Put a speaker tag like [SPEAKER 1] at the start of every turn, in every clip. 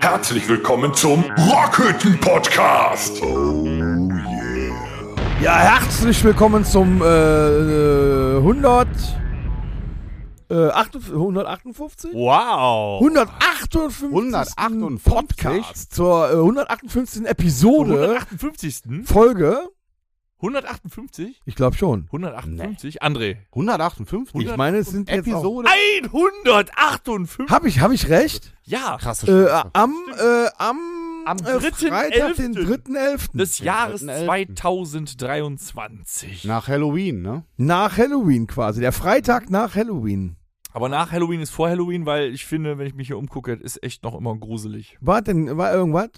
[SPEAKER 1] Herzlich willkommen zum Rockhütten-Podcast. Oh yeah.
[SPEAKER 2] Ja, herzlich willkommen zum äh, äh, 100, äh, 8 158?
[SPEAKER 3] Oh. Wow.
[SPEAKER 2] 158.
[SPEAKER 4] 158?
[SPEAKER 2] Podcast zur äh, 158. Episode
[SPEAKER 3] 158.
[SPEAKER 2] Folge.
[SPEAKER 3] 158?
[SPEAKER 2] Ich glaube schon.
[SPEAKER 3] 158? André.
[SPEAKER 4] 158?
[SPEAKER 2] Ich meine, es sind jetzt auch,
[SPEAKER 4] Episode.
[SPEAKER 3] 158?
[SPEAKER 2] Hab ich, hab ich recht?
[SPEAKER 3] Ja.
[SPEAKER 4] Krasse
[SPEAKER 2] Äh,
[SPEAKER 4] Scheiße.
[SPEAKER 2] am äh, am,
[SPEAKER 3] Am
[SPEAKER 2] äh,
[SPEAKER 3] 3.11..
[SPEAKER 2] Freitag, den 3.11.
[SPEAKER 3] Des Jahres
[SPEAKER 4] 3.11..
[SPEAKER 3] 2023.
[SPEAKER 4] Nach Halloween, ne?
[SPEAKER 2] Nach Halloween quasi. Der Freitag nach Halloween.
[SPEAKER 3] Aber nach Halloween ist vor Halloween, weil ich finde, wenn ich mich hier umgucke, ist echt noch immer gruselig.
[SPEAKER 2] War denn, war irgendwas?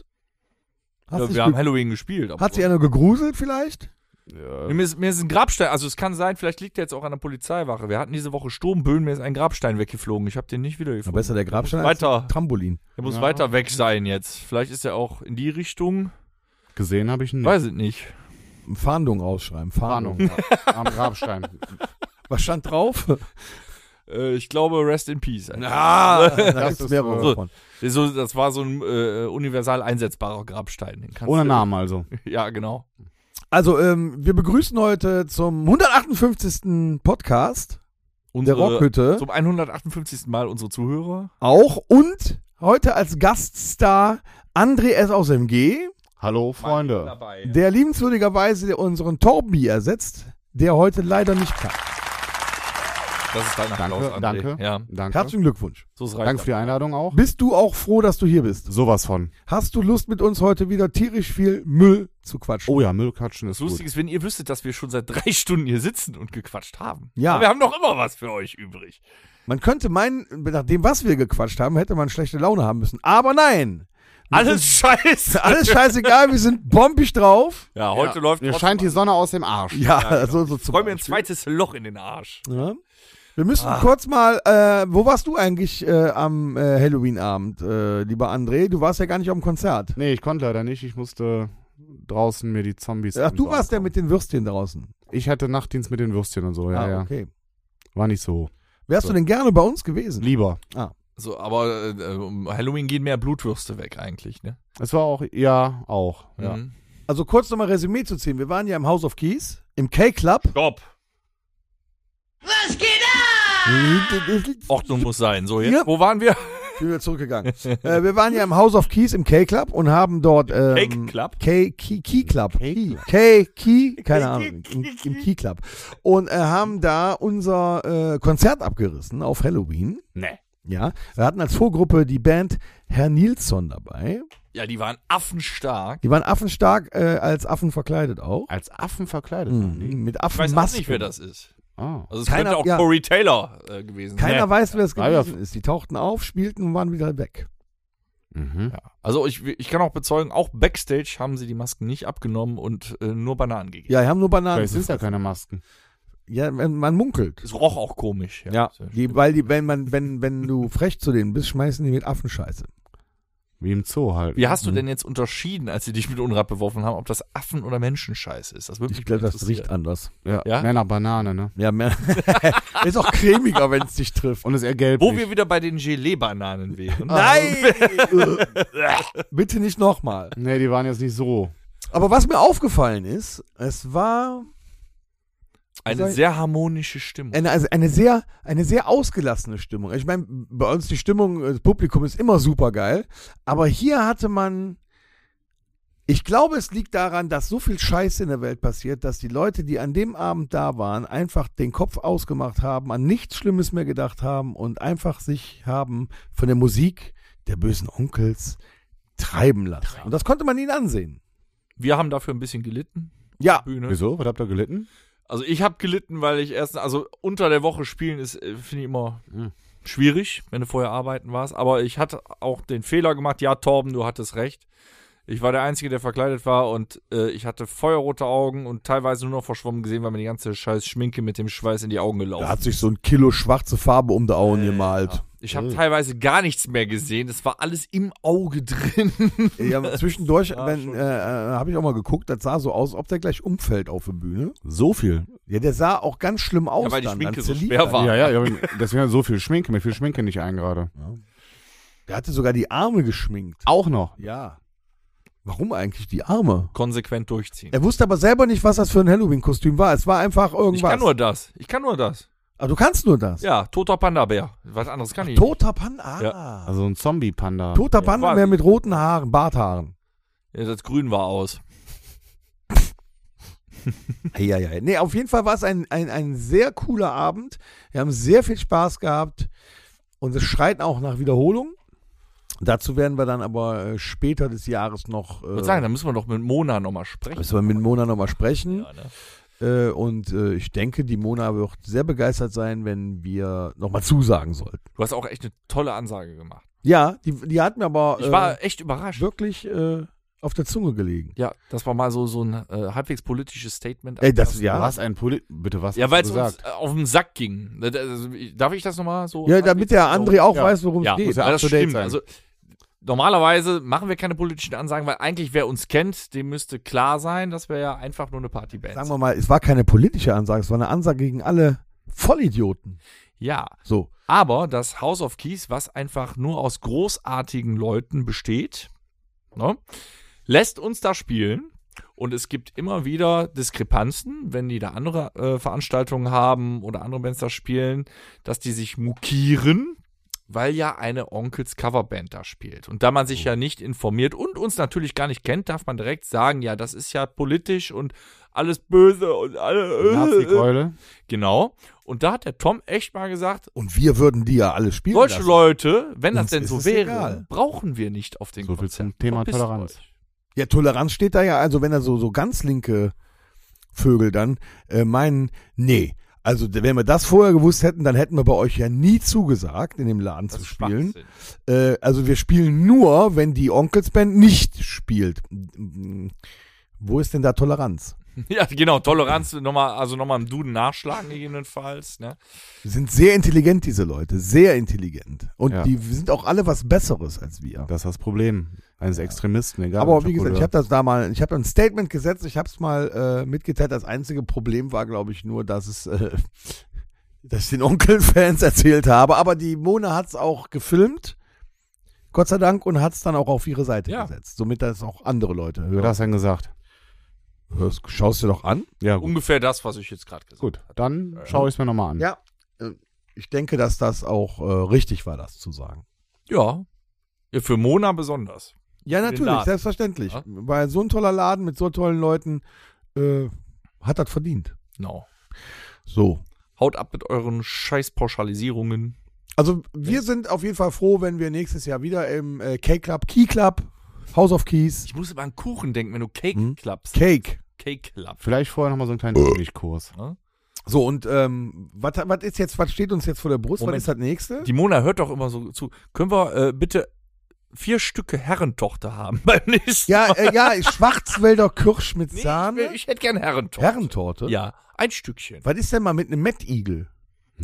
[SPEAKER 2] Hast
[SPEAKER 3] Ja,
[SPEAKER 2] dich
[SPEAKER 3] wir haben
[SPEAKER 2] ge-
[SPEAKER 3] Halloween gespielt. Aber
[SPEAKER 2] hat sich einer gegruselt vielleicht?
[SPEAKER 3] Nee, mir, ist, mir ist ein Grabstein, also es kann sein, vielleicht liegt der jetzt auch an der Polizeiwache. Wir hatten diese Woche Sturmböen, mir ist ein Grabstein weggeflogen. Ich habe den nicht
[SPEAKER 2] Na,
[SPEAKER 3] wiedergefunden.
[SPEAKER 2] besser der Grabstein
[SPEAKER 3] Weiter.
[SPEAKER 2] als Trampolin.
[SPEAKER 3] Der muss
[SPEAKER 4] Ja.
[SPEAKER 3] weiter weg sein jetzt. Vielleicht ist er auch in die Richtung.
[SPEAKER 4] Gesehen habe ich ihn nicht.
[SPEAKER 3] Weiß ich nicht.
[SPEAKER 2] Fahndung ausschreiben. Fahndung.
[SPEAKER 4] Warnung. am Grabstein.
[SPEAKER 2] Was stand drauf?
[SPEAKER 3] Äh, ich glaube, Rest in Peace.
[SPEAKER 2] Ah, da
[SPEAKER 4] das
[SPEAKER 2] gibt's
[SPEAKER 4] ist,
[SPEAKER 2] mehrere
[SPEAKER 3] äh,
[SPEAKER 2] davon.
[SPEAKER 3] So, das war so ein äh, universal einsetzbarer Grabstein. Den kannst
[SPEAKER 4] Ohne
[SPEAKER 3] du-
[SPEAKER 4] Namen also.
[SPEAKER 3] Ja, genau.
[SPEAKER 2] Also, ähm, wir begrüßen heute zum 158. Podcast der
[SPEAKER 3] Unsere,
[SPEAKER 2] Rockhütte
[SPEAKER 3] Zum 158. Mal unsere Zuhörer.
[SPEAKER 2] auch und heute als Gaststar André S. aus MG,
[SPEAKER 4] Hallo, Freunde.
[SPEAKER 2] der liebenswürdigerweise unseren Torbi ersetzt, der heute leider nicht kann.
[SPEAKER 3] Das ist dein Applaus, André.
[SPEAKER 4] Danke, danke.
[SPEAKER 3] Ja,
[SPEAKER 4] Danke.
[SPEAKER 2] Herzlichen Glückwunsch.
[SPEAKER 3] so ist
[SPEAKER 4] Danke für die Einladung auch.
[SPEAKER 2] Bist du auch froh, dass du hier bist?
[SPEAKER 4] Sowas von.
[SPEAKER 2] Hast du Lust, mit uns heute wieder tierisch viel Müll zu quatschen?
[SPEAKER 4] Oh ja, Müllkatschen
[SPEAKER 3] Das
[SPEAKER 4] ist gut.
[SPEAKER 3] Lustige ist, wenn ihr wüsstet, dass wir schon seit drei Stunden hier sitzen und gequatscht haben.
[SPEAKER 2] Ja.
[SPEAKER 3] Aber wir haben doch immer was für euch übrig.
[SPEAKER 2] Man könnte meinen, nach dem, was wir gequatscht haben, hätte man schlechte Laune haben müssen. Aber nein. Wir
[SPEAKER 3] Alles scheiße.
[SPEAKER 2] sind, alles scheißegal, wir sind bombig drauf.
[SPEAKER 3] Ja, heute läuft
[SPEAKER 4] Mir
[SPEAKER 3] trotzdem-
[SPEAKER 4] scheint die Sonne aus dem Arsch.
[SPEAKER 2] Ja, so, so zum
[SPEAKER 3] Räum mir ein
[SPEAKER 2] Beispiel.
[SPEAKER 3] zweites Loch in den Arsch.
[SPEAKER 2] ja. Wir müssen kurz mal, äh, wo warst du eigentlich äh, am äh, Halloween-Abend, äh, lieber André? Du warst ja gar nicht am Konzert.
[SPEAKER 4] Nee, ich konnte leider nicht. Ich musste draußen mir die Zombies.
[SPEAKER 2] Ach, du
[SPEAKER 4] anschauen.
[SPEAKER 2] warst der mit den Würstchen draußen.
[SPEAKER 4] Ich hatte Nachtdienst mit den Würstchen und so, ja,
[SPEAKER 2] ah,
[SPEAKER 4] ja.
[SPEAKER 2] okay.
[SPEAKER 4] War nicht so.
[SPEAKER 2] Wärst
[SPEAKER 4] So.
[SPEAKER 2] du denn gerne bei uns gewesen?
[SPEAKER 4] Lieber.
[SPEAKER 3] So, aber äh, um Halloween gehen mehr Blutwürste weg eigentlich, ne?
[SPEAKER 4] Es war auch, ja, auch. Ja.
[SPEAKER 3] Mhm.
[SPEAKER 2] Also kurz nochmal Resümee zu ziehen. Wir waren ja im House of Keys, im K-Club.
[SPEAKER 3] Stopp. Ordnung muss sein. So, jetzt.
[SPEAKER 2] Ja.
[SPEAKER 3] Wo waren wir?
[SPEAKER 2] Ich bin wieder zurückgegangen. äh, wir waren ja im House of Keys im K-Club und haben dort. Ähm,
[SPEAKER 3] Cake Club?
[SPEAKER 2] K, Key, Key Club. K, Key, keine Ahnung. Im, im Key Club. Und äh, haben da unser äh, Konzert abgerissen auf Halloween.
[SPEAKER 4] Nee.
[SPEAKER 2] Ja. Wir hatten als Vorgruppe die Band Herr Nilsson dabei.
[SPEAKER 3] Ja, die waren affenstark.
[SPEAKER 2] Die waren affenstark, äh, als Affen verkleidet auch.
[SPEAKER 4] Als Affen verkleidet. Mhm.
[SPEAKER 2] Mhm. Mit
[SPEAKER 3] Ich weiß auch
[SPEAKER 2] Affenmasken.
[SPEAKER 3] nicht, wer das ist.
[SPEAKER 4] Ah.
[SPEAKER 3] Also es
[SPEAKER 2] Keiner-
[SPEAKER 3] könnte auch
[SPEAKER 2] ja.
[SPEAKER 3] Corey Taylor äh, gewesen sein.
[SPEAKER 2] Keiner weiß, wer es
[SPEAKER 4] Ah, ja.
[SPEAKER 2] gewesen ist. Die tauchten auf, spielten und waren wieder weg.
[SPEAKER 4] Mhm.
[SPEAKER 3] Also ich, ich kann auch bezeugen, auch Backstage haben sie die Masken nicht abgenommen und äh, nur Bananen gegeben.
[SPEAKER 2] Ja, die haben nur Bananen.
[SPEAKER 4] Vielleicht sind ja keine Masken.
[SPEAKER 2] Ja, man man munkelt.
[SPEAKER 3] Es roch auch komisch.
[SPEAKER 2] Ja, die, weil die, wenn man, wenn, wenn du frech zu denen bist, schmeißen die mit Affenscheiße.
[SPEAKER 4] Wie im Zoo halt.
[SPEAKER 3] Wie hast du denn jetzt unterschieden, als sie dich mit Unrat beworfen haben, ob das Affen- oder Menschenscheiß ist? Das würde mich
[SPEAKER 2] Ich glaube,
[SPEAKER 3] mal
[SPEAKER 2] das riecht
[SPEAKER 3] interessieren.
[SPEAKER 2] anders.
[SPEAKER 4] Ja.
[SPEAKER 3] Ja?
[SPEAKER 4] Mehr nach Banane, ne?
[SPEAKER 2] Ja, mehr. ist auch cremiger, wenn es dich trifft.
[SPEAKER 4] Und es ergelbt.
[SPEAKER 3] Wo wir wieder bei den Gelee-Bananen wären.
[SPEAKER 2] Bitte nicht nochmal.
[SPEAKER 4] Nee, die waren jetzt nicht so.
[SPEAKER 2] Aber was mir aufgefallen ist, es war
[SPEAKER 3] Eine
[SPEAKER 2] Also
[SPEAKER 3] sehr harmonische Stimmung.
[SPEAKER 2] eine, also eine sehr, eine sehr ausgelassene Stimmung. Ich meine, bei uns die Stimmung, äh, das Publikum ist immer super geil, aber hier hatte man, ich glaube, es liegt daran, dass so viel Scheiße in der Welt passiert, dass die Leute, die an dem Abend da waren, einfach den Kopf ausgemacht haben, an nichts Schlimmes mehr gedacht haben und einfach sich haben von der Musik der bösen Onkels treiben lassen. Und das konnte man ihnen ansehen.
[SPEAKER 3] Wir haben dafür ein bisschen gelitten.
[SPEAKER 2] Ja,
[SPEAKER 3] Bühne.
[SPEAKER 4] Wieso? Was habt ihr gelitten?
[SPEAKER 3] Also ich habe gelitten, weil ich erst, also unter der Woche spielen ist, äh, finde ich immer
[SPEAKER 2] Hm.
[SPEAKER 4] Mhm.
[SPEAKER 3] schwierig, wenn du vorher arbeiten warst. Aber ich hatte auch den Fehler gemacht. Ja, Torben, du hattest recht. Ich war der Einzige, der verkleidet war und äh, ich hatte feuerrote Augen und teilweise nur noch verschwommen gesehen, weil mir die ganze scheiß Schminke mit dem Schweiß in die Augen gelaufen
[SPEAKER 2] da hat sich so ein Kilo schwarze Farbe um die Augen gemalt.
[SPEAKER 3] Ich habe teilweise gar nichts mehr gesehen. Das war alles im Auge drin.
[SPEAKER 2] Ja, zwischendurch
[SPEAKER 3] Ja,
[SPEAKER 2] wenn,
[SPEAKER 3] Ah, schon.
[SPEAKER 2] äh, habe ich auch mal geguckt, das sah so aus, als ob der gleich umfällt auf der Bühne.
[SPEAKER 5] So viel.
[SPEAKER 2] Ja, der sah auch ganz schlimm aus.
[SPEAKER 3] weil die
[SPEAKER 2] dann,
[SPEAKER 3] Schminke
[SPEAKER 2] dann
[SPEAKER 3] so
[SPEAKER 2] zerlief
[SPEAKER 3] schwer
[SPEAKER 2] er.
[SPEAKER 3] war.
[SPEAKER 4] Ja, ja, ja, deswegen hat so viel Schminke, mir viel Schminke nicht ein gerade.
[SPEAKER 2] Der hatte sogar die Arme geschminkt.
[SPEAKER 4] Auch noch.
[SPEAKER 2] Ja. Warum eigentlich die Arme?
[SPEAKER 3] Konsequent durchziehen.
[SPEAKER 2] Er wusste aber selber nicht, was das für ein Halloween-Kostüm war. Es war einfach irgendwas.
[SPEAKER 3] Ich kann nur das. Ich kann nur das.
[SPEAKER 2] Ah, du kannst nur das.
[SPEAKER 3] Ja, toter Panda-Bär. Was anderes kann ich nicht.
[SPEAKER 2] Toter Panda. Ah.
[SPEAKER 4] Also ein Zombie-Panda.
[SPEAKER 2] Toter
[SPEAKER 3] Ja,
[SPEAKER 2] Panda mehr
[SPEAKER 3] quasi.
[SPEAKER 2] mit roten Haaren, Barthaaren.
[SPEAKER 3] Ja, das Grün war aus.
[SPEAKER 2] Ja, ja. Nee, auf jeden Fall war es ein, ein, ein sehr cooler Abend. Wir haben sehr viel Spaß gehabt und es schreit auch nach Wiederholung. Dazu werden wir dann aber äh, später des Jahres noch.
[SPEAKER 3] Ich
[SPEAKER 2] Äh,
[SPEAKER 3] würde sagen, da müssen wir doch mit Mona nochmal sprechen.
[SPEAKER 2] müssen wir mit Mona nochmal sprechen.
[SPEAKER 3] Ja, ne?
[SPEAKER 2] Äh, und äh, ich denke, die Mona wird sehr begeistert sein, wenn wir nochmal zusagen sollten.
[SPEAKER 3] Du hast auch echt eine tolle Ansage gemacht.
[SPEAKER 2] Ja, die, die hat mir aber
[SPEAKER 3] Ich
[SPEAKER 2] äh,
[SPEAKER 3] war echt überrascht.
[SPEAKER 2] wirklich äh, auf der Zunge gelegen.
[SPEAKER 3] Ja, das war mal so, so ein äh, halbwegs politisches Statement.
[SPEAKER 2] Ey, das, ja.
[SPEAKER 4] Was ein Poli Bitte was?
[SPEAKER 3] Ja,
[SPEAKER 4] hast
[SPEAKER 3] weil
[SPEAKER 4] du
[SPEAKER 3] es uns
[SPEAKER 4] gesagt?
[SPEAKER 3] äh, auf den Sack ging. Da- da- also, ich- Darf ich Oh, das nochmal so?
[SPEAKER 2] Ja, damit der André auch
[SPEAKER 4] Ja.
[SPEAKER 2] weiß, worum es
[SPEAKER 3] Ja,
[SPEAKER 2] geht.
[SPEAKER 4] muss ja
[SPEAKER 3] das
[SPEAKER 4] up to date
[SPEAKER 3] stimmt.
[SPEAKER 4] sein.
[SPEAKER 3] Also, normalerweise machen wir keine politischen Ansagen, weil eigentlich wer uns kennt, dem müsste klar sein, dass wir ja einfach nur eine Partyband
[SPEAKER 2] Sagen
[SPEAKER 3] sind.
[SPEAKER 2] wir mal, es war keine politische Ansage, es war eine Ansage gegen alle Vollidioten.
[SPEAKER 3] Ja,
[SPEAKER 2] So.
[SPEAKER 3] aber das House of Keys, was einfach nur aus großartigen Leuten besteht, ne, lässt uns da spielen. Und es gibt immer wieder Diskrepanzen, wenn die da andere äh, Veranstaltungen haben oder andere Bands da spielen, dass die sich mukieren, weil ja eine Onkels Coverband da spielt. Und da man sich ja nicht informiert und uns natürlich gar nicht kennt, darf man direkt sagen, ja, das ist ja politisch und alles böse und
[SPEAKER 2] Äh.
[SPEAKER 3] alle.
[SPEAKER 4] Nazi-Keule.
[SPEAKER 3] Genau. Und da hat der Tom echt mal gesagt,
[SPEAKER 2] Und wir würden die ja alle spielen.
[SPEAKER 3] solche
[SPEAKER 2] lassen.
[SPEAKER 3] Leute, wenn das
[SPEAKER 2] Uns
[SPEAKER 3] denn
[SPEAKER 2] ist
[SPEAKER 3] so
[SPEAKER 2] es
[SPEAKER 3] wäre,
[SPEAKER 2] egal.
[SPEAKER 3] brauchen wir nicht auf den
[SPEAKER 4] So viel
[SPEAKER 3] Konzerten.
[SPEAKER 4] zum Thema
[SPEAKER 3] Verpisst
[SPEAKER 4] Toleranz.
[SPEAKER 3] euch.
[SPEAKER 2] Ja, Toleranz steht da ja, also wenn da so, so ganz linke Vögel dann äh, meinen, nee. Also d- wenn wir das vorher gewusst hätten, dann hätten wir bei euch ja nie zugesagt, in dem Laden
[SPEAKER 3] Das
[SPEAKER 2] zu
[SPEAKER 3] ist
[SPEAKER 2] spielen.
[SPEAKER 3] Schwachsinn.
[SPEAKER 2] Äh, also wir spielen nur, wenn die Onkels Band nicht spielt. M- m- Wo ist denn da Toleranz?
[SPEAKER 3] Ja, genau, Toleranz nochmal, also nochmal im Duden nachschlagen gegebenenfalls. Ne?
[SPEAKER 2] Sind sehr intelligent, diese Leute. Sehr intelligent. Und
[SPEAKER 4] Ja.
[SPEAKER 2] die sind auch alle was Besseres als wir.
[SPEAKER 4] Das ist das Problem. Eines Extremisten, egal.
[SPEAKER 2] Aber
[SPEAKER 4] welcher
[SPEAKER 2] wie gesagt, ich
[SPEAKER 4] Couleur.
[SPEAKER 2] habe das da mal, ich habe ein Statement gesetzt, ich habe es mal äh, mitgeteilt. Das einzige Problem war, glaube ich, nur, dass es, äh, dass ich den Onkel-Fans erzählt habe. Aber die Mona hat es auch gefilmt, Gott sei Dank, und hat es dann auch auf ihre Seite
[SPEAKER 3] Ja.
[SPEAKER 2] gesetzt, somit das auch andere Leute hören.
[SPEAKER 4] Wer hat das denn gesagt?
[SPEAKER 2] Hörst, schaust du doch an.
[SPEAKER 4] Ja, gut.
[SPEAKER 3] Ungefähr das, was ich jetzt gerade gesagt
[SPEAKER 4] gut.
[SPEAKER 3] habe.
[SPEAKER 4] Dann schaue ich es mir nochmal an.
[SPEAKER 2] Um- Ja. Ich denke, dass das auch äh, richtig war, das zu sagen.
[SPEAKER 3] Ja. ja. Für Mona besonders.
[SPEAKER 2] Ja,
[SPEAKER 3] den
[SPEAKER 2] natürlich,
[SPEAKER 3] Laden.
[SPEAKER 2] selbstverständlich.
[SPEAKER 3] Ja.
[SPEAKER 2] Weil so ein toller Laden mit so tollen Leuten äh, hat das verdient.
[SPEAKER 3] Genau.
[SPEAKER 2] So.
[SPEAKER 3] Haut ab mit euren Scheißpauschalisierungen.
[SPEAKER 2] Also wir sind auf jeden Fall froh, wenn wir nächstes Jahr wieder im äh, K-Club, Key Club, House of Keys,
[SPEAKER 3] Ich muss immer an Kuchen denken, wenn du Cake
[SPEAKER 2] Hm?
[SPEAKER 3] klappst.
[SPEAKER 2] Cake.
[SPEAKER 3] Cake klappst.
[SPEAKER 4] Vielleicht vorher nochmal so einen
[SPEAKER 2] Äh.
[SPEAKER 4] kleinen Englischkurs.
[SPEAKER 3] Ne?
[SPEAKER 2] So und ähm, was was ist jetzt, was steht uns jetzt vor der Brust?
[SPEAKER 3] Moment.
[SPEAKER 2] Was ist das nächste?
[SPEAKER 3] Die Mona hört doch immer so zu. Können wir äh, bitte vier Stücke Herrentochter haben beim nächsten
[SPEAKER 2] Ja, äh, ja, Schwarzwälder Kirsch mit
[SPEAKER 3] Nee, ich will-
[SPEAKER 2] Sahne,
[SPEAKER 3] ich, hätte gern Herrentorte.
[SPEAKER 2] Herrentorte.
[SPEAKER 3] Ja, ein Stückchen.
[SPEAKER 2] Was ist denn mal mit einem Mettigel?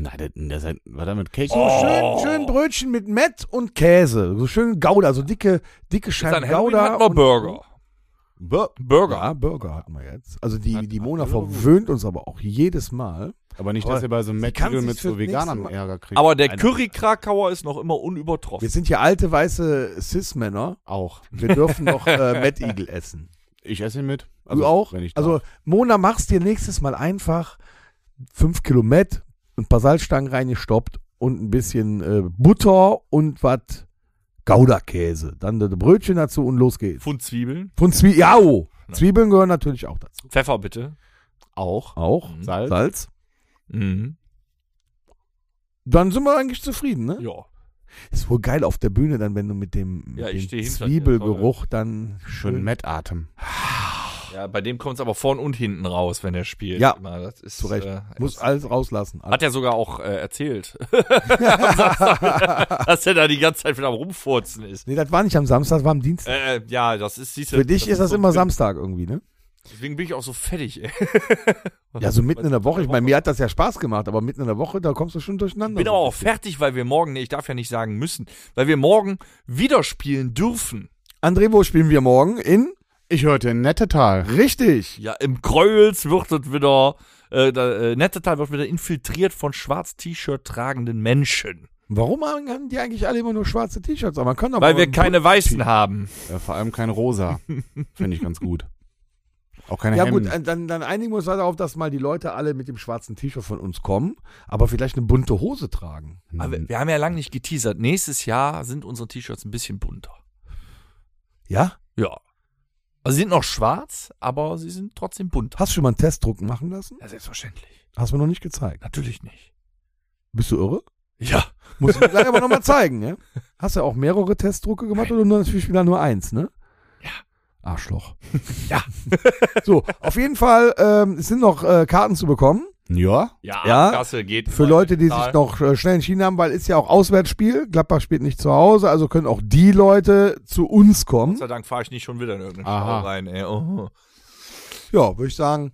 [SPEAKER 4] Na, das, das hat, was hat mit Cake?
[SPEAKER 2] So
[SPEAKER 3] Oh.
[SPEAKER 2] schön, schön Brötchen mit Mett und Käse, so schön Gouda, so dicke, dicke Scheiben
[SPEAKER 3] Dann Halloween
[SPEAKER 2] Gouda.
[SPEAKER 3] hatten wir
[SPEAKER 2] und-
[SPEAKER 3] Burger.
[SPEAKER 2] Bur
[SPEAKER 3] Burger.
[SPEAKER 2] ja, Burger hatten wir jetzt. Also die,
[SPEAKER 4] Hat-
[SPEAKER 2] die
[SPEAKER 4] hat
[SPEAKER 2] Mona
[SPEAKER 4] Burger gut.
[SPEAKER 2] verwöhnt uns aber auch jedes Mal.
[SPEAKER 4] Aber nicht,
[SPEAKER 2] Aber
[SPEAKER 4] dass ihr bei so einem
[SPEAKER 2] sie Oh. kann
[SPEAKER 4] Metzger
[SPEAKER 2] sich's
[SPEAKER 4] mit so
[SPEAKER 2] fürs nächste
[SPEAKER 4] Veganern
[SPEAKER 2] Mal-
[SPEAKER 4] Ärger kriegt.
[SPEAKER 3] Aber der
[SPEAKER 4] Nein,
[SPEAKER 3] Curry-Krakauer ist noch immer
[SPEAKER 2] Wir
[SPEAKER 3] unübertroffen.
[SPEAKER 2] sind ja alte weiße Cis-Männer.
[SPEAKER 4] Auch.
[SPEAKER 2] Wir dürfen noch äh, Mad Eagle essen.
[SPEAKER 4] Ich esse ihn mit.
[SPEAKER 2] du auch?
[SPEAKER 4] Wenn ich darf.
[SPEAKER 2] also, Mona, mach's dir nächstes Mal einfach fünf Kilo Mad, ein paar Salzstangen reingestoppt und ein bisschen äh, Butter und was Gouda-Käse. Dann das Brötchen dazu und los geht's.
[SPEAKER 3] Pfund Zwiebeln.
[SPEAKER 2] Von Zwiebeln. Ja, oh.
[SPEAKER 3] Ja.
[SPEAKER 2] Zwiebeln gehören natürlich auch dazu.
[SPEAKER 3] Pfeffer bitte.
[SPEAKER 4] auch.
[SPEAKER 2] Auch.
[SPEAKER 3] Mhm.
[SPEAKER 4] Salz.
[SPEAKER 2] Salz.
[SPEAKER 3] Mhm.
[SPEAKER 2] Dann sind wir eigentlich zufrieden, ne?
[SPEAKER 3] Ja.
[SPEAKER 2] Ist wohl geil auf der Bühne, dann, wenn du mit dem,
[SPEAKER 3] Ja, ich
[SPEAKER 2] mit
[SPEAKER 3] steh
[SPEAKER 2] dem
[SPEAKER 3] hinter dir,
[SPEAKER 2] Zwiebelgeruch dann
[SPEAKER 4] Schön Mettatem.
[SPEAKER 3] Ja, bei dem kommt es aber vorn und hinten raus, wenn er spielt.
[SPEAKER 2] Ja,
[SPEAKER 3] Immer. das ist
[SPEAKER 2] zu Recht.
[SPEAKER 3] Äh,
[SPEAKER 2] Muss
[SPEAKER 3] das-
[SPEAKER 2] alles rauslassen.
[SPEAKER 3] hat er sogar auch äh, erzählt, dass er da die ganze Zeit wieder am Rumfurzen ist.
[SPEAKER 2] nee, das war nicht am Samstag, das war am Dienstag.
[SPEAKER 3] Äh, ja, das ist siehst du,
[SPEAKER 2] Für dich ist das
[SPEAKER 3] so ein
[SPEAKER 2] immer
[SPEAKER 3] Film.
[SPEAKER 2] Samstag irgendwie, ne?
[SPEAKER 3] Deswegen bin ich auch so fettig, ey.
[SPEAKER 2] Ja, so mitten in der Woche. Ich meine, mir hat das ja Spaß gemacht, aber mitten in der Woche, da kommst du schon durcheinander.
[SPEAKER 3] bin aber auch fertig, weil wir morgen, nee, ich darf ja nicht sagen müssen, weil wir morgen wieder spielen dürfen.
[SPEAKER 2] André, wo spielen wir morgen? In?
[SPEAKER 4] Ich hörte in Nettetal.
[SPEAKER 2] Richtig.
[SPEAKER 3] Ja, im Kreuz wird es wieder, äh, da, äh, Nettetal wird wieder infiltriert von schwarz T-Shirt tragenden Menschen.
[SPEAKER 2] Warum haben die eigentlich alle immer nur schwarze T-Shirts? an? Man kann doch
[SPEAKER 3] Weil
[SPEAKER 2] mal-
[SPEAKER 3] wir keine Weißen haben.
[SPEAKER 2] Mhm.
[SPEAKER 4] Äh, vor allem kein Rosa. Finde ich ganz gut. Auch keine
[SPEAKER 2] Ja
[SPEAKER 4] Hemden.
[SPEAKER 2] gut, äh, dann, dann einigen wir uns halt darauf, dass mal die Leute alle mit dem schwarzen T-Shirt von uns kommen, aber vielleicht eine bunte Hose tragen.
[SPEAKER 3] Aber wir, wir haben ja lange nicht geteasert. Nächstes Jahr sind unsere T-Shirts ein bisschen bunter.
[SPEAKER 2] Ja?
[SPEAKER 3] Ja. Also sie sind noch schwarz, aber sie sind trotzdem bunter.
[SPEAKER 2] Hast du schon mal einen Testdruck machen lassen?
[SPEAKER 3] Ja, selbstverständlich.
[SPEAKER 2] Hast du mir noch nicht gezeigt.
[SPEAKER 3] Natürlich nicht.
[SPEAKER 2] Bist du irre?
[SPEAKER 3] Ja.
[SPEAKER 2] Muss ich gleich aber nochmal zeigen, ne? Hast du ja auch mehrere Testdrucke gemacht oder nur natürlich wieder nur eins, ne?
[SPEAKER 3] Ja.
[SPEAKER 2] Arschloch.
[SPEAKER 3] Ja.
[SPEAKER 2] So, auf jeden Fall ähm, es sind noch äh, Karten zu bekommen
[SPEAKER 4] ja,
[SPEAKER 3] Ja,
[SPEAKER 2] Ja,
[SPEAKER 3] Kasse geht.
[SPEAKER 2] für
[SPEAKER 3] immer
[SPEAKER 2] Leute, die
[SPEAKER 3] total.
[SPEAKER 2] sich noch äh, schnell entschieden haben, weil ist ja auch Auswärtsspiel. Gladbach spielt nicht zu Hause, also können auch die Leute zu uns
[SPEAKER 3] Gott
[SPEAKER 2] kommen.
[SPEAKER 3] sei Dank fahre ich nicht schon wieder in irgendeinen
[SPEAKER 4] Aha.
[SPEAKER 3] Stau rein, ey. Oh.
[SPEAKER 2] Ja, würde ich sagen,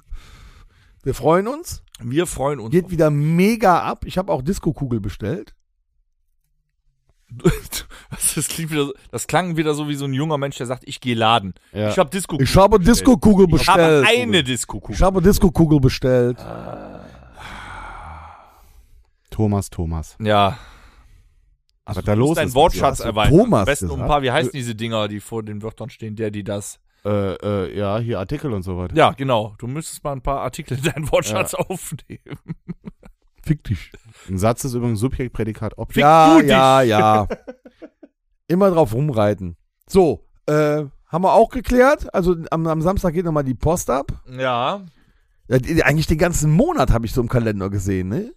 [SPEAKER 2] wir freuen uns.
[SPEAKER 3] Wir freuen uns.
[SPEAKER 2] Geht wieder mega ab. Ich habe auch Disco-Kugel bestellt.
[SPEAKER 3] Das, ist- klingt wieder, so- das klang wieder so wie so ein junger Mensch, der sagt, ich gehe laden.
[SPEAKER 4] Ja.
[SPEAKER 3] Oh, Ich habe Disco.
[SPEAKER 2] Ich habe Disco-Kugel
[SPEAKER 3] Ich habe
[SPEAKER 2] bestellt.
[SPEAKER 3] eine disco
[SPEAKER 2] Ich habe Disco-Kugel bestellt.
[SPEAKER 4] Thomas, Thomas.
[SPEAKER 3] Ja,
[SPEAKER 4] Was da los
[SPEAKER 3] dein
[SPEAKER 4] ist.
[SPEAKER 3] Wortschatz
[SPEAKER 4] ja,
[SPEAKER 3] erweitern.
[SPEAKER 2] Thomas
[SPEAKER 3] Am besten um ein
[SPEAKER 2] gesagt?
[SPEAKER 3] paar, wie heißen diese Dinger, die vor den Wörtern stehen, der, die das.
[SPEAKER 4] äh, äh, ja, hier Artikel und so weiter.
[SPEAKER 3] Ja, genau. Du müsstest mal ein paar Artikel in deinen Wortschatz aufnehmen.
[SPEAKER 2] Fick dich.
[SPEAKER 4] Ein Satz ist übrigens Subjekt, Prädikat, Objekt.
[SPEAKER 2] Ja,
[SPEAKER 3] du dich.
[SPEAKER 2] ja, ja. Immer drauf rumreiten. So, äh, haben wir auch geklärt. Also am, am Samstag geht nochmal die Post ab.
[SPEAKER 3] Ja.
[SPEAKER 2] Ja, die- Eigentlich den ganzen Monat habe ich so im Kalender gesehen, ne?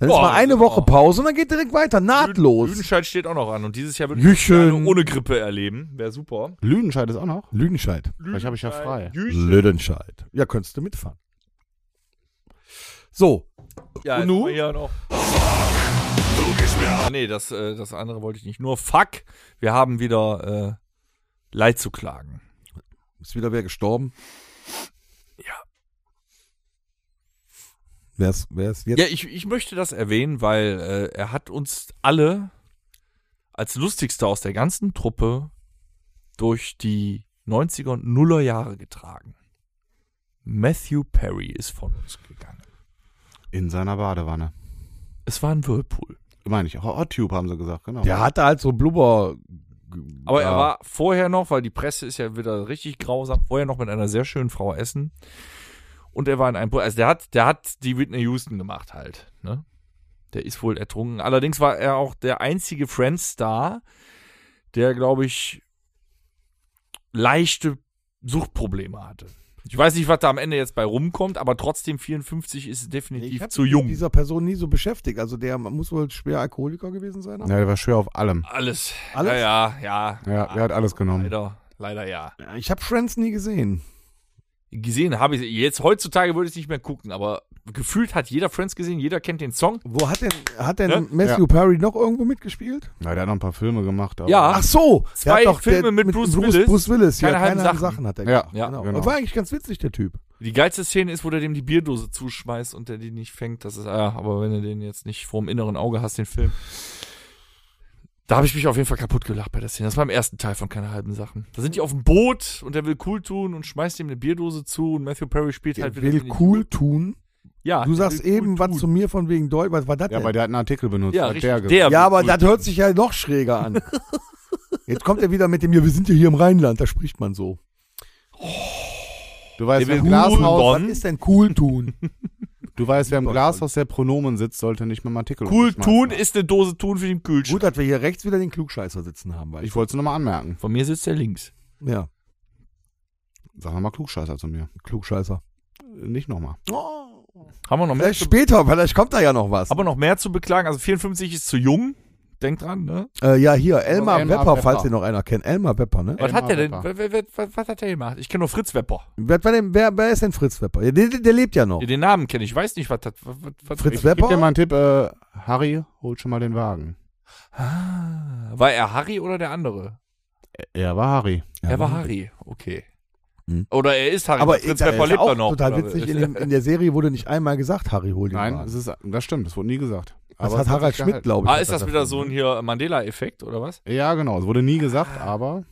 [SPEAKER 2] Dann ist
[SPEAKER 3] Boah,
[SPEAKER 2] mal eine Woche
[SPEAKER 3] ja.
[SPEAKER 2] Pause und dann geht direkt weiter, nahtlos.
[SPEAKER 3] Lüdenscheid steht auch noch an. Und dieses Jahr wird
[SPEAKER 2] Jüchen.
[SPEAKER 3] ohne Grippe erleben. Wäre super.
[SPEAKER 4] Lüdenscheid ist auch noch.
[SPEAKER 2] Lüdenscheid.
[SPEAKER 4] Vielleicht habe ich ja frei.
[SPEAKER 3] Jüchen.
[SPEAKER 2] Lüdenscheid. Ja, könntest du mitfahren. So,
[SPEAKER 3] Ja,
[SPEAKER 2] Und
[SPEAKER 3] jetzt
[SPEAKER 2] nu?
[SPEAKER 3] mal hier noch. Ah, nee, das, äh, das andere wollte ich nicht. Nur fuck, wir haben wieder äh, Leid zu klagen.
[SPEAKER 2] ist wieder wer gestorben?
[SPEAKER 3] Ja.
[SPEAKER 2] Wer ist, wer ist jetzt?
[SPEAKER 3] Ja, ich, ich möchte das erwähnen, weil äh, er hat uns alle als lustigster aus der ganzen Truppe durch die 90er und Nuller Jahre getragen. Matthew Perry ist von uns gegangen.
[SPEAKER 4] In seiner Badewanne.
[SPEAKER 3] Es war ein Whirlpool.
[SPEAKER 4] Meine ich. Hot Tube haben sie gesagt, genau.
[SPEAKER 2] Der hatte halt so Blubber.
[SPEAKER 3] Aber
[SPEAKER 2] Ja.
[SPEAKER 3] er war vorher noch, weil die Presse ist ja wieder richtig grausam, vorher noch mit einer sehr schönen Frau essen. Und er war in einem, Pool- also der hat, der hat die Whitney Houston gemacht halt, ne? Der ist wohl ertrunken. Allerdings war er auch der einzige Friends-Star, der, glaube ich, leichte Suchtprobleme hatte. Ich weiß nicht, was da am Ende jetzt bei rumkommt, aber trotzdem 54 ist definitiv
[SPEAKER 2] hab
[SPEAKER 3] zu
[SPEAKER 2] mich
[SPEAKER 3] jung.
[SPEAKER 2] mit dieser Person nie so beschäftigt. Also der muss wohl schwer Alkoholiker gewesen sein.
[SPEAKER 4] Ja, der war schwer auf allem.
[SPEAKER 3] Alles.
[SPEAKER 2] Alles?
[SPEAKER 3] Ja, ja, ja.
[SPEAKER 4] Ja, der hat alles genommen.
[SPEAKER 3] Leider, leider ja.
[SPEAKER 2] Ich habe Friends nie gesehen.
[SPEAKER 3] Gesehen habe ich sie. Jetzt heutzutage würde ich es nicht mehr gucken, aber gefühlt hat jeder Friends gesehen, jeder kennt den Song.
[SPEAKER 2] Wo hat denn, hat denn
[SPEAKER 3] Ne?
[SPEAKER 2] Matthew Perry noch irgendwo mitgespielt?
[SPEAKER 4] Ja, der hat noch ein paar Filme gemacht. Aber
[SPEAKER 3] Ja.
[SPEAKER 2] Ach so, der
[SPEAKER 3] Zwei
[SPEAKER 2] hat doch
[SPEAKER 3] Filme
[SPEAKER 2] der,
[SPEAKER 3] mit Bruce Willis.
[SPEAKER 2] Bruce Willis,
[SPEAKER 3] Keine
[SPEAKER 2] ja,
[SPEAKER 3] halben
[SPEAKER 2] keine halben
[SPEAKER 3] Sachen.
[SPEAKER 2] Sachen. hat er
[SPEAKER 4] Ja,
[SPEAKER 2] gemacht.
[SPEAKER 3] ja,
[SPEAKER 2] genau.
[SPEAKER 4] genau.
[SPEAKER 2] Das war eigentlich ganz witzig, der Typ.
[SPEAKER 3] Die geilste Szene ist, wo der dem die Bierdose zuschmeißt und der die nicht fängt. Das ist, ah, aber wenn du den jetzt nicht vorm inneren Auge hast, den Film. Da habe ich mich auf jeden Fall kaputt gelacht bei der Szene. Das war im ersten Teil von keine halben Sachen. Da sind die auf dem Boot und der will cool tun und schmeißt ihm eine Bierdose zu und Matthew Perry spielt halt
[SPEAKER 2] Der
[SPEAKER 3] wieder.
[SPEAKER 2] will
[SPEAKER 3] den-
[SPEAKER 2] cool tun. Du
[SPEAKER 3] Ja, Ah, der
[SPEAKER 2] sagst
[SPEAKER 3] will cool
[SPEAKER 2] eben was
[SPEAKER 3] tun.
[SPEAKER 2] zu mir von wegen Deutsch. Was war das
[SPEAKER 4] ja, aber
[SPEAKER 2] denn?
[SPEAKER 4] der hat einen Artikel benutzt.
[SPEAKER 3] Ja,
[SPEAKER 4] hat
[SPEAKER 3] richtig,
[SPEAKER 4] der
[SPEAKER 3] der
[SPEAKER 4] gesagt.
[SPEAKER 2] ja,
[SPEAKER 3] will
[SPEAKER 2] aber
[SPEAKER 3] cool
[SPEAKER 2] das
[SPEAKER 3] tun.
[SPEAKER 2] hört sich ja noch schräger an. Jetzt kommt er wieder mit dem, ja, wir sind ja hier im Rheinland, da spricht man so. Also
[SPEAKER 4] Du weißt,
[SPEAKER 3] Der
[SPEAKER 4] wer im
[SPEAKER 3] will
[SPEAKER 4] Glashaus,
[SPEAKER 3] Cool
[SPEAKER 2] Was ist denn cool tun?
[SPEAKER 4] du weißt, wer im Glashaus der Pronomen sitzt, sollte nicht mit dem Artikel
[SPEAKER 3] Cool
[SPEAKER 4] rumschmeißen.
[SPEAKER 3] tun ist eine Dose tun für den Kühlschrank.
[SPEAKER 2] Gut, dass wir hier rechts wieder den Klugscheißer sitzen haben, weil ich,
[SPEAKER 4] Ich wollte es nur mal anmerken.
[SPEAKER 3] Von mir sitzt der links.
[SPEAKER 2] ja,
[SPEAKER 4] Sag nochmal Klugscheißer zu mir. Äh,
[SPEAKER 2] Klugscheißer.
[SPEAKER 4] Nicht nochmal.
[SPEAKER 3] Haben wir noch mehr?
[SPEAKER 2] Vielleicht später, vielleicht kommt da ja noch was.
[SPEAKER 3] Aber noch mehr zu beklagen. Also 54 ist zu jung. Denkt dran, ne?
[SPEAKER 2] äh, ja, hier, Elmar,
[SPEAKER 4] Elmar
[SPEAKER 2] Wepper,
[SPEAKER 4] Wepper.
[SPEAKER 2] falls den noch einer kennt. Elmar Wepper, ne?
[SPEAKER 3] Was
[SPEAKER 4] Elmar
[SPEAKER 3] hat der denn?
[SPEAKER 4] Wepper.
[SPEAKER 3] Was, was, was hat der gemacht? Ich kenne nur Fritz Wepper.
[SPEAKER 2] Wer, wer, denn, wer, wer ist denn Fritz Wepper? Ja, Der, der, der lebt ja noch.
[SPEAKER 3] Ja, Den Namen kenne ich. Ich weiß nicht, was das. Was, was,
[SPEAKER 2] Oh. Fritz
[SPEAKER 3] was,
[SPEAKER 4] Gib dir mal
[SPEAKER 2] Wepper?
[SPEAKER 4] einen Tipp. Äh, Harry, hol schon mal den Wagen.
[SPEAKER 3] Ah, war er Harry oder der andere?
[SPEAKER 4] Er war Harry.
[SPEAKER 3] er war Harry. Okay.
[SPEAKER 2] Mhm.
[SPEAKER 3] Oder er ist Harry.
[SPEAKER 2] Aber
[SPEAKER 3] Prinz
[SPEAKER 2] da-
[SPEAKER 3] Pepper
[SPEAKER 2] ist
[SPEAKER 3] lebt
[SPEAKER 2] auch
[SPEAKER 3] doch noch.
[SPEAKER 2] total
[SPEAKER 3] oder?
[SPEAKER 2] witzig. In, dem, in der Serie wurde nicht einmal gesagt, Harry, hol den
[SPEAKER 4] Nein,
[SPEAKER 2] Rat.
[SPEAKER 4] es ist, das stimmt, das wurde nie gesagt.
[SPEAKER 2] Das
[SPEAKER 4] Aber
[SPEAKER 2] hat
[SPEAKER 4] es
[SPEAKER 2] Harald
[SPEAKER 4] sich
[SPEAKER 2] Schmidt,
[SPEAKER 4] gehalten.
[SPEAKER 2] glaube ich.
[SPEAKER 3] ah,
[SPEAKER 2] hat
[SPEAKER 3] ist das
[SPEAKER 2] er
[SPEAKER 3] wieder
[SPEAKER 2] davon.
[SPEAKER 3] so ein hier Mandela-Effekt oder was?
[SPEAKER 4] Ja, genau, es wurde nie gesagt, aber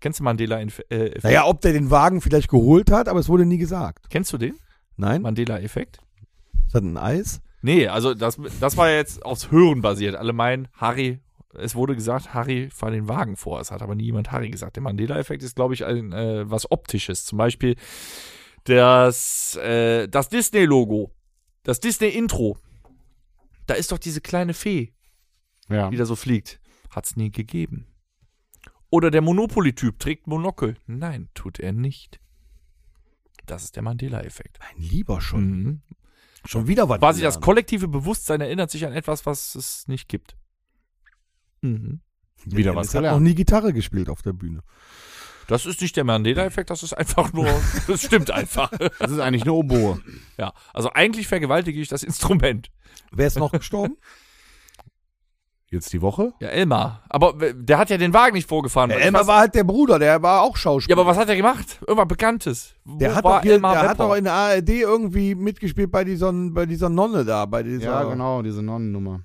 [SPEAKER 3] Kennst du äh, Mandela-Effekt?
[SPEAKER 2] Naja, ob der den Wagen vielleicht geholt hat, aber es wurde nie gesagt.
[SPEAKER 3] Kennst du den?
[SPEAKER 2] Nein?
[SPEAKER 3] Mandela-Effekt?
[SPEAKER 2] Ist das ein Eis?
[SPEAKER 3] Nee, also das, das war jetzt aufs Hören basiert. Alle meinen, Harry, es wurde gesagt, Harry fahr den Wagen vor. Es hat aber niemand Harry gesagt. Der Mandela-Effekt ist, glaube ich, ein, äh, was Optisches. Zum Beispiel das, äh, das Disney-Logo, das Disney-Intro. Da ist doch diese kleine Fee,
[SPEAKER 4] ja.
[SPEAKER 3] die da so fliegt. Hat's nie gegeben. Oder der Monopoly-Typ trägt Monokel. Nein, tut er nicht. Das ist der Mandela-Effekt.
[SPEAKER 2] Mein lieber schon.
[SPEAKER 3] Mhm.
[SPEAKER 2] Schon wieder was.
[SPEAKER 3] Quasi das
[SPEAKER 2] gelernt.
[SPEAKER 3] kollektive Bewusstsein erinnert sich an etwas, was es nicht gibt. Mhm.
[SPEAKER 4] wieder
[SPEAKER 2] Dennis
[SPEAKER 4] was
[SPEAKER 2] hat noch
[SPEAKER 4] gelernt.
[SPEAKER 2] nie Gitarre gespielt auf der Bühne.
[SPEAKER 3] Das ist nicht der Mandela-Effekt, das ist einfach nur, das stimmt einfach.
[SPEAKER 4] Das ist eigentlich eine Oboe.
[SPEAKER 3] Ja, also eigentlich vergewaltige ich das Instrument.
[SPEAKER 2] Wer ist noch gestorben?
[SPEAKER 4] Jetzt die Woche?
[SPEAKER 3] Ja, Elmar. Aber w- der hat ja den Wagen nicht vorgefahren.
[SPEAKER 2] Der
[SPEAKER 3] Ich
[SPEAKER 2] Elmar
[SPEAKER 3] weiß-
[SPEAKER 2] war halt der Bruder, der war auch
[SPEAKER 3] ja,
[SPEAKER 2] Schauspieler.
[SPEAKER 3] aber was hat er gemacht? Irgendwas Bekanntes. Wo
[SPEAKER 2] der hat
[SPEAKER 3] war
[SPEAKER 2] doch, hier,
[SPEAKER 3] Elmar
[SPEAKER 2] der hat
[SPEAKER 3] Wepper?
[SPEAKER 2] doch in der ARD irgendwie mitgespielt bei dieser, bei dieser Nonne da, bei dieser.
[SPEAKER 4] Ja, genau, diese Nonnennummer.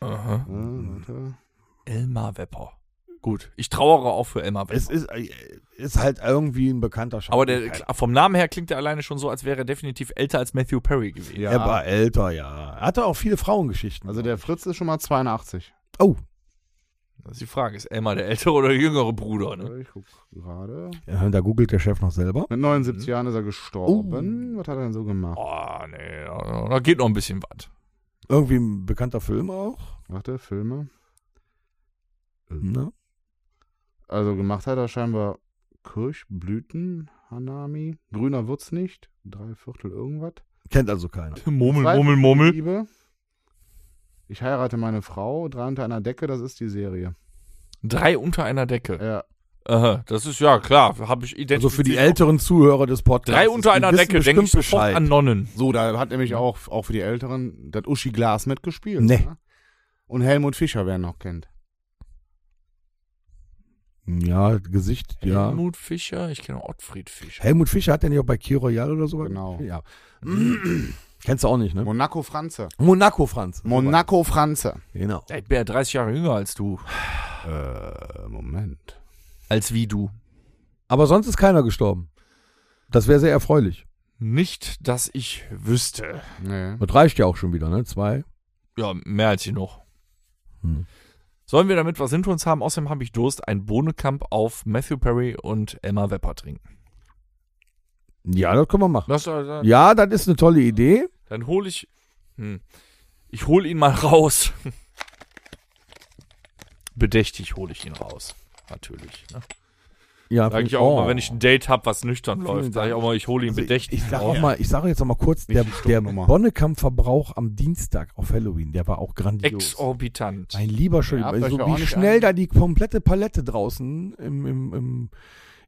[SPEAKER 3] Aha.
[SPEAKER 4] Ja, warte.
[SPEAKER 3] Elmar Wepper. Gut, ich trauere auch für Elmar Wepper.
[SPEAKER 2] Es ist, äh, ist halt irgendwie ein bekannter Schauspieler.
[SPEAKER 3] aber der, vom Namen her klingt er alleine schon so, als wäre er definitiv älter als Matthew Perry gewesen.
[SPEAKER 2] Er war älter, ja. Er hatte auch viele Frauengeschichten.
[SPEAKER 4] Also der Fritz ist schon mal 82.
[SPEAKER 2] oh,
[SPEAKER 3] Das ist Also die Frage, ist Elmar der ältere oder der jüngere Bruder? Ne?
[SPEAKER 4] Ich guck gerade.
[SPEAKER 2] ja, da googelt der Chef noch selber.
[SPEAKER 4] Mit
[SPEAKER 2] Mhm.
[SPEAKER 4] 79 Jahren ist er gestorben. Was hat er denn so gemacht?
[SPEAKER 3] Oh, nee, da da geht noch ein bisschen was.
[SPEAKER 2] Irgendwie ein bekannter Film auch.
[SPEAKER 4] Warte, Filme.
[SPEAKER 2] Ne?
[SPEAKER 4] Also gemacht hat er scheinbar Kirschblüten, Hanami. Grüner wird's nicht. Drei Viertel irgendwas.
[SPEAKER 2] Kennt also keiner.
[SPEAKER 3] Murmel,
[SPEAKER 4] Zwei
[SPEAKER 3] murmel, murmel.
[SPEAKER 4] Liebe. Ich heirate meine Frau. Drei unter einer Decke, das ist die Serie.
[SPEAKER 3] Drei unter einer Decke.
[SPEAKER 4] Ja.
[SPEAKER 3] Aha, das ist ja klar, habe ich identifiziert.
[SPEAKER 2] Also für die älteren Zuhörer des Podcasts.
[SPEAKER 3] Drei unter
[SPEAKER 2] die
[SPEAKER 3] einer
[SPEAKER 2] wissen
[SPEAKER 3] Decke, denke ich
[SPEAKER 2] bestimmt
[SPEAKER 3] sofort an Nonnen.
[SPEAKER 4] So, da hat nämlich auch, auch für die Älteren, das Uschi Glas mitgespielt.
[SPEAKER 2] Nee.
[SPEAKER 4] Ne? Und Helmut Fischer, wer ihn noch kennt.
[SPEAKER 2] Ja, Gesicht, ja.
[SPEAKER 3] Helmut Fischer, ich kenne Ottfried Fischer.
[SPEAKER 2] Helmut Fischer hat der nicht auch bei Key Royal oder so? was
[SPEAKER 4] Genau.
[SPEAKER 2] gespielt? Ja. Kennst du auch nicht, ne?
[SPEAKER 4] Monaco Franze.
[SPEAKER 2] Monaco, Franz.
[SPEAKER 4] Monaco Franze.
[SPEAKER 2] Genau.
[SPEAKER 3] Ja, ich bin ja 30 Jahre jünger als du.
[SPEAKER 4] Äh, Moment.
[SPEAKER 3] Als wie du.
[SPEAKER 2] Aber sonst ist keiner gestorben. Das wäre sehr erfreulich.
[SPEAKER 3] Nicht, dass ich wüsste.
[SPEAKER 4] Nee.
[SPEAKER 2] Das reicht ja auch schon wieder, ne? Zwei.
[SPEAKER 3] Ja, mehr als genug.
[SPEAKER 2] Hm.
[SPEAKER 3] Sollen wir damit was hinter uns haben? Außerdem habe ich Durst, ein Bohnenkamp auf Matthew Perry und Elmar Wepper trinken.
[SPEAKER 2] Ja, das können wir machen.
[SPEAKER 3] Das, äh,
[SPEAKER 2] Ja, das ist eine tolle Idee.
[SPEAKER 3] Dann hole ich. Hm, ich hole ihn mal raus. Bedächtig hole ich ihn raus. Natürlich. Ne?
[SPEAKER 2] Ja,
[SPEAKER 3] Sag ich auch mal, wenn ich ein Date habe, was nüchtern läuft, sage ich auch mal, ich hole ihn
[SPEAKER 2] oh. Hm, Also ich-
[SPEAKER 3] bedächtig
[SPEAKER 2] Ich sage
[SPEAKER 3] raus.
[SPEAKER 2] auch mal, ich sage jetzt noch mal kurz, der,
[SPEAKER 4] Nicht die
[SPEAKER 2] der
[SPEAKER 4] Stundennummer.
[SPEAKER 2] Bonnekamp-Verbrauch am Dienstag auf Halloween, der war auch grandios.
[SPEAKER 3] oh. Exorbitant.
[SPEAKER 2] Mein lieber Schön,
[SPEAKER 4] Ja, habt
[SPEAKER 2] also
[SPEAKER 4] euch ja auch
[SPEAKER 2] wie
[SPEAKER 4] nicht
[SPEAKER 2] schnell
[SPEAKER 4] ein-
[SPEAKER 2] da die komplette Palette draußen im, im, im,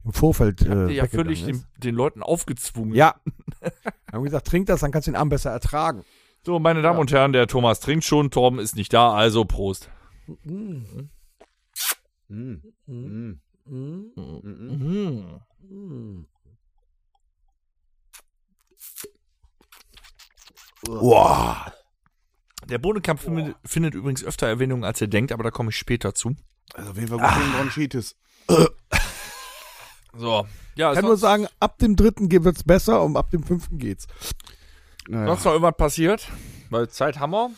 [SPEAKER 2] im Vorfeld äh,
[SPEAKER 3] Habt ihr ja
[SPEAKER 2] weggegangen
[SPEAKER 3] völlig den,
[SPEAKER 2] ist.
[SPEAKER 3] den Leuten aufgezwungen.
[SPEAKER 2] Ja. Haben gesagt, trink das, dann kannst du den Abend besser ertragen.
[SPEAKER 3] So, meine Damen und Herren, der Thomas trinkt schon, Torben ist nicht da, also Prost.
[SPEAKER 4] Mhm. Mhm. Mhm.
[SPEAKER 3] Mhm.
[SPEAKER 2] Wow.
[SPEAKER 3] Der Bohnenkampf findet, findet übrigens öfter Erwähnung, als ihr denkt, aber da komme ich später zu.
[SPEAKER 4] Also auf jeden Fall gut gegen Bronchitis.
[SPEAKER 3] So. Ja,
[SPEAKER 2] Ich
[SPEAKER 3] ist
[SPEAKER 2] kann nur
[SPEAKER 3] sonst,
[SPEAKER 2] sagen, ab dem dritten wird's besser und ab dem fünften geht's.
[SPEAKER 4] Naja.
[SPEAKER 3] sonst noch irgendwas passiert? Weil Zeit haben wir.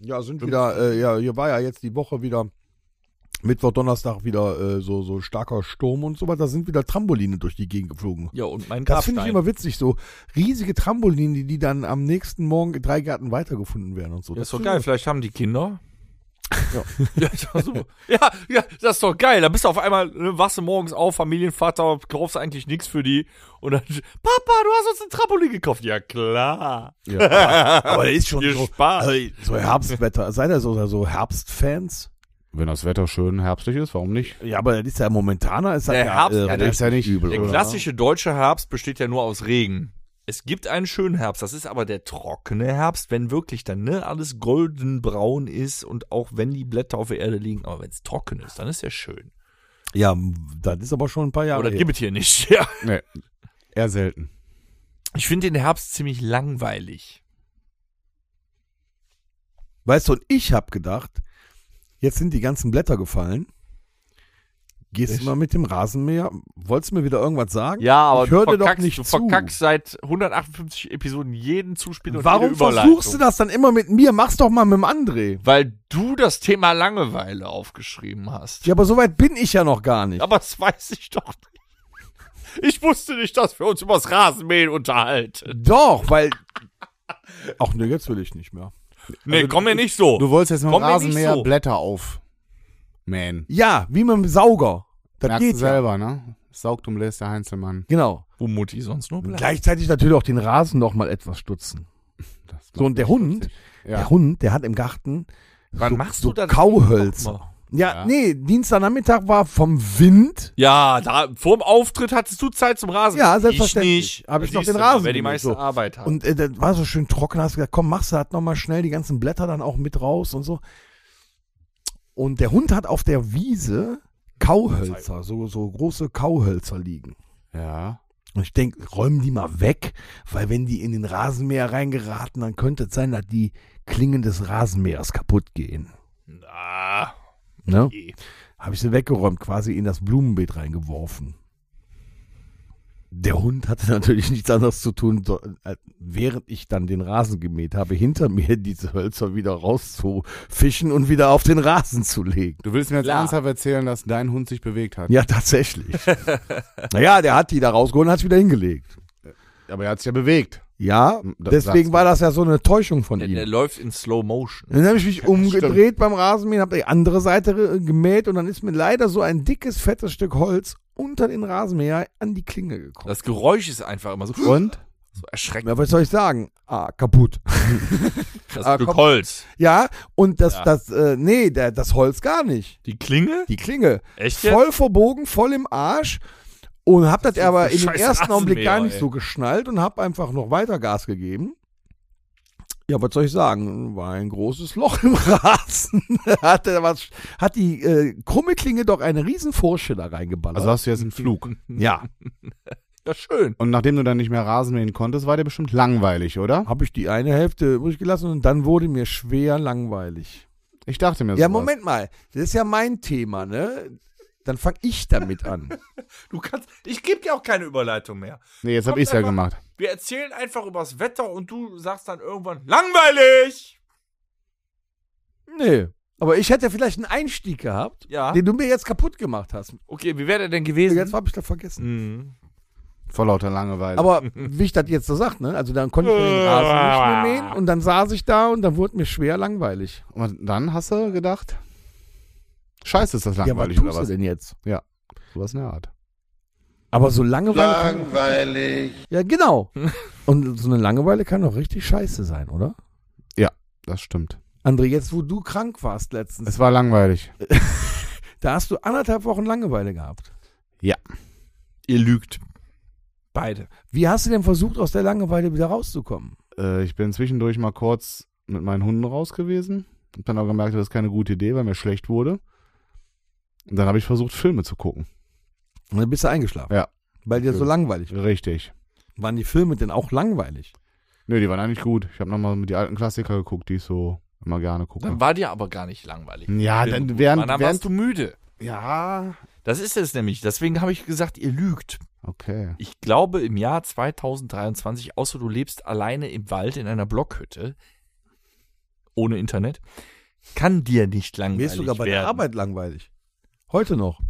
[SPEAKER 2] Ja, sind wieder, äh, ja, hier war ja jetzt die Woche wieder Mittwoch, Donnerstag wieder äh, so, so starker Sturm und so weiter. Da sind wieder Trampoline durch die Gegend geflogen.
[SPEAKER 3] Ja, und mein
[SPEAKER 2] Das finde ich
[SPEAKER 3] Grabstein.
[SPEAKER 2] immer witzig, so riesige Trampoline, die- die dann am nächsten Morgen drei Gärten weitergefunden werden und so.
[SPEAKER 3] Ja, ist doch
[SPEAKER 2] finde
[SPEAKER 3] geil, vielleicht haben die Kinder. Ja. ja, ist doch super. ja, ja, das ist doch geil. Da bist du auf einmal, ne, wachst du morgens auf, Familienvater, kaufst eigentlich nichts für die. Und dann, Papa, du hast uns ein Trampolin gekauft. Ja, klar.
[SPEAKER 2] ich- aber das ist schon
[SPEAKER 3] Viel
[SPEAKER 2] so,
[SPEAKER 3] Spaß.
[SPEAKER 2] also, so Herbstwetter. Seid ihr so, so Herbstfans?
[SPEAKER 4] Wenn das Wetter schön herbstlich ist, warum nicht?
[SPEAKER 2] Ja, aber das ist ja momentaner, ist das
[SPEAKER 3] Der
[SPEAKER 2] ja,
[SPEAKER 3] Herbst-
[SPEAKER 2] äh,
[SPEAKER 3] ja,
[SPEAKER 4] der ist ja nicht
[SPEAKER 2] übel.
[SPEAKER 4] der
[SPEAKER 3] Der
[SPEAKER 2] oder?
[SPEAKER 3] klassische deutsche Herbst besteht ja nur aus Regen. Es gibt einen schönen Herbst, das ist aber der trockene Herbst, wenn wirklich dann ne, alles goldenbraun ist und auch wenn die Blätter auf der Erde liegen, aber wenn es trocken ist, dann ist er schön.
[SPEAKER 2] Ja, m- das ist aber schon ein paar Jahre.
[SPEAKER 3] Oder
[SPEAKER 2] her.
[SPEAKER 3] gibt es hier nicht. Ja.
[SPEAKER 4] Nee, eher selten.
[SPEAKER 3] Ich finde den Herbst ziemlich langweilig.
[SPEAKER 2] Weißt du, und ich habe gedacht, jetzt sind die ganzen Blätter gefallen. Gehst du mal mit dem Rasenmäher? Wolltest du mir wieder irgendwas sagen?
[SPEAKER 3] Ja, aber
[SPEAKER 2] Ich hör dir doch
[SPEAKER 3] verkackst,
[SPEAKER 2] nicht
[SPEAKER 3] du
[SPEAKER 2] zu.
[SPEAKER 3] verkackst seit 158 Episoden jeden Zuspiel und
[SPEAKER 2] Warum
[SPEAKER 3] jede Überleitung.
[SPEAKER 2] versuchst du das dann immer mit mir? Mach's doch mal mit dem André.
[SPEAKER 3] Weil du das Thema Langeweile aufgeschrieben hast.
[SPEAKER 2] Ja, aber so weit bin ich ja noch gar nicht.
[SPEAKER 3] Aber das weiß ich doch nicht. Ich wusste nicht, dass wir uns über das Rasenmähen unterhalten.
[SPEAKER 2] Doch, weil. Ach nee, jetzt will ich nicht mehr.
[SPEAKER 3] Nee, komm mir nicht so.
[SPEAKER 4] Du wolltest jetzt mit dem
[SPEAKER 3] Komm mir nicht
[SPEAKER 4] Rasenmäher
[SPEAKER 3] so.
[SPEAKER 4] Blätter auf. Man.
[SPEAKER 2] Ja, wie mit dem Sauger. Das
[SPEAKER 4] Merkst
[SPEAKER 2] geht
[SPEAKER 4] du
[SPEAKER 2] ja.
[SPEAKER 4] selber, ne? Saugt um lässt der Heinzelmann.
[SPEAKER 2] Genau.
[SPEAKER 3] Wo Mutti sonst nur bleibt.
[SPEAKER 2] Gleichzeitig natürlich auch den Rasen noch mal etwas stutzen.
[SPEAKER 4] Das
[SPEAKER 2] So, und der Hund,
[SPEAKER 4] Ja.
[SPEAKER 2] der Hund, der hat im Garten
[SPEAKER 3] Wann
[SPEAKER 2] so,
[SPEAKER 3] machst
[SPEAKER 2] so
[SPEAKER 3] du das?
[SPEAKER 2] Kauhölzer.
[SPEAKER 3] Mal.
[SPEAKER 2] Ja,
[SPEAKER 4] Ja.
[SPEAKER 2] nee, Dienstagnachmittag war vom Wind.
[SPEAKER 3] Ja, da, vor dem Auftritt hattest du Zeit zum Rasen.
[SPEAKER 2] Ja, selbstverständlich.
[SPEAKER 3] Ich nicht.
[SPEAKER 2] Hab ich
[SPEAKER 3] Da
[SPEAKER 2] noch den
[SPEAKER 3] siehst du mal,
[SPEAKER 2] Rasen
[SPEAKER 3] Wer die
[SPEAKER 2] gemäht,
[SPEAKER 3] meiste
[SPEAKER 2] so.
[SPEAKER 3] Arbeit hat.
[SPEAKER 2] Und äh, das war so schön trocken, hast gesagt, komm, machst du halt nochmal schnell die ganzen Blätter dann auch mit raus und so. Und der Hund hat auf der Wiese Kauhölzer, so, so große Kauhölzer liegen.
[SPEAKER 4] Ja.
[SPEAKER 2] Und ich denke, räumen die mal weg, weil wenn die in den Rasenmäher reingeraten, dann könnte es sein, dass die Klingen des Rasenmähers kaputt gehen.
[SPEAKER 3] ah,
[SPEAKER 2] Ne?
[SPEAKER 3] okay.
[SPEAKER 2] Habe ich sie weggeräumt, quasi in das Blumenbeet reingeworfen. Der Hund hatte natürlich nichts anderes zu tun, so- als während ich dann den Rasen gemäht habe, hinter mir diese Hölzer wieder rauszufischen und wieder auf den Rasen zu legen.
[SPEAKER 4] Du willst mir jetzt
[SPEAKER 3] Klar.
[SPEAKER 4] ernsthaft erzählen, dass dein Hund sich bewegt hat.
[SPEAKER 2] Ja, tatsächlich. naja, der hat die da rausgeholt und hat sie wieder hingelegt.
[SPEAKER 4] Aber er hat sich ja bewegt.
[SPEAKER 2] Ja,
[SPEAKER 3] Hm,
[SPEAKER 4] Das
[SPEAKER 2] deswegen
[SPEAKER 4] sagst
[SPEAKER 2] war das ja so eine Täuschung von
[SPEAKER 3] Der,
[SPEAKER 2] ihm.
[SPEAKER 3] der läuft in Slow Motion.
[SPEAKER 2] Dann habe ich mich umgedreht beim Rasenmähen, habe die andere Seite äh, gemäht und dann ist mir leider so ein dickes, fettes Stück Holz unter den Rasenmäher an die Klinge gekommen.
[SPEAKER 3] Das Geräusch ist einfach immer so,
[SPEAKER 4] Und?
[SPEAKER 3] so erschreckend.
[SPEAKER 2] ja, was soll ich sagen? Ah, kaputt.
[SPEAKER 3] Das
[SPEAKER 2] Ah,
[SPEAKER 3] Stück
[SPEAKER 2] komm.
[SPEAKER 3] Holz.
[SPEAKER 2] Ja, und das,
[SPEAKER 3] Ja.
[SPEAKER 2] das, äh, nee, der, das Holz gar nicht.
[SPEAKER 3] Die Klinge?
[SPEAKER 2] Die Klinge.
[SPEAKER 3] Echt jetzt?
[SPEAKER 2] Voll verbogen, voll im Arsch. Und hab das,
[SPEAKER 3] ist
[SPEAKER 2] aber
[SPEAKER 3] ein
[SPEAKER 2] in dem
[SPEAKER 3] scheiß
[SPEAKER 2] ersten Augenblick gar
[SPEAKER 3] Rasenmäher,
[SPEAKER 2] nicht
[SPEAKER 3] ey.
[SPEAKER 2] so geschnallt und hab einfach noch weiter Gas gegeben. Ja, was soll ich sagen? War ein großes Loch im Rasen. Hatte da was, hat die äh, krumme Klinge doch eine riesen Furche da reingeballert.
[SPEAKER 4] Also hast du jetzt einen Flug.
[SPEAKER 2] ja,
[SPEAKER 3] Ja, schön.
[SPEAKER 4] Und nachdem du dann nicht mehr Rasenmähen konntest, war dir bestimmt langweilig, oder?
[SPEAKER 2] habe ich die eine Hälfte übrig gelassen und dann wurde mir schwer langweilig.
[SPEAKER 4] Ich dachte
[SPEAKER 3] Also
[SPEAKER 4] mir so.
[SPEAKER 2] Ja, Moment mal. Das ist ja mein Thema, ne? Dann fange ich damit an.
[SPEAKER 3] Du kannst, ich gebe dir auch keine Überleitung mehr.
[SPEAKER 4] Nee, jetzt hab
[SPEAKER 3] Kommt
[SPEAKER 4] ich's ja
[SPEAKER 3] einfach-
[SPEAKER 4] gemacht.
[SPEAKER 3] Wir erzählen einfach über das Wetter und du sagst dann irgendwann, langweilig!
[SPEAKER 2] Nee. Aber ich hätte vielleicht einen Einstieg gehabt,
[SPEAKER 3] Ja.
[SPEAKER 2] den du mir jetzt kaputt gemacht hast.
[SPEAKER 3] Okay, wie wäre der denn gewesen?
[SPEAKER 2] Jetzt habe ich das vergessen.
[SPEAKER 3] Mhm.
[SPEAKER 4] Vor lauter Langeweile.
[SPEAKER 2] Aber wie ich das jetzt so sag, ne? Also dann konnte ich mir den Rasen nicht mehr mähen und dann saß ich da und dann wurde mir schwer langweilig.
[SPEAKER 4] Und dann hast du gedacht, scheiße ist das
[SPEAKER 2] Ja, was
[SPEAKER 4] langweilig
[SPEAKER 2] tust
[SPEAKER 4] oder
[SPEAKER 2] du
[SPEAKER 4] was?
[SPEAKER 2] denn jetzt?
[SPEAKER 4] Sowas in der Art.
[SPEAKER 2] Aber so Langeweile. Kann,
[SPEAKER 1] Langweilig.
[SPEAKER 2] ja, genau. Und so eine Langeweile kann doch richtig scheiße sein, oder?
[SPEAKER 4] Das stimmt.
[SPEAKER 2] André, jetzt wo du krank warst letztens,
[SPEAKER 4] Es war langweilig.
[SPEAKER 2] da hast du anderthalb Wochen Langeweile gehabt.
[SPEAKER 3] Ihr lügt. Beide.
[SPEAKER 2] Wie hast du denn versucht, aus der Langeweile wieder rauszukommen?
[SPEAKER 4] Äh, ich bin zwischendurch mal kurz mit meinen Hunden raus gewesen. Hab dann auch gemerkt, das ist keine gute Idee, weil mir schlecht wurde. Und dann habe ich versucht, Filme zu gucken.
[SPEAKER 2] Und dann bist du eingeschlafen.
[SPEAKER 4] Ja.
[SPEAKER 2] Weil dir so
[SPEAKER 4] Schön.
[SPEAKER 2] langweilig war.
[SPEAKER 4] Richtig.
[SPEAKER 2] Waren die Filme denn auch langweilig?
[SPEAKER 4] Nö, die waren eigentlich gut. Ich habe nochmal die alten Klassiker geguckt, die ich so immer gerne gucke.
[SPEAKER 3] Dann war dir aber gar nicht langweilig.
[SPEAKER 4] Ja, dann während,
[SPEAKER 3] Mann, dann warst
[SPEAKER 4] während
[SPEAKER 3] du müde.
[SPEAKER 4] Ja.
[SPEAKER 3] Das ist es nämlich. Deswegen habe ich gesagt, ihr lügt.
[SPEAKER 4] Okay.
[SPEAKER 3] Ich glaube, im Jahr 2023, außer du lebst alleine im Wald in einer Blockhütte, ohne Internet, kann dir nicht langweilig
[SPEAKER 2] Mir ist sogar bei
[SPEAKER 3] werden.
[SPEAKER 2] der Arbeit langweilig. Heute noch.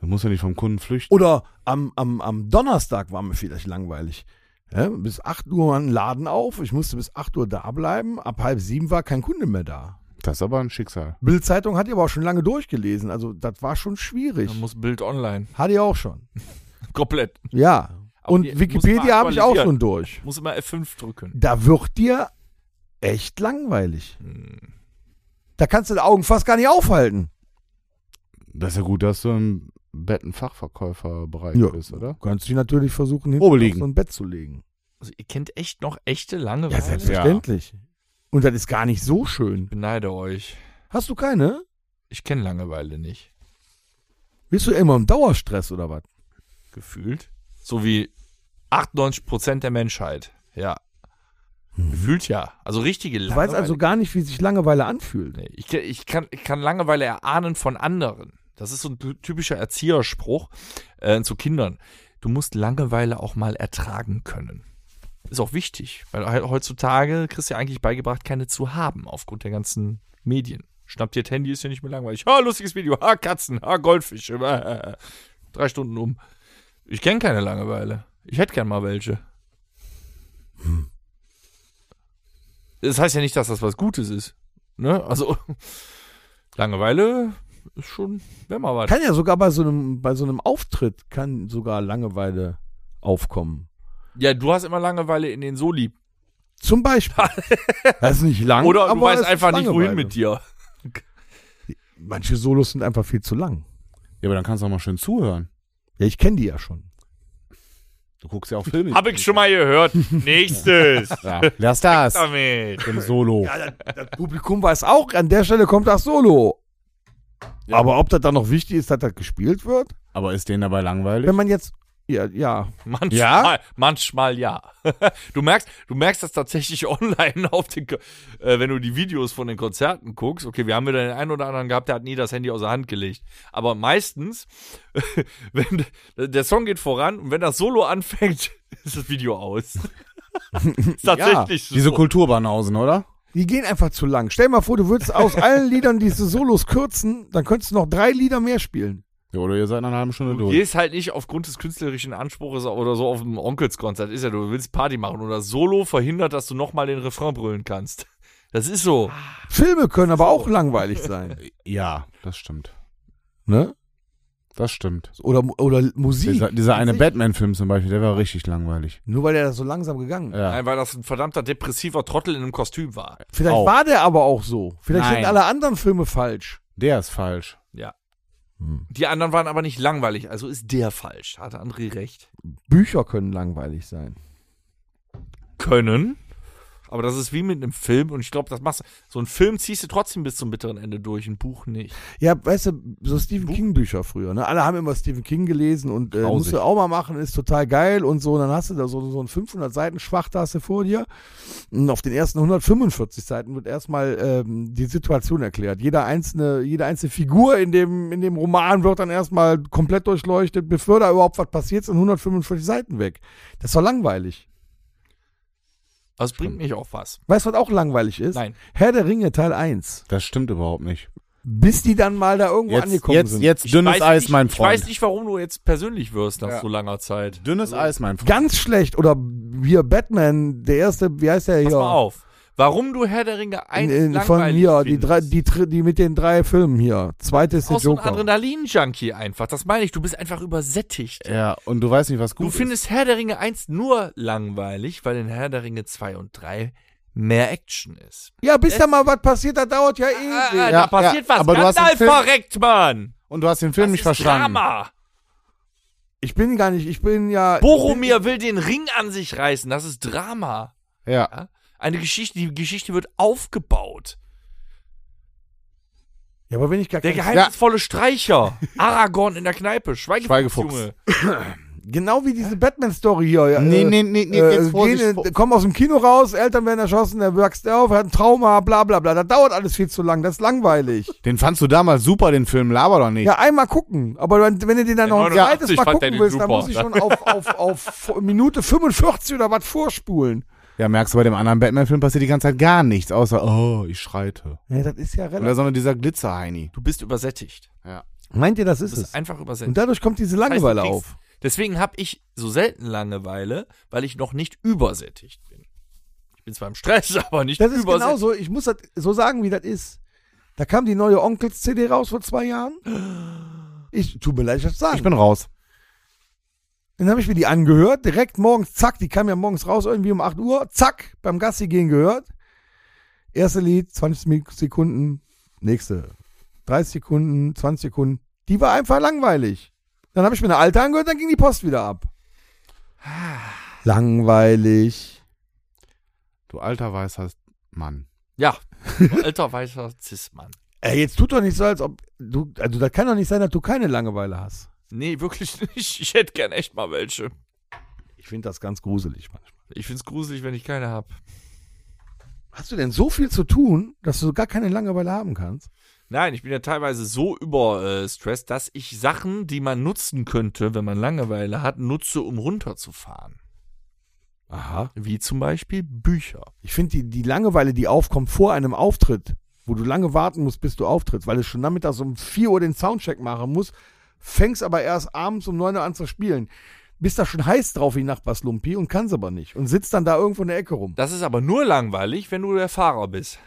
[SPEAKER 4] Du musst ja nicht vom Kunden flüchten.
[SPEAKER 2] Oder am, am, am Donnerstag war mir vielleicht langweilig. Ja, bis 8 Uhr war ein Laden auf. Ich musste bis 8 Uhr da bleiben. Ab halb sieben war kein Kunde mehr da.
[SPEAKER 4] Das ist aber ein Schicksal.
[SPEAKER 2] Bild-Zeitung hatte ich aber auch schon lange durchgelesen. Also, das war schon schwierig.
[SPEAKER 3] Dann muss Bild online.
[SPEAKER 2] Hatte ich auch schon.
[SPEAKER 3] Komplett.
[SPEAKER 2] Ja.
[SPEAKER 3] Aber
[SPEAKER 2] Und
[SPEAKER 3] die- muss man
[SPEAKER 2] Wikipedia habe ich auch
[SPEAKER 3] aktualisieren.
[SPEAKER 2] schon durch.
[SPEAKER 3] Muss immer F5 drücken.
[SPEAKER 2] Da wird dir echt langweilig.
[SPEAKER 3] Hm.
[SPEAKER 2] Da kannst du die Augen fast gar nicht aufhalten.
[SPEAKER 4] Das ist ja gut, dass du im Bett ein Fachverkäuferbereich
[SPEAKER 2] Ja.
[SPEAKER 4] bist, oder?
[SPEAKER 2] Kannst dich natürlich versuchen, hinten
[SPEAKER 4] Probe
[SPEAKER 2] auf
[SPEAKER 4] liegen.
[SPEAKER 2] so ein Bett zu legen.
[SPEAKER 3] Also ihr kennt echt noch echte Langeweile.
[SPEAKER 2] Ja, selbstverständlich. Und das ist gar nicht so schön.
[SPEAKER 3] Ich beneide euch.
[SPEAKER 2] Hast du keine?
[SPEAKER 3] Ich kenne Langeweile nicht.
[SPEAKER 2] Bist du immer im Dauerstress oder was?
[SPEAKER 3] Gefühlt. So wie 98% der Menschheit. Ja. Gefühlt ja. Also richtige
[SPEAKER 2] Hm. Du
[SPEAKER 3] Langeweile.
[SPEAKER 2] weißt also gar nicht, wie sich Langeweile anfühlt.
[SPEAKER 3] Nee, ich, ke- ich, kann, ich kann Langeweile erahnen von anderen. Das ist so ein ty- typischer Erzieherspruch äh, zu Kindern. Du musst Langeweile auch mal ertragen können. Ist auch wichtig, weil he- heutzutage kriegst du ja eigentlich beigebracht, keine zu haben, aufgrund der ganzen Medien. Schnapp dir das Handy, ist ja nicht mehr langweilig. Ha, lustiges Video, ha, Katzen, ha, Goldfische. Bäh. Drei Stunden um. Ich kenne keine Langeweile. Ich hätte gern mal welche. Das heißt ja nicht, dass das was Gutes ist. Ne? Also, Langeweile ist schon, wenn mal was.
[SPEAKER 2] Kann ja sogar bei so einem, bei so einem Auftritt kann sogar Langeweile aufkommen.
[SPEAKER 3] Ja, du hast immer Langeweile in den Soli.
[SPEAKER 2] Zum Beispiel. Das ist nicht lang.
[SPEAKER 3] Oder du
[SPEAKER 2] aber
[SPEAKER 3] weißt
[SPEAKER 2] es ist
[SPEAKER 3] einfach nicht, wohin
[SPEAKER 2] Langeweile.
[SPEAKER 3] mit dir.
[SPEAKER 2] Manche Solos sind einfach viel zu lang.
[SPEAKER 4] Ja, aber dann kannst du auch mal schön zuhören.
[SPEAKER 2] Ja, ich kenne die ja schon.
[SPEAKER 4] Du guckst ja auch Filme.
[SPEAKER 3] Hab ich schon mal gehört. Nächstes.
[SPEAKER 4] Ja, lass das.
[SPEAKER 3] Damit.
[SPEAKER 4] Im Solo.
[SPEAKER 2] Ja, das, das Publikum weiß auch, an der Stelle kommt das Solo. Aber ob das dann noch wichtig ist, dass das gespielt wird?
[SPEAKER 4] Aber ist denen dabei langweilig?
[SPEAKER 2] Wenn man jetzt. Ja, ja.
[SPEAKER 3] Manchmal,
[SPEAKER 4] Ja?
[SPEAKER 3] manchmal ja. Du merkst, du merkst das tatsächlich online auf den, Ko- äh, wenn du die Videos von den Konzerten guckst. Okay, wir haben wieder den einen oder anderen gehabt, der hat nie das Handy aus der Hand gelegt. Aber meistens, wenn d- der Song geht voran und wenn das Solo anfängt, ist das Video aus. ist tatsächlich
[SPEAKER 4] Diese Kulturbanausen, oder?
[SPEAKER 2] Die gehen einfach zu lang. Stell dir mal vor, du würdest aus allen Liedern diese Solos kürzen, dann könntest du noch drei Lieder mehr spielen.
[SPEAKER 4] Ja, oder ihr seid nach einer halben Stunde
[SPEAKER 3] Du
[SPEAKER 4] durch.
[SPEAKER 3] gehst halt nicht aufgrund des künstlerischen Anspruchs oder so auf ein Onkelskonzert. Ist ja, du willst Party machen oder Solo verhindert, dass du nochmal den Refrain brüllen kannst. Das ist so.
[SPEAKER 2] Filme können aber auch langweilig sein.
[SPEAKER 4] Ja, das stimmt.
[SPEAKER 2] Ne?
[SPEAKER 4] Das stimmt.
[SPEAKER 2] Oder, oder Musik.
[SPEAKER 4] Dieser, dieser eine
[SPEAKER 2] Sich-
[SPEAKER 4] Batman-Film zum Beispiel, der war richtig langweilig.
[SPEAKER 2] Nur weil der so langsam gegangen ist.
[SPEAKER 4] Ja.
[SPEAKER 3] Nein, weil das ein verdammter depressiver Trottel in einem Kostüm war.
[SPEAKER 2] Vielleicht
[SPEAKER 4] Äh, Auch.
[SPEAKER 2] war der aber auch so. Vielleicht
[SPEAKER 4] Nein.
[SPEAKER 2] sind alle anderen Filme falsch.
[SPEAKER 4] Der ist falsch.
[SPEAKER 2] Hm.
[SPEAKER 3] Die anderen waren aber nicht langweilig, also ist der falsch. Hatte André recht.
[SPEAKER 2] Bücher können langweilig sein.
[SPEAKER 3] Können. Aber das ist wie mit einem Film und ich glaube, das machst du. So einen Film ziehst du trotzdem bis zum bitteren Ende durch, ein Buch nicht.
[SPEAKER 2] Ja, weißt du, so Stephen King Bücher früher, ne? Alle haben immer Stephen King gelesen und äh,
[SPEAKER 4] Grausig.
[SPEAKER 2] musst du auch mal machen, ist total geil und so. Und dann hast du da so, so einen 500 Seiten Schwacht hast du vor dir. Und auf den ersten 145 Seiten wird erstmal ähm, die Situation erklärt. Jeder einzelne, jede einzelne Figur in dem, in dem Roman wird dann erstmal komplett durchleuchtet, bevor da überhaupt was passiert, sind 145 Seiten weg. Das ist doch langweilig.
[SPEAKER 3] Das bringt mich auf was.
[SPEAKER 2] Weißt du, was auch langweilig ist?
[SPEAKER 3] Nein.
[SPEAKER 2] Herr der Ringe, Teil 1.
[SPEAKER 4] Das stimmt überhaupt nicht.
[SPEAKER 2] Bis die dann mal da irgendwo
[SPEAKER 4] Jetzt,
[SPEAKER 2] angekommen
[SPEAKER 4] jetzt,
[SPEAKER 2] sind.
[SPEAKER 4] jetzt dünnes
[SPEAKER 3] Weiß
[SPEAKER 4] Eis,
[SPEAKER 3] nicht,
[SPEAKER 4] mein
[SPEAKER 3] Ich weiß
[SPEAKER 4] Freund.
[SPEAKER 3] nicht, warum du jetzt persönlich wirst nach so langer Zeit.
[SPEAKER 4] Dünnes Eis, mein Freund.
[SPEAKER 2] Ganz schlecht. Oder wir Batman, der erste, wie heißt der hier?
[SPEAKER 3] Pass mal auf. Warum du Herr der Ringe
[SPEAKER 2] In,
[SPEAKER 3] ein
[SPEAKER 2] in, von hier, die, drei, die, dr- die mit den drei Filmen hier. Zweite ist der
[SPEAKER 3] Aus so ein
[SPEAKER 2] Joker.
[SPEAKER 3] Adrenalin-Junkie einfach. Das meine ich. Du bist einfach übersättigt.
[SPEAKER 4] Ja, und du weißt nicht, was gut
[SPEAKER 3] Du findest Herr der Ringe 1 nur langweilig, weil in Herr der Ringe 2 und 3 mehr Action ist.
[SPEAKER 2] Ja, bis da mal was passiert, das dauert ja ewig.
[SPEAKER 3] Ah,
[SPEAKER 4] ja,
[SPEAKER 3] da passiert
[SPEAKER 4] ja,
[SPEAKER 3] was.
[SPEAKER 4] aber du hast den
[SPEAKER 3] Gandalf
[SPEAKER 4] Film-
[SPEAKER 3] verreckt, Mann.
[SPEAKER 4] ist. Und du hast den Film nicht
[SPEAKER 3] das ist
[SPEAKER 4] verstanden.
[SPEAKER 3] Drama.
[SPEAKER 2] Ich bin gar nicht, ich bin ja.
[SPEAKER 3] Boromir will den Ring an sich reißen. Das ist Drama.
[SPEAKER 4] Ja.
[SPEAKER 3] Eine Geschichte, die Geschichte wird aufgebaut.
[SPEAKER 2] Ja, aber wenn ich gar
[SPEAKER 3] Der
[SPEAKER 2] kein-
[SPEAKER 3] geheimnisvolle Streicher. Aragorn in der Kneipe. Schweigefuchs,
[SPEAKER 4] Schweigefuchs.
[SPEAKER 3] Junge.
[SPEAKER 2] Genau wie diese Batman-Story hier. ja,
[SPEAKER 4] Nee,
[SPEAKER 2] äh,
[SPEAKER 4] nee, nee, nee,
[SPEAKER 2] äh,
[SPEAKER 4] jetzt Vorsicht,
[SPEAKER 2] gehen,
[SPEAKER 4] vor-
[SPEAKER 2] äh, Komm aus dem Kino raus, Eltern werden erschossen, der wächst auf, er hat ein Trauma, bla bla bla. Das dauert alles viel zu lang, das ist langweilig.
[SPEAKER 4] Den fandst du damals super, den Film, laber doch nicht.
[SPEAKER 2] Ja, einmal gucken. Aber wenn, wenn du den dann
[SPEAKER 3] Der
[SPEAKER 2] noch ein zweites
[SPEAKER 3] 89
[SPEAKER 2] Mal
[SPEAKER 3] genau fand der
[SPEAKER 2] gucken
[SPEAKER 3] den
[SPEAKER 2] willst, dann
[SPEAKER 3] super.
[SPEAKER 2] muss ich schon auf, auf, auf Minute 45 oder was vorspulen.
[SPEAKER 4] Ja, merkst du, bei dem anderen Batman-Film passiert die ganze Zeit gar nichts, außer, oh, ich schreite.
[SPEAKER 2] Ja, das ist ja
[SPEAKER 4] Oder
[SPEAKER 2] relativ.
[SPEAKER 4] so mit dieser Glitzer-Heini.
[SPEAKER 3] Du bist übersättigt.
[SPEAKER 2] Meint ihr, das ist
[SPEAKER 3] Du bist
[SPEAKER 2] es?
[SPEAKER 3] einfach übersättigt.
[SPEAKER 2] Und dadurch kommt diese
[SPEAKER 3] Das heißt, du
[SPEAKER 2] Langeweile
[SPEAKER 3] kriegst-
[SPEAKER 2] auf.
[SPEAKER 3] Deswegen habe ich so selten Langeweile, weil ich noch nicht übersättigt bin. Ich bin zwar im Stress, aber nicht
[SPEAKER 2] Das ist genau
[SPEAKER 3] übersättigt.
[SPEAKER 2] genauso, ich muss das so sagen, wie das ist. Da kam die neue Onkels-CD raus vor zwei Jahren. Ich tut mir leid, dass ich das sagen.
[SPEAKER 4] Ich bin raus.
[SPEAKER 2] Dann habe ich mir die angehört, direkt morgens, zack, die kam ja morgens raus, irgendwie um 8 Uhr, zack, beim Gassi gehen gehört. Erste Lied, 20 Sekunden, nächste, 30 Sekunden, 20 Sekunden. Die war einfach langweilig. Dann habe ich mir eine alte angehört, dann ging die Post wieder ab. Langweilig.
[SPEAKER 4] Du alter weißer Mann.
[SPEAKER 3] Ja, alter weißer Cis-Mann.
[SPEAKER 2] Ey, jetzt tut doch nicht so, als ob du. Also, das kann doch nicht sein, dass du keine Langeweile hast.
[SPEAKER 3] Nee, wirklich nicht. Ich hätte gern echt mal welche.
[SPEAKER 2] Ich finde das ganz gruselig manchmal.
[SPEAKER 3] Ich find's gruselig, wenn ich keine hab.
[SPEAKER 2] Hast du denn so viel zu tun, dass du gar keine Langeweile haben kannst?
[SPEAKER 3] Nein, ich bin ja teilweise so überstresst, dass ich Sachen, die man nutzen könnte, wenn man Langeweile hat, nutze, um runterzufahren.
[SPEAKER 2] Aha.
[SPEAKER 3] Wie zum Beispiel Bücher.
[SPEAKER 2] Ich finde die, die Langeweile, die aufkommt vor einem Auftritt, wo du lange warten musst, bis du auftrittst, weil du schon nachmittags um 4 Uhr den Soundcheck machen musst, fängst aber erst abends um 9 Uhr an zu spielen. Bist da schon heiß drauf wie Nachbarslumpi und kannst aber nicht und sitzt dann da irgendwo in der Ecke rum.
[SPEAKER 3] Das ist aber nur langweilig, wenn du der Fahrer bist.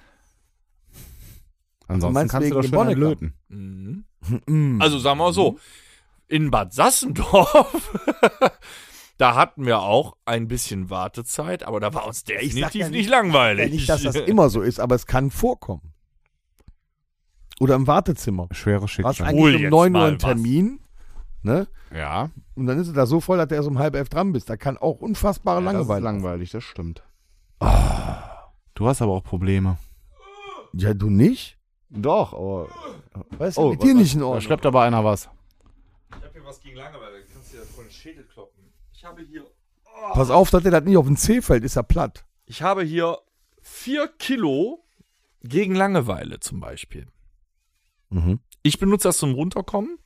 [SPEAKER 4] Ansonsten
[SPEAKER 2] meinst
[SPEAKER 4] kannst du
[SPEAKER 2] wegen
[SPEAKER 4] doch
[SPEAKER 2] dem
[SPEAKER 4] schon
[SPEAKER 2] Bonnecker?
[SPEAKER 4] löten.
[SPEAKER 3] Mhm. Also sagen wir mal so, in Bad Sassendorf, da hatten wir auch ein bisschen Wartezeit, aber da war uns
[SPEAKER 2] ich sag
[SPEAKER 3] definitiv
[SPEAKER 2] ja
[SPEAKER 3] nicht,
[SPEAKER 2] nicht-
[SPEAKER 3] langweilig.
[SPEAKER 2] Nicht, dass das immer so ist, aber es kann vorkommen. Oder im Wartezimmer.
[SPEAKER 4] Schwere
[SPEAKER 2] Du hast
[SPEAKER 4] Schicksal.
[SPEAKER 3] Hol
[SPEAKER 2] eigentlich um
[SPEAKER 3] jetzt
[SPEAKER 2] 9 Uhr
[SPEAKER 3] mal
[SPEAKER 2] einen
[SPEAKER 3] was.
[SPEAKER 2] Termin, ne?
[SPEAKER 4] Ja,
[SPEAKER 2] Und dann ist es da so voll, dass du erst um halb elf dran bist. Da kann auch unfassbare
[SPEAKER 4] ja das ist
[SPEAKER 2] Langeweile.
[SPEAKER 4] langweilig, das stimmt. Oh, Du hast aber auch Probleme.
[SPEAKER 2] ja, du nicht?
[SPEAKER 4] Doch, aber.
[SPEAKER 2] Weißt du,
[SPEAKER 4] Oh,
[SPEAKER 2] mit dir nicht in
[SPEAKER 4] Da
[SPEAKER 2] Ordnung.
[SPEAKER 4] schleppt aber einer was.
[SPEAKER 3] Ich habe hier was gegen Langeweile, du kannst dir voll den Schädel kloppen. Ich habe hier,
[SPEAKER 2] Pass auf, dass der das nicht auf den C fällt, ist er platt.
[SPEAKER 3] ich habe hier vier Kilo gegen Langeweile zum Beispiel.
[SPEAKER 2] Mhm.
[SPEAKER 3] Ich benutze das zum Runterkommen,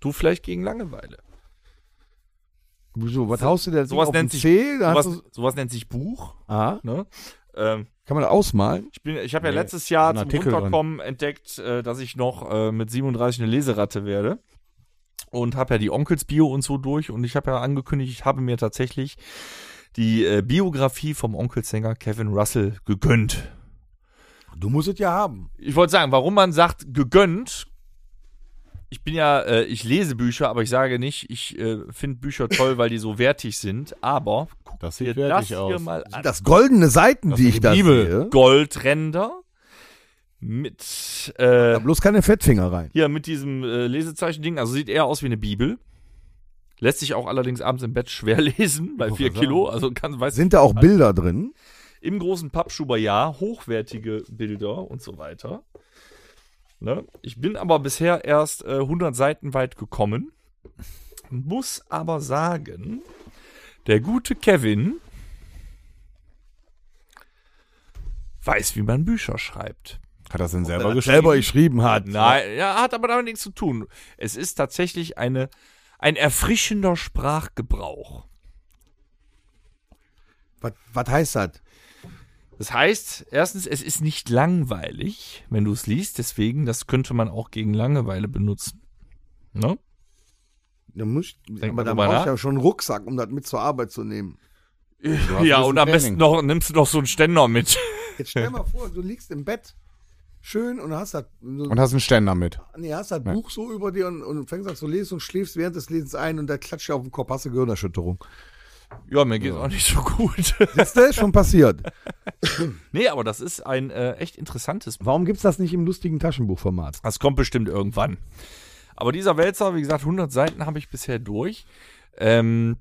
[SPEAKER 3] du vielleicht gegen Langeweile.
[SPEAKER 2] Wieso, was haust du denn
[SPEAKER 3] sowas
[SPEAKER 2] auf
[SPEAKER 3] nennt
[SPEAKER 2] den
[SPEAKER 3] sich-
[SPEAKER 2] C? Da hast
[SPEAKER 3] Sowas,
[SPEAKER 2] du,
[SPEAKER 3] sowas nennt sich Buch.
[SPEAKER 2] ah,
[SPEAKER 3] Ne? Ähm,
[SPEAKER 2] kann man das ausmalen?
[SPEAKER 3] Ich, bin- ich habe ja
[SPEAKER 4] Nee,
[SPEAKER 3] letztes Jahr
[SPEAKER 4] ist ein
[SPEAKER 3] zum
[SPEAKER 4] Artikel
[SPEAKER 3] Runterkommen entdeckt, äh, dass ich noch äh, mit 37 eine Leseratte werde. Und habe ja die Onkels Bio und so durch. Und ich habe ja angekündigt, ich habe mir tatsächlich die äh, Biografie vom Onkelsänger Kevin Russell gegönnt.
[SPEAKER 2] Du musst es ja haben.
[SPEAKER 3] Ich wollte sagen, warum man sagt gegönnt. Ich bin ja, äh, ich lese Bücher, aber ich sage nicht, ich äh, finde Bücher toll, weil die so wertig sind. Aber guck
[SPEAKER 4] Das
[SPEAKER 3] dir
[SPEAKER 4] sieht
[SPEAKER 3] das
[SPEAKER 4] wertig
[SPEAKER 3] hier
[SPEAKER 4] aus.
[SPEAKER 3] mal an.
[SPEAKER 2] Das goldene Seiten, die
[SPEAKER 4] ist
[SPEAKER 2] ich
[SPEAKER 4] die
[SPEAKER 2] da
[SPEAKER 4] Bibel.
[SPEAKER 2] sehe.
[SPEAKER 3] Goldränder mit äh,
[SPEAKER 2] Da bloß keine Fettfinger rein.
[SPEAKER 3] hier mit diesem äh, Lesezeichen-Ding. Also sieht eher aus wie eine Bibel. Lässt sich auch allerdings abends im Bett schwer lesen bei
[SPEAKER 4] wollte
[SPEAKER 3] vier
[SPEAKER 4] gerade
[SPEAKER 3] Kilo. Also kann, weiß
[SPEAKER 2] Sind da auch Bilder drin?
[SPEAKER 3] im großen Pappschuber ja hochwertige Bilder und so weiter. Ne? Ich bin aber bisher erst äh, 100 Seiten weit gekommen. Muss aber sagen, der gute Kevin weiß, wie man Bücher schreibt.
[SPEAKER 4] Hat das denn selber
[SPEAKER 2] Weil er
[SPEAKER 4] geschrieben?
[SPEAKER 2] selber geschrieben hat.
[SPEAKER 3] Ah, Nein, ne? ja, hat aber damit nichts zu tun. Es ist tatsächlich eine, ein erfrischender Sprachgebrauch.
[SPEAKER 2] Was, was heißt das?
[SPEAKER 3] Das heißt, erstens, es ist nicht langweilig, wenn du es liest, deswegen, das könnte man auch gegen Langeweile benutzen. Ne?
[SPEAKER 2] Da muss, aber
[SPEAKER 3] mal
[SPEAKER 2] da
[SPEAKER 3] drüber
[SPEAKER 2] brauchst
[SPEAKER 3] nach.
[SPEAKER 2] du ja schon einen Rucksack, um das mit zur Arbeit zu nehmen.
[SPEAKER 4] Du hast ein
[SPEAKER 3] Ja,
[SPEAKER 4] bisschen
[SPEAKER 3] und am
[SPEAKER 4] Training.
[SPEAKER 3] besten noch, nimmst du noch so einen Ständer mit.
[SPEAKER 2] Jetzt stell mal vor, du liegst im Bett schön und hast das, so,
[SPEAKER 4] Und hast einen Ständer mit.
[SPEAKER 2] nee, hast das Buch so über dir und, und fängst an zu lesen und schläfst während des Lesens ein und da klatscht dir auf den Kopf, hast du Gehirnerschütterung.
[SPEAKER 3] Ja, mir geht's auch nicht so gut.
[SPEAKER 2] Ist das schon passiert?
[SPEAKER 3] nee, aber das ist ein äh, echt interessantes
[SPEAKER 2] Warum gibt's das nicht im lustigen Taschenbuchformat?
[SPEAKER 3] Das kommt bestimmt irgendwann. Aber dieser Wälzer, wie gesagt, 100 Seiten habe ich bisher durch. Ähm,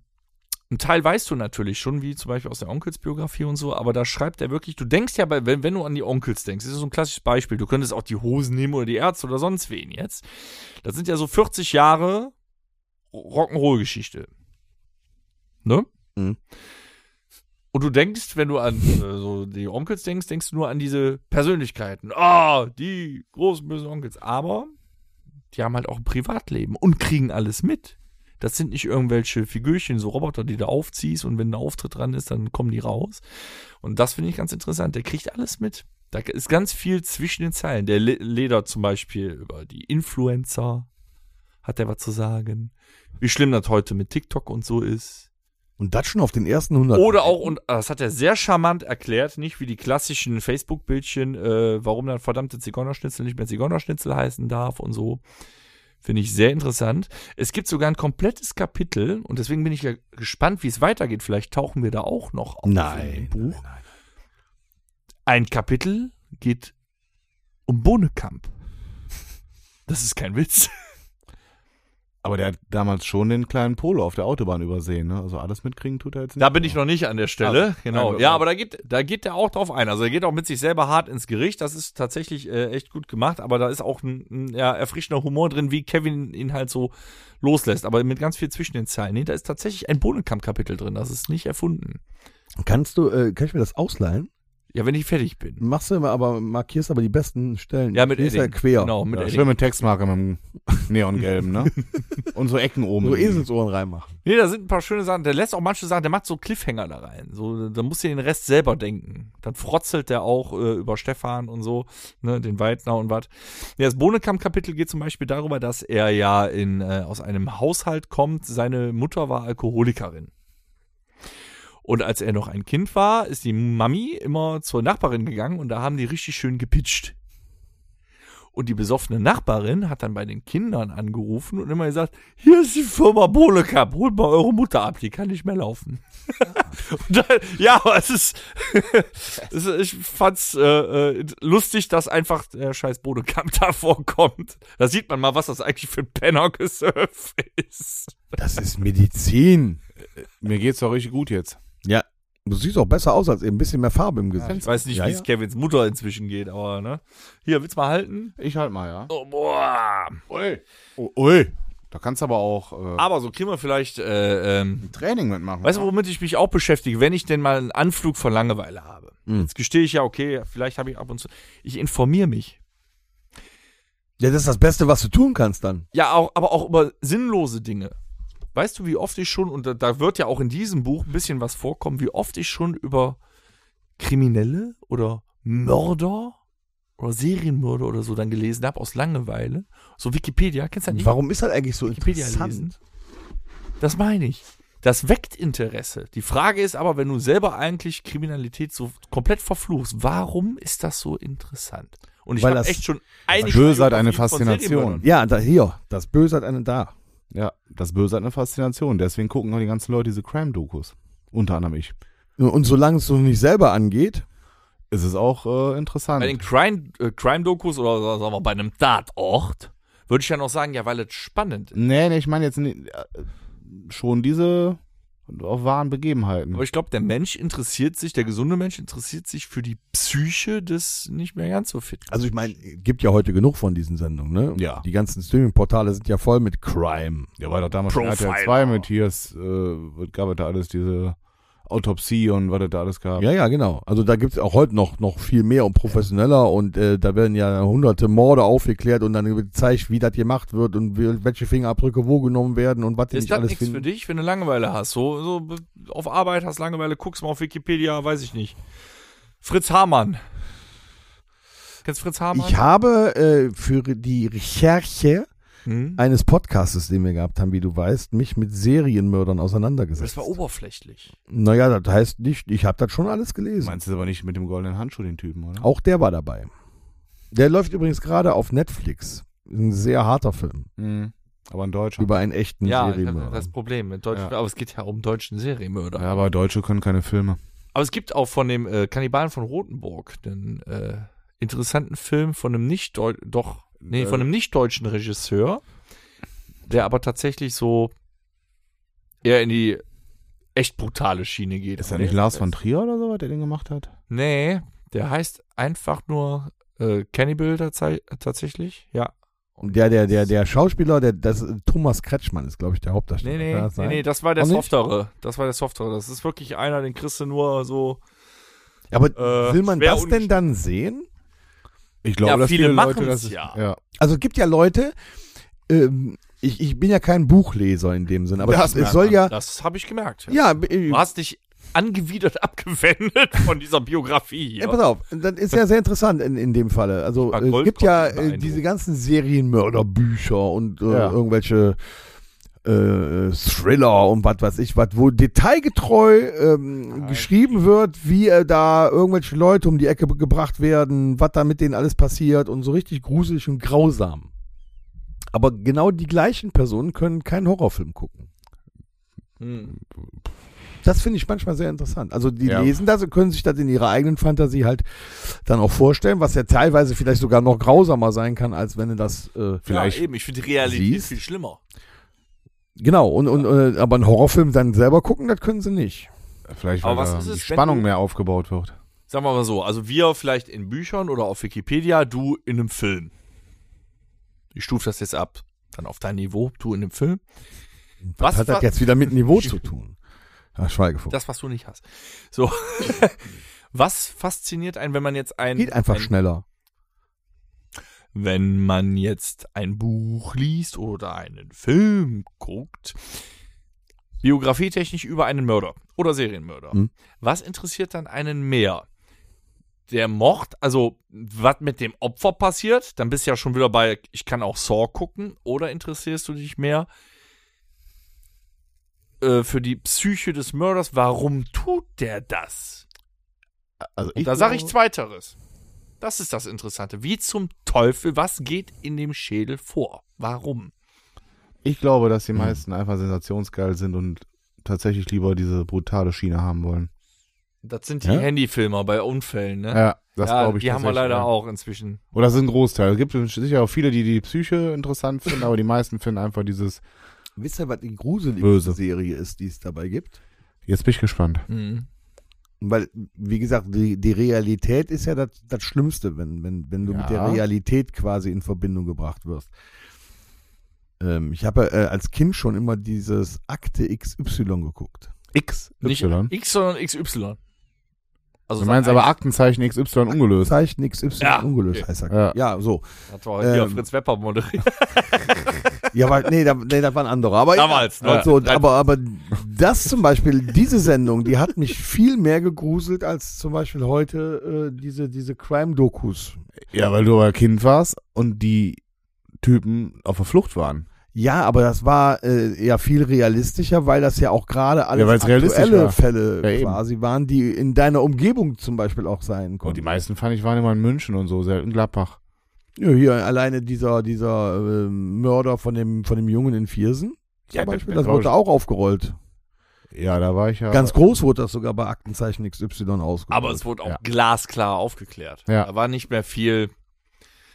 [SPEAKER 3] ein Teil weißt du natürlich schon, wie zum Beispiel aus der Onkelsbiografie und so, aber da schreibt er wirklich, du denkst ja, bei- wenn, wenn du an die Onkels denkst, das ist so ein klassisches Beispiel, du könntest auch die Hosen nehmen oder die Ärzte oder sonst wen jetzt. Das sind ja so 40 Jahre Rock'n'Roll-Geschichte. Ne?
[SPEAKER 2] Mhm.
[SPEAKER 3] Und du denkst, wenn du an äh, so die Onkels denkst, denkst du nur an diese Persönlichkeiten. Ah, die großen bösen Onkels. Aber die haben halt auch ein Privatleben und kriegen alles mit. Das sind nicht irgendwelche Figürchen, so Roboter, die du aufziehst und wenn ein Auftritt dran ist, dann kommen die raus. Und das finde ich ganz interessant. Der kriegt alles mit. Da ist ganz viel zwischen den Zeilen. Der Le Leder zum Beispiel über die Influencer hat er was zu sagen. Wie schlimm das heute mit TikTok und so ist.
[SPEAKER 2] Und das schon auf den ersten 100.
[SPEAKER 3] Oder auch, und ah, das hat er sehr charmant erklärt, nicht wie die klassischen Facebook-Bildchen, äh, warum dann verdammte Zigeunerschnitzel nicht mehr Zigeunerschnitzel heißen darf und so. Finde ich sehr interessant. Es gibt sogar ein komplettes Kapitel und deswegen bin ich ja gespannt, wie es weitergeht. Vielleicht tauchen wir da auch noch auf
[SPEAKER 2] Nein,
[SPEAKER 3] in dem Buch. Ein Kapitel geht um Bohnekamp. Das ist kein Witz.
[SPEAKER 4] Aber der hat damals schon den kleinen Polo auf der Autobahn übersehen, ne? Also alles mitkriegen tut er jetzt nicht.
[SPEAKER 3] Da bin ich noch nicht an der Stelle.
[SPEAKER 4] Ah,
[SPEAKER 3] genau.
[SPEAKER 4] nein,
[SPEAKER 3] ja,
[SPEAKER 4] aber-
[SPEAKER 3] aber da geht, da geht er auch drauf ein. Also er geht auch mit sich selber hart ins Gericht. Das ist tatsächlich äh, echt gut gemacht, aber da ist auch ein, ein ja, erfrischender Humor drin, wie Kevin ihn halt so loslässt. Aber mit ganz viel zwischen den Zeilen. Nee, da ist tatsächlich ein Bohnenkamp-Kapitel drin. Das ist nicht erfunden.
[SPEAKER 2] Kannst du, äh, kann ich mir das ausleihen?
[SPEAKER 3] Ja, wenn ich fertig bin.
[SPEAKER 2] Machst du immer, aber markierst aber die besten Stellen.
[SPEAKER 3] Ja, mit
[SPEAKER 2] Die ist ja
[SPEAKER 3] Edding.
[SPEAKER 2] quer.
[SPEAKER 3] Genau, mit
[SPEAKER 4] ja,
[SPEAKER 3] Edding.
[SPEAKER 4] schön mit Textmarker mit dem Neongelben, ne? Und so Ecken oben.
[SPEAKER 2] So Eselsohren reinmachen.
[SPEAKER 3] Nee, da sind ein paar schöne Sachen. Der lässt auch manche Sachen, der macht so Cliffhanger da rein. So, da musst du den Rest selber denken. Dann frotzelt der auch äh, über Stefan und so, ne, den Weidner und was. Ja, das Bohnenkamp-Kapitel geht zum Beispiel darüber, dass er ja in, äh, aus einem Haushalt kommt. Seine Mutter war Alkoholikerin. Und als er noch ein Kind war, ist die Mami immer zur Nachbarin gegangen und da haben die richtig schön gepitcht. Und die besoffene Nachbarin hat dann bei den Kindern angerufen und immer gesagt, hier ist die Firma Bohlekap, holt mal eure Mutter ab, die kann nicht mehr laufen. und dann, ja, aber es ist, es ist ich fand's äh, äh, lustig, dass einfach der scheiß Bodekamp da vorkommt. Da sieht man mal, was das eigentlich für ein Pennergesurf ist.
[SPEAKER 2] Das ist Medizin.
[SPEAKER 4] Äh, Mir geht's doch richtig gut jetzt.
[SPEAKER 2] Ja. Du siehst auch besser aus als eben. Ein bisschen mehr Farbe im Gesicht.
[SPEAKER 3] Ich weiß nicht,
[SPEAKER 2] Ja,
[SPEAKER 3] wie es
[SPEAKER 2] ja.
[SPEAKER 3] Kevins Mutter inzwischen geht, aber ne. Hier, willst du mal halten?
[SPEAKER 4] Ich halt mal, ja.
[SPEAKER 3] Oh, boah.
[SPEAKER 4] Ui. Oh, ui. Da kannst du aber auch äh,
[SPEAKER 3] Aber so kriegen wir vielleicht äh, ähm,
[SPEAKER 4] Training mitmachen.
[SPEAKER 3] Weißt du, womit ich mich auch beschäftige, wenn ich denn mal einen Anflug von Langeweile habe?
[SPEAKER 2] Mhm.
[SPEAKER 3] Jetzt gestehe ich ja, okay, vielleicht habe ich ab und zu. Ich informiere mich.
[SPEAKER 2] Ja, das ist das Beste, was du tun kannst dann.
[SPEAKER 3] Ja, auch, aber auch über sinnlose Dinge. Weißt du, wie oft ich schon, und da, da wird ja auch in diesem Buch ein bisschen was vorkommen, wie oft ich schon über Kriminelle oder Mörder oder Serienmörder oder so dann gelesen habe aus Langeweile. So Wikipedia, kennst du das nicht?
[SPEAKER 2] Warum ist das eigentlich so
[SPEAKER 3] Wikipedia
[SPEAKER 2] interessant?
[SPEAKER 3] lesen. Das meine ich. Das weckt Interesse. Die Frage ist aber, wenn du selber eigentlich Kriminalität so komplett verfluchst, warum ist das so interessant? Und ich
[SPEAKER 2] Weil
[SPEAKER 3] habe
[SPEAKER 2] das-
[SPEAKER 3] echt schon einige
[SPEAKER 4] Böse hat eine
[SPEAKER 3] Biografien von
[SPEAKER 4] Faszination.
[SPEAKER 3] Serienmördern.
[SPEAKER 2] Ja, da, hier, das Böse hat einen da.
[SPEAKER 4] Ja, das Böse hat eine Faszination. Deswegen gucken auch die ganzen Leute diese Crime-Dokus. Unter anderem ich.
[SPEAKER 2] Und solange es so nicht selber angeht,
[SPEAKER 4] Es ist auch äh, interessant.
[SPEAKER 3] Bei den Crime- äh, Crime-Dokus oder sagen wir bei einem Tatort würde ich ja noch sagen, ja, weil es spannend ist.
[SPEAKER 4] Nee, nee, ich meine jetzt nie- äh, schon diese auf wahren Begebenheiten.
[SPEAKER 3] Aber ich glaube, der Mensch interessiert sich, der gesunde Mensch interessiert sich für die Psyche des nicht mehr ganz so fit.
[SPEAKER 2] also ich meine, gibt ja heute genug von diesen Sendungen, ne?
[SPEAKER 4] Ja.
[SPEAKER 2] Die ganzen Streaming-Portale sind ja voll mit Crime.
[SPEAKER 4] Ja, war doch damals schon
[SPEAKER 3] Profiler.
[SPEAKER 4] RTL 2 mit hier, es, äh, was gab es da alles, diese Autopsie und was es da alles gab.
[SPEAKER 2] Ja, ja, genau. Also da gibt's auch heute noch, noch viel mehr und professioneller und äh, da werden ja hunderte Morde aufgeklärt und dann gezeigt, wie das gemacht wird und wie, welche Fingerabdrücke wo genommen werden und was die
[SPEAKER 3] Ist
[SPEAKER 2] nicht
[SPEAKER 3] das
[SPEAKER 2] alles
[SPEAKER 3] nichts für
[SPEAKER 2] finden.
[SPEAKER 3] dich, wenn du Langeweile hast? So, so be- auf Arbeit hast Langeweile, guckst mal auf Wikipedia, weiß ich nicht. Fritz Hamann. Kennst du Fritz Hamann?
[SPEAKER 2] Ich habe äh, für die Recherche
[SPEAKER 3] hm?
[SPEAKER 2] eines Podcastes, den wir gehabt haben, wie du weißt, mich mit Serienmördern auseinandergesetzt.
[SPEAKER 3] Das war oberflächlich.
[SPEAKER 2] Naja, das heißt nicht, ich habe das schon alles gelesen.
[SPEAKER 4] Meinst du aber nicht mit dem goldenen Handschuh, den Typen, oder?
[SPEAKER 2] Auch der war dabei. Der läuft übrigens gerade auf Netflix. Ein sehr harter Film
[SPEAKER 4] Mhm. Aber in Deutschland.
[SPEAKER 2] über einen echten
[SPEAKER 3] Ja, ich hab
[SPEAKER 2] Serienmörder.
[SPEAKER 3] das Problem mit deutschen,
[SPEAKER 4] Ja.
[SPEAKER 3] aber es geht ja um deutschen Serienmörder.
[SPEAKER 4] Ja, aber Deutsche können keine Filme.
[SPEAKER 3] Aber es gibt auch von dem äh, Kannibalen von Rothenburg den äh, interessanten Film von einem nicht Deu- doch nee,
[SPEAKER 4] Äh.
[SPEAKER 3] von einem nicht deutschen Regisseur, der aber tatsächlich so eher in die echt brutale Schiene geht.
[SPEAKER 4] Ist ja nicht
[SPEAKER 3] Der-
[SPEAKER 4] Lars von Trier oder so, was der den gemacht hat?
[SPEAKER 3] Nee, der heißt einfach nur äh, Cannibal tatsei- tatsächlich. Ja.
[SPEAKER 2] Der, der, der, der Schauspieler, der, das Thomas Kretschmann ist, glaube ich, der Hauptdarsteller.
[SPEAKER 3] Nee, nee,
[SPEAKER 2] Kann das
[SPEAKER 3] nee,
[SPEAKER 2] sein?
[SPEAKER 3] nee, das war der
[SPEAKER 2] Auch nicht?
[SPEAKER 3] softere. Das war der softere. Das ist wirklich einer, den kriegst du nur so.
[SPEAKER 2] Aber
[SPEAKER 3] Äh,
[SPEAKER 2] will man
[SPEAKER 3] schwer
[SPEAKER 2] das denn
[SPEAKER 3] ungeschickt.
[SPEAKER 2] dann sehen?
[SPEAKER 4] Ich glaube,
[SPEAKER 3] Ja,
[SPEAKER 4] dass
[SPEAKER 3] viele
[SPEAKER 4] viele, Leute
[SPEAKER 3] machen's
[SPEAKER 4] das
[SPEAKER 3] ja.
[SPEAKER 4] ja.
[SPEAKER 2] Also es gibt ja Leute, ähm, ich, ich bin ja kein Buchleser in dem Sinne, aber
[SPEAKER 4] Das
[SPEAKER 2] es
[SPEAKER 4] merkt
[SPEAKER 2] soll ja,
[SPEAKER 3] Das habe ich gemerkt.
[SPEAKER 2] ja, äh,
[SPEAKER 3] Du hast dich angewidert abgewendet von dieser Biografie
[SPEAKER 2] Ja,
[SPEAKER 3] hier.
[SPEAKER 2] pass auf, das ist ja sehr interessant in, in dem Falle. Also
[SPEAKER 3] Ein
[SPEAKER 2] äh,
[SPEAKER 3] paar
[SPEAKER 2] es gibt ja äh,
[SPEAKER 3] Goldkorken
[SPEAKER 2] diese ganzen Serienmörderbücher und äh,
[SPEAKER 4] Ja.
[SPEAKER 2] irgendwelche äh, Thriller und was weiß ich was, wo detailgetreu ähm, geschrieben wird, wie äh, da irgendwelche Leute um die Ecke be- gebracht werden, was da mit denen alles passiert und so richtig gruselig und grausam. Aber genau die gleichen Personen können keinen Horrorfilm gucken.
[SPEAKER 3] Hm.
[SPEAKER 2] Das finde ich manchmal sehr interessant. Also die
[SPEAKER 4] Ja.
[SPEAKER 2] lesen das und können sich das in ihrer eigenen Fantasie halt dann auch vorstellen, was ja teilweise vielleicht sogar noch grausamer sein kann, als wenn du das äh,
[SPEAKER 4] Vielleicht.
[SPEAKER 3] Ja, eben, ich finde die Realität
[SPEAKER 2] siehst.
[SPEAKER 3] viel schlimmer.
[SPEAKER 2] Genau, und, und, äh, aber einen Horrorfilm dann selber gucken, das können sie nicht.
[SPEAKER 4] Vielleicht, weil
[SPEAKER 3] Aber was
[SPEAKER 4] da
[SPEAKER 3] ist es,
[SPEAKER 4] die
[SPEAKER 3] wenn
[SPEAKER 4] Spannung
[SPEAKER 3] du-
[SPEAKER 4] mehr aufgebaut wird.
[SPEAKER 3] Sagen wir mal so, also wir vielleicht in Büchern oder auf Wikipedia, du in einem Film. Ich stufe das jetzt ab. Dann auf dein Niveau, du in einem Film.
[SPEAKER 2] Was hat das
[SPEAKER 3] war-
[SPEAKER 2] jetzt wieder mit Niveau zu tun? Ach, Schweigefuchs.
[SPEAKER 3] Das, was du nicht hast. So. was fasziniert einen, wenn man jetzt ein.
[SPEAKER 2] Geht einfach
[SPEAKER 3] ein,
[SPEAKER 2] schneller.
[SPEAKER 3] Wenn man jetzt ein Buch liest oder einen Film guckt. Biografietechnisch über einen Mörder oder Serienmörder.
[SPEAKER 2] Hm.
[SPEAKER 3] Was interessiert dann einen mehr? Der Mord, also was mit dem Opfer passiert, dann bist du ja schon wieder bei, ich kann auch Saw gucken, oder interessierst du dich mehr äh, für die Psyche des Mörders? Warum tut der das?
[SPEAKER 4] Also
[SPEAKER 3] Und da sage ich
[SPEAKER 4] glaube-
[SPEAKER 3] Zweiteres. Das ist das Interessante. Wie zum Teufel, was geht in dem Schädel vor? Warum?
[SPEAKER 4] Ich glaube, dass die meisten einfach sensationsgeil sind und tatsächlich lieber diese brutale Schiene haben wollen.
[SPEAKER 3] Das sind die
[SPEAKER 2] Ja?
[SPEAKER 3] Handyfilmer bei Unfällen, ne?
[SPEAKER 4] Ja, das
[SPEAKER 3] Ja,
[SPEAKER 4] glaube ich.
[SPEAKER 3] Die haben wir
[SPEAKER 4] tatsächlich,
[SPEAKER 3] leider
[SPEAKER 4] ja.
[SPEAKER 3] auch inzwischen.
[SPEAKER 4] Oder das ist ein Großteil. Es gibt sicher auch viele, die die Psyche interessant finden, aber die meisten finden einfach dieses.
[SPEAKER 2] Wisst ihr, was die gruseligste
[SPEAKER 4] Böse.
[SPEAKER 2] Serie ist, die es dabei gibt?
[SPEAKER 4] Jetzt bin ich gespannt.
[SPEAKER 3] Hm.
[SPEAKER 2] Weil, wie gesagt, die, die Realität ist ja das, das Schlimmste, wenn, wenn, wenn du mit der
[SPEAKER 4] Ja.
[SPEAKER 2] Realität quasi in Verbindung gebracht wirst. Ähm, ich habe äh, als Kind schon immer dieses Akte XY geguckt.
[SPEAKER 4] X,
[SPEAKER 3] Nicht
[SPEAKER 4] Y.
[SPEAKER 3] X, sondern XY. Also
[SPEAKER 4] Du meinst
[SPEAKER 3] seit
[SPEAKER 4] aber
[SPEAKER 3] eins-
[SPEAKER 4] Aktenzeichen XY ungelöst.
[SPEAKER 2] Zeichen XY
[SPEAKER 3] Ja,
[SPEAKER 2] ungelöst
[SPEAKER 3] okay.
[SPEAKER 2] heißt das.
[SPEAKER 4] Ja.
[SPEAKER 2] ja so.
[SPEAKER 3] Hat doch hier
[SPEAKER 2] Ähm,
[SPEAKER 3] Fritz Wepper moderiert.
[SPEAKER 2] Ja, aber, nee, da, nee, das war ein anderer. Aber
[SPEAKER 3] Damals,
[SPEAKER 2] ja,
[SPEAKER 3] ne?
[SPEAKER 2] also,
[SPEAKER 3] Ja.
[SPEAKER 2] aber, aber das zum Beispiel, diese Sendung, die hat mich viel mehr gegruselt als zum Beispiel heute äh, diese, diese Crime-Dokus.
[SPEAKER 4] Ja, weil du aber Kind warst und die Typen auf der Flucht waren.
[SPEAKER 2] Ja, aber das war äh, ja viel realistischer, weil das ja auch gerade
[SPEAKER 4] Ja,
[SPEAKER 2] alles
[SPEAKER 4] weil's realistisch
[SPEAKER 2] aktuelle
[SPEAKER 4] war. Ja,
[SPEAKER 2] Fälle
[SPEAKER 4] eben.
[SPEAKER 2] quasi waren, die in deiner Umgebung zum Beispiel auch sein
[SPEAKER 4] Und die
[SPEAKER 2] konnten.
[SPEAKER 4] meisten fand ich waren immer in München und so, selten Gladbach.
[SPEAKER 2] Ja, hier alleine dieser, dieser ähm, Mörder von dem, von dem Jungen in Viersen. Zum
[SPEAKER 4] Ja, der-
[SPEAKER 2] Beispiel,
[SPEAKER 4] der
[SPEAKER 2] das wurde
[SPEAKER 4] Klaus-
[SPEAKER 2] auch aufgerollt.
[SPEAKER 4] Ja, da war ich ja.
[SPEAKER 2] Ganz groß wurde das sogar bei Aktenzeichen XY ausgerollt.
[SPEAKER 3] Aber es wurde auch
[SPEAKER 4] Ja.
[SPEAKER 3] glasklar aufgeklärt.
[SPEAKER 4] Ja.
[SPEAKER 3] Da war nicht mehr viel.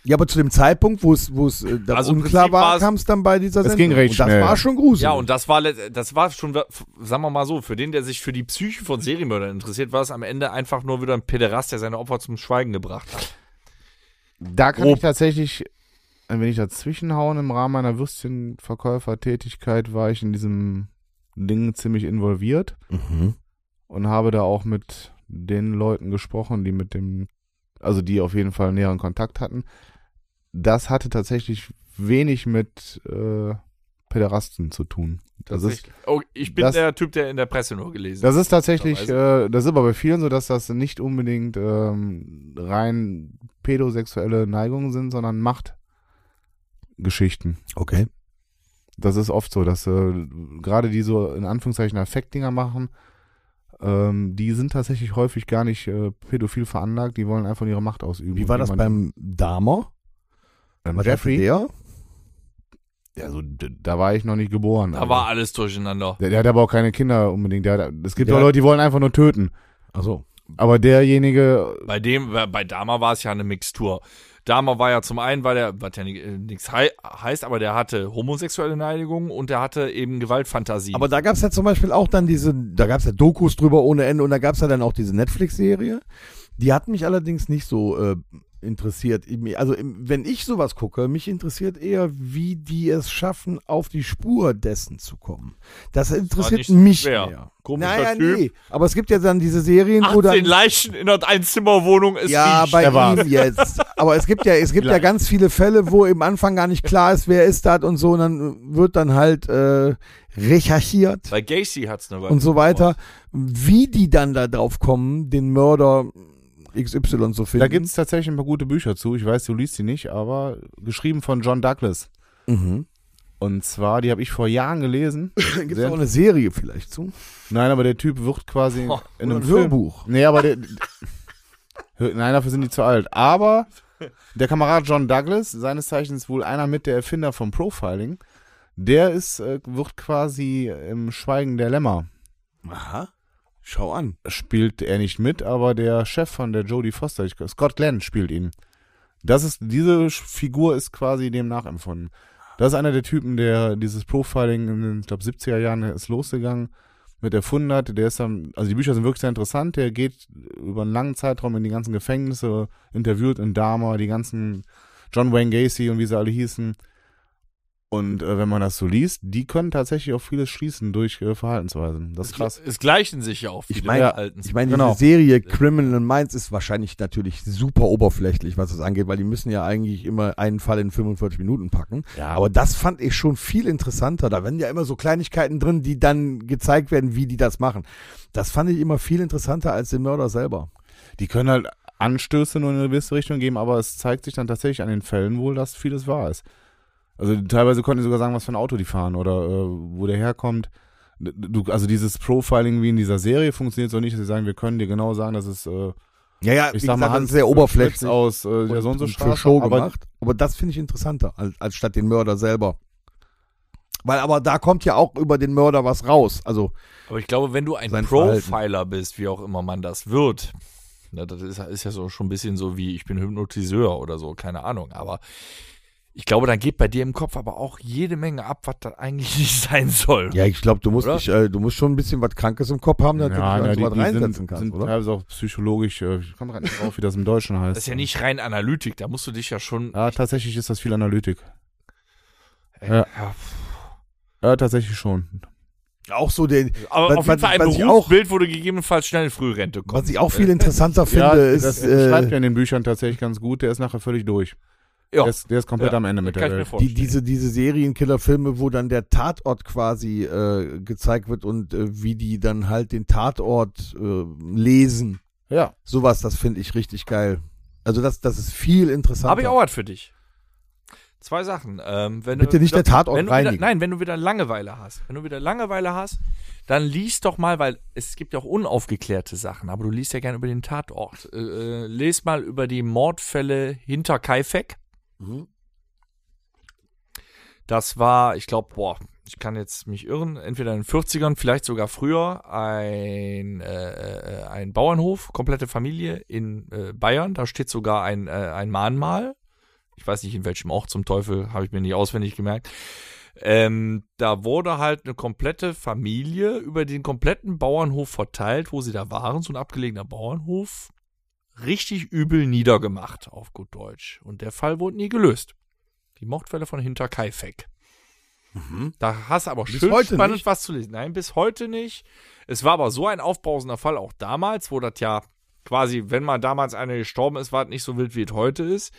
[SPEAKER 2] Ja, aber zu dem Zeitpunkt, wo es, wo es äh, da
[SPEAKER 3] Also im
[SPEAKER 2] unklar
[SPEAKER 3] Prinzip
[SPEAKER 2] war,
[SPEAKER 3] war's-
[SPEAKER 2] kam es dann bei dieser
[SPEAKER 4] Es
[SPEAKER 2] Sendung.
[SPEAKER 4] ging recht
[SPEAKER 2] und das
[SPEAKER 4] schnell.
[SPEAKER 2] war schon gruselig.
[SPEAKER 3] Ja, und das war, let- das war schon, sagen wir mal so, für den, der sich für die Psyche von Serienmördern interessiert, war es am Ende einfach nur wieder ein Päderast, der seine Opfer zum Schweigen gebracht hat.
[SPEAKER 4] Da kann
[SPEAKER 3] Grob.
[SPEAKER 4] ich tatsächlich ein wenig dazwischenhauen. Im Rahmen meiner Würstchenverkäufertätigkeit war ich in diesem Ding ziemlich involviert
[SPEAKER 2] Mhm.
[SPEAKER 4] und habe da auch mit den Leuten gesprochen, die mit dem, also die auf jeden Fall näheren Kontakt hatten. Das hatte tatsächlich wenig mit äh, Päderasten zu tun. Das ist
[SPEAKER 3] Tatsächlich. oh, ich bin
[SPEAKER 4] das-
[SPEAKER 3] der Typ, der in der Presse nur gelesen
[SPEAKER 4] Das ist tatsächlich,
[SPEAKER 3] Weise.
[SPEAKER 4] äh, das ist aber bei vielen so, dass das nicht unbedingt ähm, rein pädosexuelle Neigungen sind, sondern Machtgeschichten.
[SPEAKER 2] Okay.
[SPEAKER 4] Das ist oft so, dass äh, gerade die so in Anführungszeichen Affektdinger machen, ähm, die sind tatsächlich häufig gar nicht äh, pädophil veranlagt, die wollen einfach ihre Macht ausüben.
[SPEAKER 2] Wie war
[SPEAKER 4] Und
[SPEAKER 2] das beim
[SPEAKER 4] jemand-
[SPEAKER 2] Dahmer?
[SPEAKER 4] beim
[SPEAKER 2] Was hatte
[SPEAKER 4] Jeffrey?
[SPEAKER 2] Der?
[SPEAKER 4] Also d- da war ich noch nicht geboren.
[SPEAKER 3] Da
[SPEAKER 4] aber
[SPEAKER 3] war alles durcheinander.
[SPEAKER 4] der, der hat aber auch keine Kinder unbedingt. Der, hat- es gibt
[SPEAKER 2] Der-
[SPEAKER 4] auch Leute, die wollen einfach nur töten.
[SPEAKER 2] Achso.
[SPEAKER 4] Aber derjenige
[SPEAKER 3] Bei dem, bei Dama war es ja eine Mixtur. Dama war ja zum einen, weil er, was ja nichts hei heißt, aber der hatte homosexuelle Neigungen und der hatte eben Gewaltfantasien.
[SPEAKER 2] Aber da gab's ja zum Beispiel auch dann diese, da gab's ja Dokus drüber ohne Ende und da gab's ja dann auch diese Netflix-Serie. Die hat mich allerdings nicht so äh, interessiert. Ich- Also im- wenn ich sowas gucke, mich interessiert eher, wie die es schaffen, auf die Spur dessen zu kommen. Das interessiert
[SPEAKER 3] nicht
[SPEAKER 2] mich
[SPEAKER 3] schwer.
[SPEAKER 2] mehr.
[SPEAKER 3] Komischer
[SPEAKER 2] naja,
[SPEAKER 3] Typ.
[SPEAKER 2] nee. Aber es gibt ja dann diese Serien, wo dann
[SPEAKER 3] 18 Leichen in einer Einzimmerwohnung ist
[SPEAKER 2] Ja,
[SPEAKER 3] riecht.
[SPEAKER 2] bei
[SPEAKER 4] der war's.
[SPEAKER 2] ihm jetzt. Aber es gibt ja, es gibt ja ganz viele Fälle, wo im Anfang gar nicht klar ist, wer ist das und so, und dann wird dann halt äh, recherchiert
[SPEAKER 3] bei Gacy hat's eine Weile
[SPEAKER 2] und so weiter, wie die dann da drauf kommen, den Mörder XY zu finden.
[SPEAKER 4] Da gibt es tatsächlich ein paar gute Bücher zu. Ich weiß, du liest die nicht, aber geschrieben von John Douglas.
[SPEAKER 2] mhm.
[SPEAKER 4] Und zwar, die habe ich vor Jahren gelesen.
[SPEAKER 2] gibt's
[SPEAKER 4] Sehr-
[SPEAKER 2] auch eine Serie vielleicht zu.
[SPEAKER 4] Nein, aber der Typ wird quasi
[SPEAKER 3] Boah,
[SPEAKER 4] in
[SPEAKER 2] Oh, oder
[SPEAKER 4] einem
[SPEAKER 2] ein
[SPEAKER 4] Film.
[SPEAKER 2] Hörbuch.
[SPEAKER 4] Nee, aber der. Hör- Nein, dafür sind die zu alt. Aber der Kamerad John Douglas, seines Zeichens wohl einer mit der Erfinder vom Profiling, der ist, äh, wird quasi im Schweigen der Lämmer.
[SPEAKER 2] Aha. Schau an.
[SPEAKER 4] Spielt er nicht mit, aber der Chef von der Jodie Foster, ich, Scott Glenn, spielt ihn. Das ist, diese Sch- Figur ist quasi dem nachempfunden. Das ist einer der Typen, der dieses Profiling in den, ich glaube, 70er Jahren ist losgegangen, mit erfunden hat. Der ist dann, also die Bücher sind wirklich sehr interessant. Der geht über einen langen Zeitraum in die ganzen Gefängnisse, interviewt in Dahmer, die ganzen John Wayne Gacy und wie sie alle hießen. Und äh, wenn man das so liest, die können tatsächlich auf vieles schließen durch äh, Verhaltensweisen. Das ist krass.
[SPEAKER 3] Es gleichen sich ja auch viele
[SPEAKER 2] Ich meine,
[SPEAKER 3] alten.
[SPEAKER 2] ich meine,
[SPEAKER 4] Genau.
[SPEAKER 2] diese Serie Criminal Minds ist wahrscheinlich natürlich super oberflächlich, was das angeht, weil die müssen ja eigentlich immer einen Fall in 45 Minuten packen.
[SPEAKER 4] Ja.
[SPEAKER 2] Aber das fand ich schon viel interessanter. Da werden ja immer so Kleinigkeiten drin, die dann gezeigt werden, wie die das machen. Das fand ich immer viel interessanter als den Mörder selber.
[SPEAKER 4] Die können halt Anstöße nur in eine gewisse Richtung geben, aber es zeigt sich dann tatsächlich an den Fällen wohl, dass vieles wahr ist. Also teilweise konnten die sogar sagen, was für ein Auto die fahren oder äh, wo der herkommt. Du, also dieses Profiling wie in dieser Serie funktioniert so nicht, dass sie sagen, wir können dir genau sagen, dass es, äh,
[SPEAKER 2] Ja, ja,
[SPEAKER 4] ich sag mal,
[SPEAKER 2] das ist sehr oberflächlich.
[SPEAKER 4] Schmitz aus äh, der
[SPEAKER 2] und-
[SPEAKER 4] so und so
[SPEAKER 2] und
[SPEAKER 4] Straße,
[SPEAKER 2] für Show
[SPEAKER 4] aber
[SPEAKER 2] gemacht. Aber das finde ich interessanter als, als statt den Mörder selber. Weil aber da kommt ja auch über den Mörder was raus. Also
[SPEAKER 3] Aber ich glaube, wenn du ein
[SPEAKER 2] Sein
[SPEAKER 3] Profiler
[SPEAKER 2] Verhalten.
[SPEAKER 3] bist, wie auch immer man das wird, na, das ist, ist ja so schon ein bisschen so wie ich bin Hypnotiseur oder so, keine Ahnung, aber ich glaube, dann geht bei dir im Kopf aber auch jede Menge ab, was das eigentlich nicht sein soll.
[SPEAKER 2] Ja, ich glaube, du musst
[SPEAKER 3] Oder?
[SPEAKER 2] nicht, äh, du musst schon ein bisschen was Krankes im Kopf haben, dass
[SPEAKER 4] ja,
[SPEAKER 2] du dich
[SPEAKER 4] ja,
[SPEAKER 2] an sowas
[SPEAKER 4] die, die
[SPEAKER 2] reinsetzen
[SPEAKER 4] sind,
[SPEAKER 2] kannst,
[SPEAKER 4] sind
[SPEAKER 2] oder?
[SPEAKER 4] teilweise auch psychologisch, äh, ich komme gerade nicht drauf, wie das im Deutschen heißt.
[SPEAKER 3] Das ist ja nicht rein Analytik, da musst du dich ja schon.
[SPEAKER 4] Ja, tatsächlich ist das viel Analytik.
[SPEAKER 3] Äh,
[SPEAKER 4] ja. Ja, tatsächlich schon.
[SPEAKER 2] Auch so den,
[SPEAKER 3] Aber
[SPEAKER 2] Was-
[SPEAKER 3] auf jeden
[SPEAKER 2] was-
[SPEAKER 3] Fall ein
[SPEAKER 2] was ich
[SPEAKER 3] Berufsbild, wo du gegebenenfalls schnell in Frührente kommst.
[SPEAKER 2] was ich auch viel interessanter finde,
[SPEAKER 4] äh, ja,
[SPEAKER 2] ist,
[SPEAKER 4] das schreibt
[SPEAKER 2] äh,
[SPEAKER 4] er in den Büchern tatsächlich ganz gut. Der ist nachher völlig durch.
[SPEAKER 3] Ja,
[SPEAKER 4] Der, ist, der ist komplett
[SPEAKER 3] Ja,
[SPEAKER 4] am Ende mit
[SPEAKER 3] kann
[SPEAKER 4] der
[SPEAKER 3] ich mir
[SPEAKER 4] Welt.
[SPEAKER 2] die,
[SPEAKER 3] vorstellen.
[SPEAKER 2] diese, diese Serienkiller-Filme, wo dann der Tatort quasi äh, gezeigt wird und äh, wie die dann halt den Tatort äh, lesen.
[SPEAKER 4] Ja,
[SPEAKER 2] Sowas, das finde ich richtig geil. Also das, das ist viel interessanter.
[SPEAKER 3] Habe ich auch was für dich. Zwei Sachen. Ähm, wenn
[SPEAKER 2] Bitte
[SPEAKER 3] du
[SPEAKER 2] nicht
[SPEAKER 3] wieder,
[SPEAKER 2] der Tatort
[SPEAKER 3] wenn du wieder,
[SPEAKER 2] reinigen.
[SPEAKER 3] Nein, wenn du wieder Langeweile hast. Wenn du wieder Langeweile hast, dann liest doch mal, weil es gibt ja auch unaufgeklärte Sachen, aber du liest ja gerne über den Tatort. Äh, äh, les mal über die Mordfälle hinter Kaifek.
[SPEAKER 2] Mhm.
[SPEAKER 3] Das war, ich glaube, boah, ich kann jetzt mich irren, entweder in den 40ern, vielleicht sogar früher, ein, äh, äh, ein Bauernhof, komplette Familie in äh, Bayern. Da steht sogar ein, äh, ein Mahnmal. Ich weiß nicht, in welchem Ort zum Teufel, habe ich mir nicht auswendig gemerkt. Ähm, da wurde halt eine komplette Familie über den kompletten Bauernhof verteilt, wo sie da waren, so ein abgelegener Bauernhof, richtig übel niedergemacht, auf gut Deutsch. Und der Fall wurde nie gelöst. Die Mordfälle von Hinterkaifeck. Da hast du aber
[SPEAKER 2] Mhm. Bis
[SPEAKER 3] schön
[SPEAKER 2] heute
[SPEAKER 3] spannend
[SPEAKER 2] nicht.
[SPEAKER 3] was zu lesen. Nein, bis heute nicht. Es war aber so ein aufbrausender Fall auch damals, wo das ja quasi, wenn mal damals einer gestorben ist, war es nicht so wild, wie es heute ist.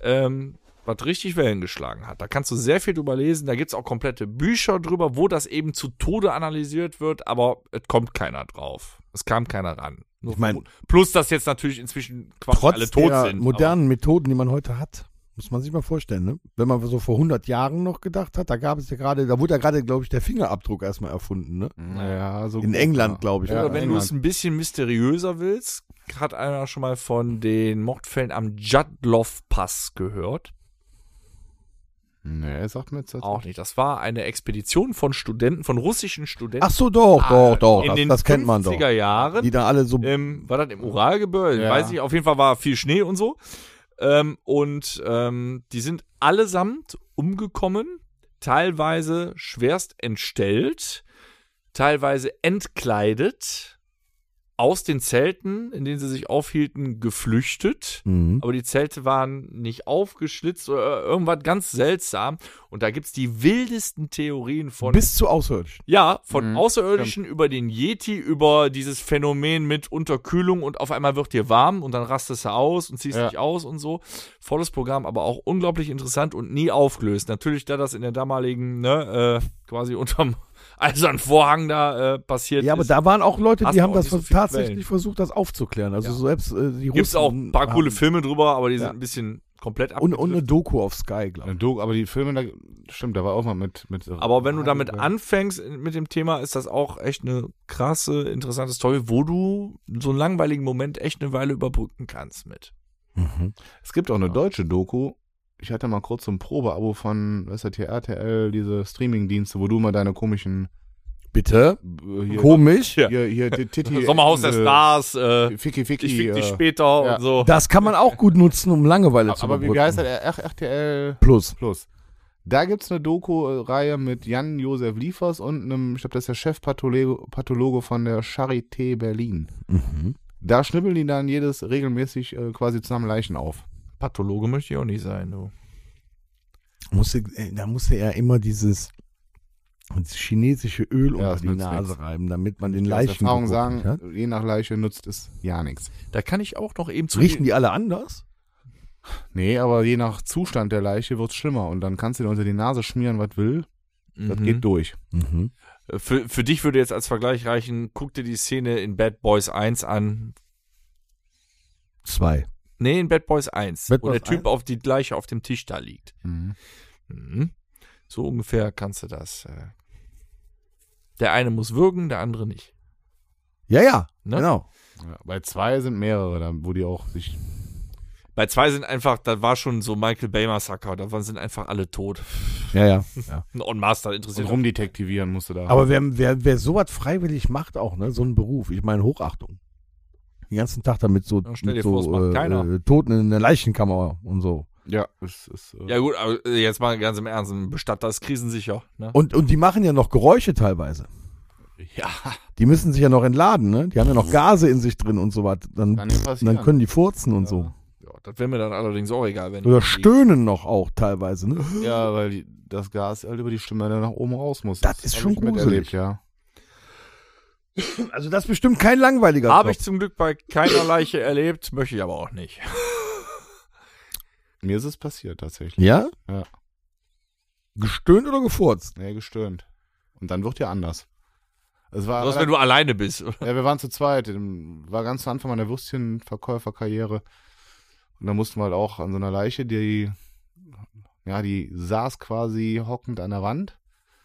[SPEAKER 3] Ähm, was richtig Wellen geschlagen hat. Da kannst du sehr viel drüber lesen. Da gibt es auch komplette Bücher drüber, wo das eben zu Tode analysiert wird, aber es kommt keiner drauf. Es kam keiner ran. Nur
[SPEAKER 2] Ich mein-
[SPEAKER 3] plus, dass jetzt natürlich inzwischen quasi
[SPEAKER 2] trotz
[SPEAKER 3] alle tot
[SPEAKER 2] der
[SPEAKER 3] sind.
[SPEAKER 2] modernen Methoden, die man heute hat. Muss man sich mal vorstellen, ne? Wenn man so vor 100 Jahren noch gedacht hat, da gab es ja gerade, da wurde ja gerade, glaube ich, der Fingerabdruck erstmal erfunden, ne?
[SPEAKER 4] ja so
[SPEAKER 2] In
[SPEAKER 4] gut,
[SPEAKER 2] England,
[SPEAKER 4] ja.
[SPEAKER 2] glaube ich.
[SPEAKER 4] Ja,
[SPEAKER 3] Oder wenn du es
[SPEAKER 4] England.
[SPEAKER 3] ein bisschen mysteriöser willst, hat einer schon mal von den Mordfällen am Jadlov-Pass gehört.
[SPEAKER 4] Nee, sagt mir jetzt tatsächlich.
[SPEAKER 3] Auch nicht. Das war eine Expedition von Studenten, von russischen Studenten.
[SPEAKER 2] Ach so, doch, doch, doch.
[SPEAKER 3] Ah, in
[SPEAKER 2] Das,
[SPEAKER 3] den
[SPEAKER 2] das kennt man doch.
[SPEAKER 3] 50er Jahren.
[SPEAKER 2] Die da alle so.
[SPEAKER 3] ähm, war das im Uralgebirge?
[SPEAKER 4] Ja.
[SPEAKER 3] Weiß ich, auf jeden Fall war viel Schnee und so. Ähm, und ähm, die sind allesamt umgekommen, teilweise schwerst entstellt, teilweise entkleidet, aus den Zelten, in denen sie sich aufhielten, geflüchtet.
[SPEAKER 2] Mhm.
[SPEAKER 3] Aber die Zelte waren nicht aufgeschlitzt oder irgendwas ganz seltsam. Und da gibt es die wildesten Theorien von.
[SPEAKER 2] Bis zu aushörisch.
[SPEAKER 3] Ja, von
[SPEAKER 4] Mhm,
[SPEAKER 3] Außerirdischen über den Yeti, über dieses Phänomen mit Unterkühlung und auf einmal wird dir warm und dann rastest du aus und ziehst
[SPEAKER 4] Ja.
[SPEAKER 3] dich aus und so. Volles Programm, aber auch unglaublich interessant und nie aufgelöst. Natürlich, da das in der damaligen, ne, äh, quasi unterm eisernen Vorhang da äh, passiert
[SPEAKER 2] Ja, aber
[SPEAKER 3] ist.
[SPEAKER 2] da waren auch Leute,
[SPEAKER 3] Hast
[SPEAKER 2] die
[SPEAKER 3] du
[SPEAKER 2] haben
[SPEAKER 3] auch
[SPEAKER 2] das
[SPEAKER 3] nicht so viele
[SPEAKER 2] tatsächlich
[SPEAKER 3] Quellen.
[SPEAKER 2] versucht, das aufzuklären. Also
[SPEAKER 3] Ja.
[SPEAKER 2] so selbst äh, die
[SPEAKER 3] Gibt es auch ein paar coole
[SPEAKER 2] haben-
[SPEAKER 3] Filme drüber, aber die
[SPEAKER 2] Ja.
[SPEAKER 3] sind ein bisschen komplett
[SPEAKER 2] Und, und
[SPEAKER 3] abgedriftet.
[SPEAKER 2] eine Doku auf Sky, glaube
[SPEAKER 4] Eine Doku, aber die Filme, da, stimmt, da war auch mal mit. mit
[SPEAKER 3] Aber wenn du damit anfängst äh, mit dem Thema, ist das auch echt eine krasse, interessante Story, wo du so einen langweiligen Moment echt eine Weile überbrücken kannst mit.
[SPEAKER 2] ich. Mhm.
[SPEAKER 4] Es gibt auch eine deutsche Doku. Ich hatte mal kurz so ein Probeabo von, was ist das hier, RTL, diese Streaming-Dienste, wo du mal deine komischen.
[SPEAKER 2] Bitte?
[SPEAKER 4] äh, Hier,
[SPEAKER 2] Komisch.
[SPEAKER 3] Ja.
[SPEAKER 4] hier, hier, Titi.
[SPEAKER 3] Sommerhaus der
[SPEAKER 4] äh,
[SPEAKER 3] Stars, äh,
[SPEAKER 4] Ficky, Ficky.
[SPEAKER 3] ich fick dich
[SPEAKER 4] äh,
[SPEAKER 3] später
[SPEAKER 4] ja.
[SPEAKER 3] und so.
[SPEAKER 2] Das kann man auch gut nutzen, um Langeweile zu
[SPEAKER 4] Aber wie
[SPEAKER 2] überbrücken.
[SPEAKER 4] heißt das? R- RTL
[SPEAKER 2] Plus.
[SPEAKER 4] Plus. Da gibt es eine Doku-Reihe mit Jan-Josef Liefers und einem, ich glaube, das ist der Chefpathologe Pathologe von der Charité Berlin.
[SPEAKER 2] Mhm.
[SPEAKER 4] Da schnibbeln die dann jedes regelmäßig äh, quasi zusammen Leichen auf.
[SPEAKER 3] Pathologe möchte ich auch nicht sein, du.
[SPEAKER 2] Musste, äh, da musste er immer dieses, dieses chinesische Öl
[SPEAKER 4] Ja,
[SPEAKER 2] unter
[SPEAKER 4] das
[SPEAKER 2] die
[SPEAKER 4] nützt
[SPEAKER 2] Nase
[SPEAKER 4] nix.
[SPEAKER 2] reiben, damit man den
[SPEAKER 4] Ich kann aus
[SPEAKER 2] Leichen.
[SPEAKER 4] Erfahrung
[SPEAKER 2] geruch
[SPEAKER 4] sagen,
[SPEAKER 2] nicht hat.
[SPEAKER 4] je nach Leiche nützt es ja nichts.
[SPEAKER 3] Da kann ich auch noch eben zu.
[SPEAKER 2] Riechen die alle anders?
[SPEAKER 4] Nee, aber je nach Zustand der Leiche wird es schlimmer und dann kannst du dir unter die Nase schmieren, was will. Das
[SPEAKER 3] Mhm.
[SPEAKER 4] geht durch.
[SPEAKER 2] Mhm.
[SPEAKER 3] Äh, Für, für dich würde jetzt als Vergleich reichen, guck dir die Szene in Bad Boys 1 an.
[SPEAKER 2] Zwei.
[SPEAKER 3] Nee, in Bad Boys 1,
[SPEAKER 2] Bad
[SPEAKER 3] wo
[SPEAKER 2] Boys
[SPEAKER 3] der Typ
[SPEAKER 2] 1?
[SPEAKER 3] auf die Leiche auf dem Tisch da liegt.
[SPEAKER 4] Mhm.
[SPEAKER 3] Mhm. So ungefähr kannst du das. Äh. Der eine muss würgen, der andere nicht.
[SPEAKER 2] Ja, ja,
[SPEAKER 3] Ne?
[SPEAKER 2] genau.
[SPEAKER 4] Ja, bei zwei sind mehrere, da- wo die auch sich.
[SPEAKER 3] Bei zwei sind einfach, da war schon so Michael Bay Massaker, da waren- sind einfach alle tot.
[SPEAKER 2] Ja, ja.
[SPEAKER 3] Ein On Master
[SPEAKER 4] Und
[SPEAKER 3] interessiert.
[SPEAKER 4] rumdetektivieren musst du da.
[SPEAKER 2] Aber wer, wer, wer sowas freiwillig macht, auch, ne, so einen Beruf, ich meine, Hochachtung. Den ganzen Tag damit so,
[SPEAKER 3] Ja, stell
[SPEAKER 2] mit
[SPEAKER 3] dir vor, es macht
[SPEAKER 2] so
[SPEAKER 3] keiner.
[SPEAKER 2] äh, Toten in der Leichenkammer und so.
[SPEAKER 4] ja, es ist. Äh,
[SPEAKER 3] Ja gut, aber äh, jetzt mal ganz im Ernst, ein Bestatter ist krisensicher. Ne?
[SPEAKER 2] Und, und die machen ja noch Geräusche teilweise.
[SPEAKER 3] Ja.
[SPEAKER 2] Die müssen sich ja noch entladen, ne? Die haben ja noch Gase in sich drin und so was. Dann,
[SPEAKER 4] Kann ja passieren.
[SPEAKER 2] dann können die furzen und so.
[SPEAKER 3] ja, das wäre mir dann allerdings auch egal, wenn
[SPEAKER 2] Oder
[SPEAKER 3] ich-
[SPEAKER 2] stöhnen noch auch teilweise, ne?
[SPEAKER 4] Ja, weil die, das Gas halt über die Stimme dann nach oben raus muss.
[SPEAKER 2] Das ist
[SPEAKER 4] hab
[SPEAKER 2] schon
[SPEAKER 4] ich miterlebt, ja.
[SPEAKER 2] Also das ist bestimmt kein langweiliger
[SPEAKER 3] Habe ich
[SPEAKER 2] Job.
[SPEAKER 3] zum Glück bei keiner Leiche erlebt, möchte ich aber auch nicht.
[SPEAKER 4] Mir ist es passiert tatsächlich.
[SPEAKER 2] Ja?
[SPEAKER 4] Ja.
[SPEAKER 2] Gestöhnt oder gefurzt?
[SPEAKER 4] Nee, gestöhnt. Und dann wird ja anders. Es war,
[SPEAKER 3] Bloß wenn du alleine bist.
[SPEAKER 4] ja, wir waren zu zweit. Im- War ganz zu Anfang meiner Würstchenverkäuferkarriere. Und da mussten wir halt auch an so einer Leiche, die, ja, die saß quasi hockend an der Wand.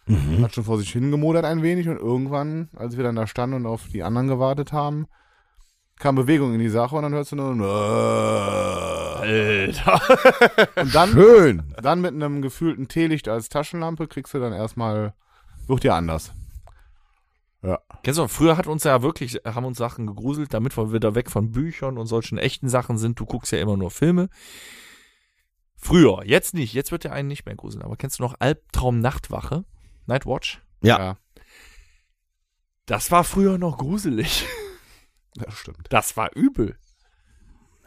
[SPEAKER 3] Mhm.
[SPEAKER 4] Hat schon vor sich hingemodert ein wenig und irgendwann, als wir dann da standen und auf die anderen gewartet haben, kam Bewegung in die Sache und dann hörst du nur ein
[SPEAKER 3] Alter.
[SPEAKER 4] und dann,
[SPEAKER 2] Schön.
[SPEAKER 4] dann mit einem gefühlten Teelicht als Taschenlampe kriegst du dann erstmal, wird dir anders.
[SPEAKER 3] Kennst du, noch, früher hat uns ja wirklich, haben uns Sachen gegruselt, damit wir wieder weg von Büchern und solchen echten Sachen sind. Du guckst ja immer nur Filme. Früher, jetzt nicht, jetzt wird der einen nicht mehr gruseln. Aber kennst du noch Albtraum Nachtwache? Nightwatch?
[SPEAKER 2] Ja.
[SPEAKER 3] Das war früher noch gruselig.
[SPEAKER 4] das stimmt.
[SPEAKER 3] Das war übel.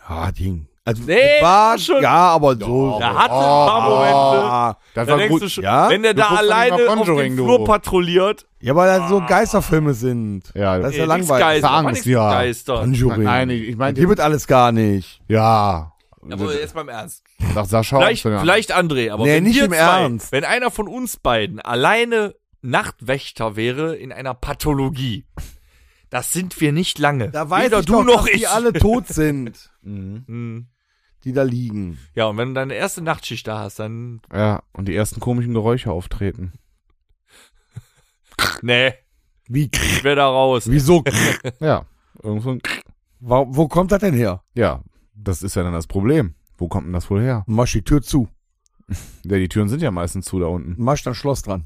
[SPEAKER 2] Ah, Ding. Also
[SPEAKER 3] Nee,
[SPEAKER 2] war
[SPEAKER 3] schon.
[SPEAKER 2] Ja, aber so.
[SPEAKER 3] Da hatte ein paar Momente.
[SPEAKER 2] Ah,
[SPEAKER 4] Oh, Das
[SPEAKER 3] Da
[SPEAKER 4] war
[SPEAKER 3] denkst
[SPEAKER 4] gut.
[SPEAKER 3] du schon,
[SPEAKER 2] ja?
[SPEAKER 3] wenn der
[SPEAKER 4] Du
[SPEAKER 3] da
[SPEAKER 4] guckst doch
[SPEAKER 3] alleine
[SPEAKER 4] nicht mal
[SPEAKER 3] auf dem
[SPEAKER 4] Conjuring, du.
[SPEAKER 3] Flur patrouilliert,
[SPEAKER 2] ja, weil das so
[SPEAKER 3] Ah.
[SPEAKER 2] Geisterfilme sind.
[SPEAKER 4] Ja,
[SPEAKER 2] das ist ja
[SPEAKER 3] äh, nix
[SPEAKER 2] langweilig.
[SPEAKER 3] Geister, war
[SPEAKER 4] Angst,
[SPEAKER 3] nix
[SPEAKER 4] ja.
[SPEAKER 3] Geister.
[SPEAKER 2] Conjuring.
[SPEAKER 4] Nein, ich, ich
[SPEAKER 2] Hier
[SPEAKER 4] meinte,
[SPEAKER 2] wird alles gar nicht.
[SPEAKER 4] ja.
[SPEAKER 3] Aber jetzt beim Ernst.
[SPEAKER 4] Nach Sascha
[SPEAKER 3] Vielleicht,
[SPEAKER 4] Haupt, ja.
[SPEAKER 3] vielleicht André, aber
[SPEAKER 2] Nee,
[SPEAKER 3] wenn
[SPEAKER 2] nicht
[SPEAKER 3] wir
[SPEAKER 2] im
[SPEAKER 3] zwei,
[SPEAKER 2] Ernst.
[SPEAKER 3] wenn einer von uns beiden alleine Nachtwächter wäre in einer Pathologie, das sind wir nicht lange.
[SPEAKER 2] Da weiß
[SPEAKER 3] Weder
[SPEAKER 2] ich
[SPEAKER 3] du
[SPEAKER 2] doch,
[SPEAKER 3] noch
[SPEAKER 2] dass
[SPEAKER 3] ich.
[SPEAKER 2] die alle tot sind,
[SPEAKER 4] Mhm.
[SPEAKER 3] Hm.
[SPEAKER 2] die da liegen.
[SPEAKER 3] Ja, und wenn du deine erste Nachtschicht da hast, dann
[SPEAKER 4] Ja, und die ersten komischen Geräusche auftreten.
[SPEAKER 3] nee,
[SPEAKER 2] Wie?
[SPEAKER 3] ich wär da raus.
[SPEAKER 2] Wieso?
[SPEAKER 4] Ja, irgend so ein
[SPEAKER 2] Wo, wo kommt das denn her?
[SPEAKER 4] Ja, das ist ja dann das Problem. Wo kommt denn das wohl her?
[SPEAKER 2] Mach die Tür zu.
[SPEAKER 4] Ja, die Türen sind ja meistens zu da unten.
[SPEAKER 2] Mach dann Schloss dran.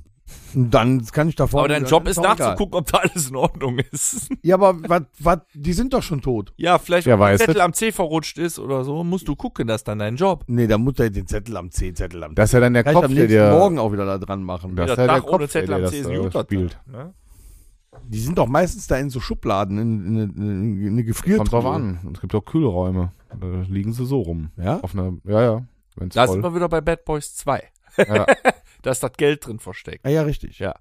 [SPEAKER 2] Und dann kann ich davor.
[SPEAKER 3] Aber dein Job ist
[SPEAKER 2] doch egal.
[SPEAKER 3] nachzugucken, ob da alles in Ordnung ist.
[SPEAKER 2] Ja, aber wat, wat, die sind doch schon tot.
[SPEAKER 3] Ja, vielleicht,
[SPEAKER 4] Ja,
[SPEAKER 3] wenn der
[SPEAKER 4] weißt du.
[SPEAKER 3] Zettel am C verrutscht ist oder so, musst du gucken, das ist dann dein Job.
[SPEAKER 2] Nee, da muss der den Zettel am C, Zettel am C.
[SPEAKER 4] Das ist ja dann der
[SPEAKER 2] Kann ich
[SPEAKER 4] Kopf,
[SPEAKER 2] am
[SPEAKER 4] der
[SPEAKER 2] nächsten
[SPEAKER 4] dir.
[SPEAKER 2] Morgen auch wieder da dran machen.
[SPEAKER 4] Das ist
[SPEAKER 3] Jeder
[SPEAKER 4] ja der
[SPEAKER 3] Tag ohne
[SPEAKER 4] Kopf,
[SPEAKER 3] Zettel
[SPEAKER 4] der
[SPEAKER 3] am
[SPEAKER 4] das
[SPEAKER 3] C ist
[SPEAKER 4] da
[SPEAKER 3] ein guter
[SPEAKER 4] spielt.
[SPEAKER 3] Tag, ne?
[SPEAKER 2] Die sind doch meistens da in so Schubladen, in, in, in, in eine Gefriertruhe.
[SPEAKER 4] Kommt drauf an. Es gibt auch Kühlräume. Da liegen sie so rum.
[SPEAKER 2] Ja?
[SPEAKER 4] Auf einer, ja, ja. Wenn's
[SPEAKER 3] Da
[SPEAKER 4] voll.
[SPEAKER 3] sind wir wieder bei Bad Boys 2.
[SPEAKER 4] Ja.
[SPEAKER 3] Da ist das Geld drin versteckt.
[SPEAKER 2] Ah Ja, ja, richtig.
[SPEAKER 3] Ja.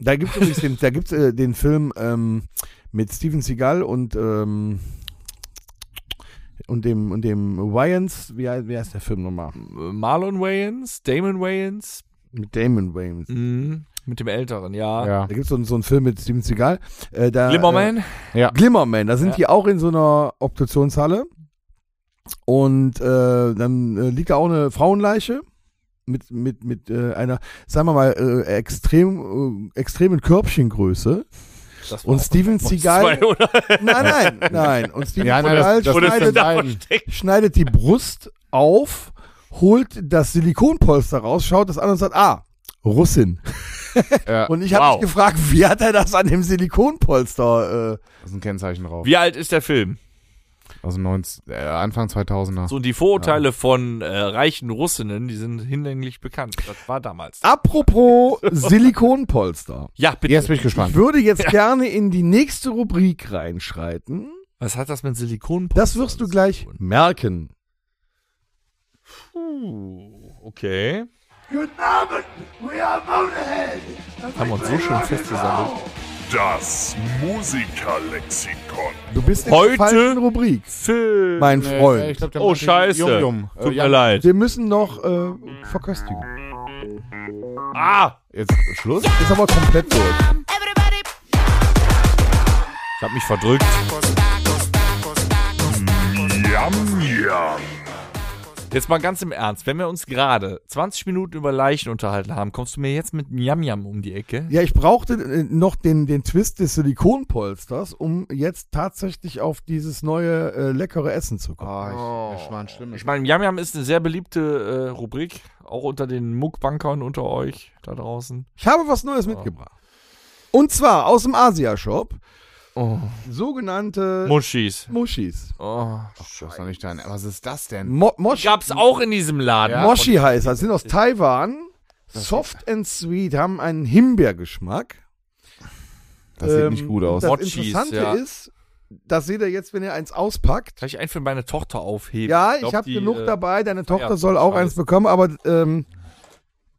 [SPEAKER 2] Da gibt es den, da gibt's, äh, den Film ähm, mit Steven Seagal und, ähm, und dem, und dem Wayans. Wie, hei- wie heißt der Film nochmal?
[SPEAKER 3] Marlon Wayans, Damon Wayans,
[SPEAKER 2] Mit Damon Wayans.
[SPEAKER 3] mhm. mit dem Älteren, ja.
[SPEAKER 4] ja.
[SPEAKER 2] Da gibt es so, einen- so einen Film mit Steven Seagal. Äh, da,
[SPEAKER 3] Glimmerman,
[SPEAKER 2] Äh, Glimmerman. Da sind
[SPEAKER 3] Ja.
[SPEAKER 2] die auch in so einer Obduktionshalle. Und äh, dann äh, liegt da auch eine Frauenleiche mit, mit, mit äh, einer, sagen wir mal, äh, extrem, äh, extremen Körbchengröße.
[SPEAKER 3] das war
[SPEAKER 2] Und
[SPEAKER 3] auch
[SPEAKER 2] Steven
[SPEAKER 3] Boys
[SPEAKER 2] Seagal.
[SPEAKER 3] 2, oder?
[SPEAKER 2] Nein, nein, nein. Und Steven
[SPEAKER 4] Ja, nein,
[SPEAKER 2] Seagal
[SPEAKER 4] das- das
[SPEAKER 3] Oder
[SPEAKER 4] ist
[SPEAKER 3] ist
[SPEAKER 2] schneidet,
[SPEAKER 4] dann-
[SPEAKER 3] da
[SPEAKER 4] Nein.
[SPEAKER 3] versteckt?
[SPEAKER 2] schneidet die Brust auf, holt das Silikonpolster raus, schaut das an und sagt, ah, Russin.
[SPEAKER 4] ja.
[SPEAKER 2] Und ich habe
[SPEAKER 3] Wow.
[SPEAKER 2] mich gefragt, wie hat er das an dem Silikonpolster? Äh,
[SPEAKER 4] Da ist ein Kennzeichen drauf.
[SPEAKER 3] Wie alt ist der Film?
[SPEAKER 4] Also 19, äh, Anfang 2000er.
[SPEAKER 3] So, und die Vorurteile von äh, reichen Russinnen, die sind hinlänglich bekannt. Das war damals.
[SPEAKER 2] Apropos Silikonpolster.
[SPEAKER 3] Ja, bitte.
[SPEAKER 4] Jetzt bin ich
[SPEAKER 2] Ich
[SPEAKER 4] gespannt.
[SPEAKER 2] würde jetzt gerne in die nächste Rubrik reinschreiten.
[SPEAKER 3] Was hat das mit Silikonpolster?
[SPEAKER 2] Das wirst du
[SPEAKER 3] zu
[SPEAKER 2] gleich
[SPEAKER 3] tun?
[SPEAKER 2] merken.
[SPEAKER 3] Puh, Uh, okay.
[SPEAKER 1] Guten Abend, we are Motorhead.
[SPEAKER 3] Haben wir uns so schön festgesammelt.
[SPEAKER 1] Das Musikerlexikon.
[SPEAKER 2] Du bist in
[SPEAKER 3] Heute-
[SPEAKER 2] der falschen Rubrik,
[SPEAKER 3] Film.
[SPEAKER 2] mein Freund.
[SPEAKER 3] Oh, scheiße. Tut mir leid.
[SPEAKER 2] Wir müssen noch äh, verköstigen.
[SPEAKER 3] Ah!
[SPEAKER 4] Jetzt Schluss?
[SPEAKER 2] Ist aber komplett durch.
[SPEAKER 3] Ich hab mich verdrückt.
[SPEAKER 1] Yum, yum.
[SPEAKER 3] Jetzt mal ganz im Ernst. Wenn wir uns gerade 20 Minuten über Leichen unterhalten haben, kommst du mir jetzt mit Yam Yam um die Ecke?
[SPEAKER 2] Ja, ich brauchte äh, noch den, den Twist des Silikonpolsters, um jetzt tatsächlich auf dieses neue äh, leckere Essen zu kommen.
[SPEAKER 4] Oh, ich, das war ein schlimmes.
[SPEAKER 3] Ich meine, Yam Yam ist eine sehr beliebte äh, Rubrik, auch unter den Muckbankern unter euch da draußen.
[SPEAKER 2] Ich habe was Neues mitgebracht. Und zwar aus dem Asia-Shop
[SPEAKER 3] Oh.
[SPEAKER 2] sogenannte
[SPEAKER 3] Muschis.
[SPEAKER 2] Muschis.
[SPEAKER 4] Oh, das ist doch nicht dein. Was ist das denn?
[SPEAKER 2] Mo Mosch
[SPEAKER 3] Gab's auch in diesem Laden.
[SPEAKER 4] Ja.
[SPEAKER 2] Moshi heißt das, sind aus Taiwan. Soft and sweet, haben einen Himbeergeschmack.
[SPEAKER 4] Das sieht
[SPEAKER 2] Ähm,
[SPEAKER 4] nicht gut aus.
[SPEAKER 2] Das
[SPEAKER 3] Mochis,
[SPEAKER 2] Interessante
[SPEAKER 3] ja.
[SPEAKER 2] ist, das seht ihr jetzt, wenn ihr eins auspackt.
[SPEAKER 3] Kann ich einen für meine Tochter aufheben?
[SPEAKER 2] Ja,
[SPEAKER 3] glaub,
[SPEAKER 2] ich habe
[SPEAKER 3] die,
[SPEAKER 2] genug
[SPEAKER 3] äh,
[SPEAKER 2] dabei. Deine Tochter
[SPEAKER 3] ja,
[SPEAKER 2] soll auch
[SPEAKER 3] schade.
[SPEAKER 2] eins bekommen, aber ähm,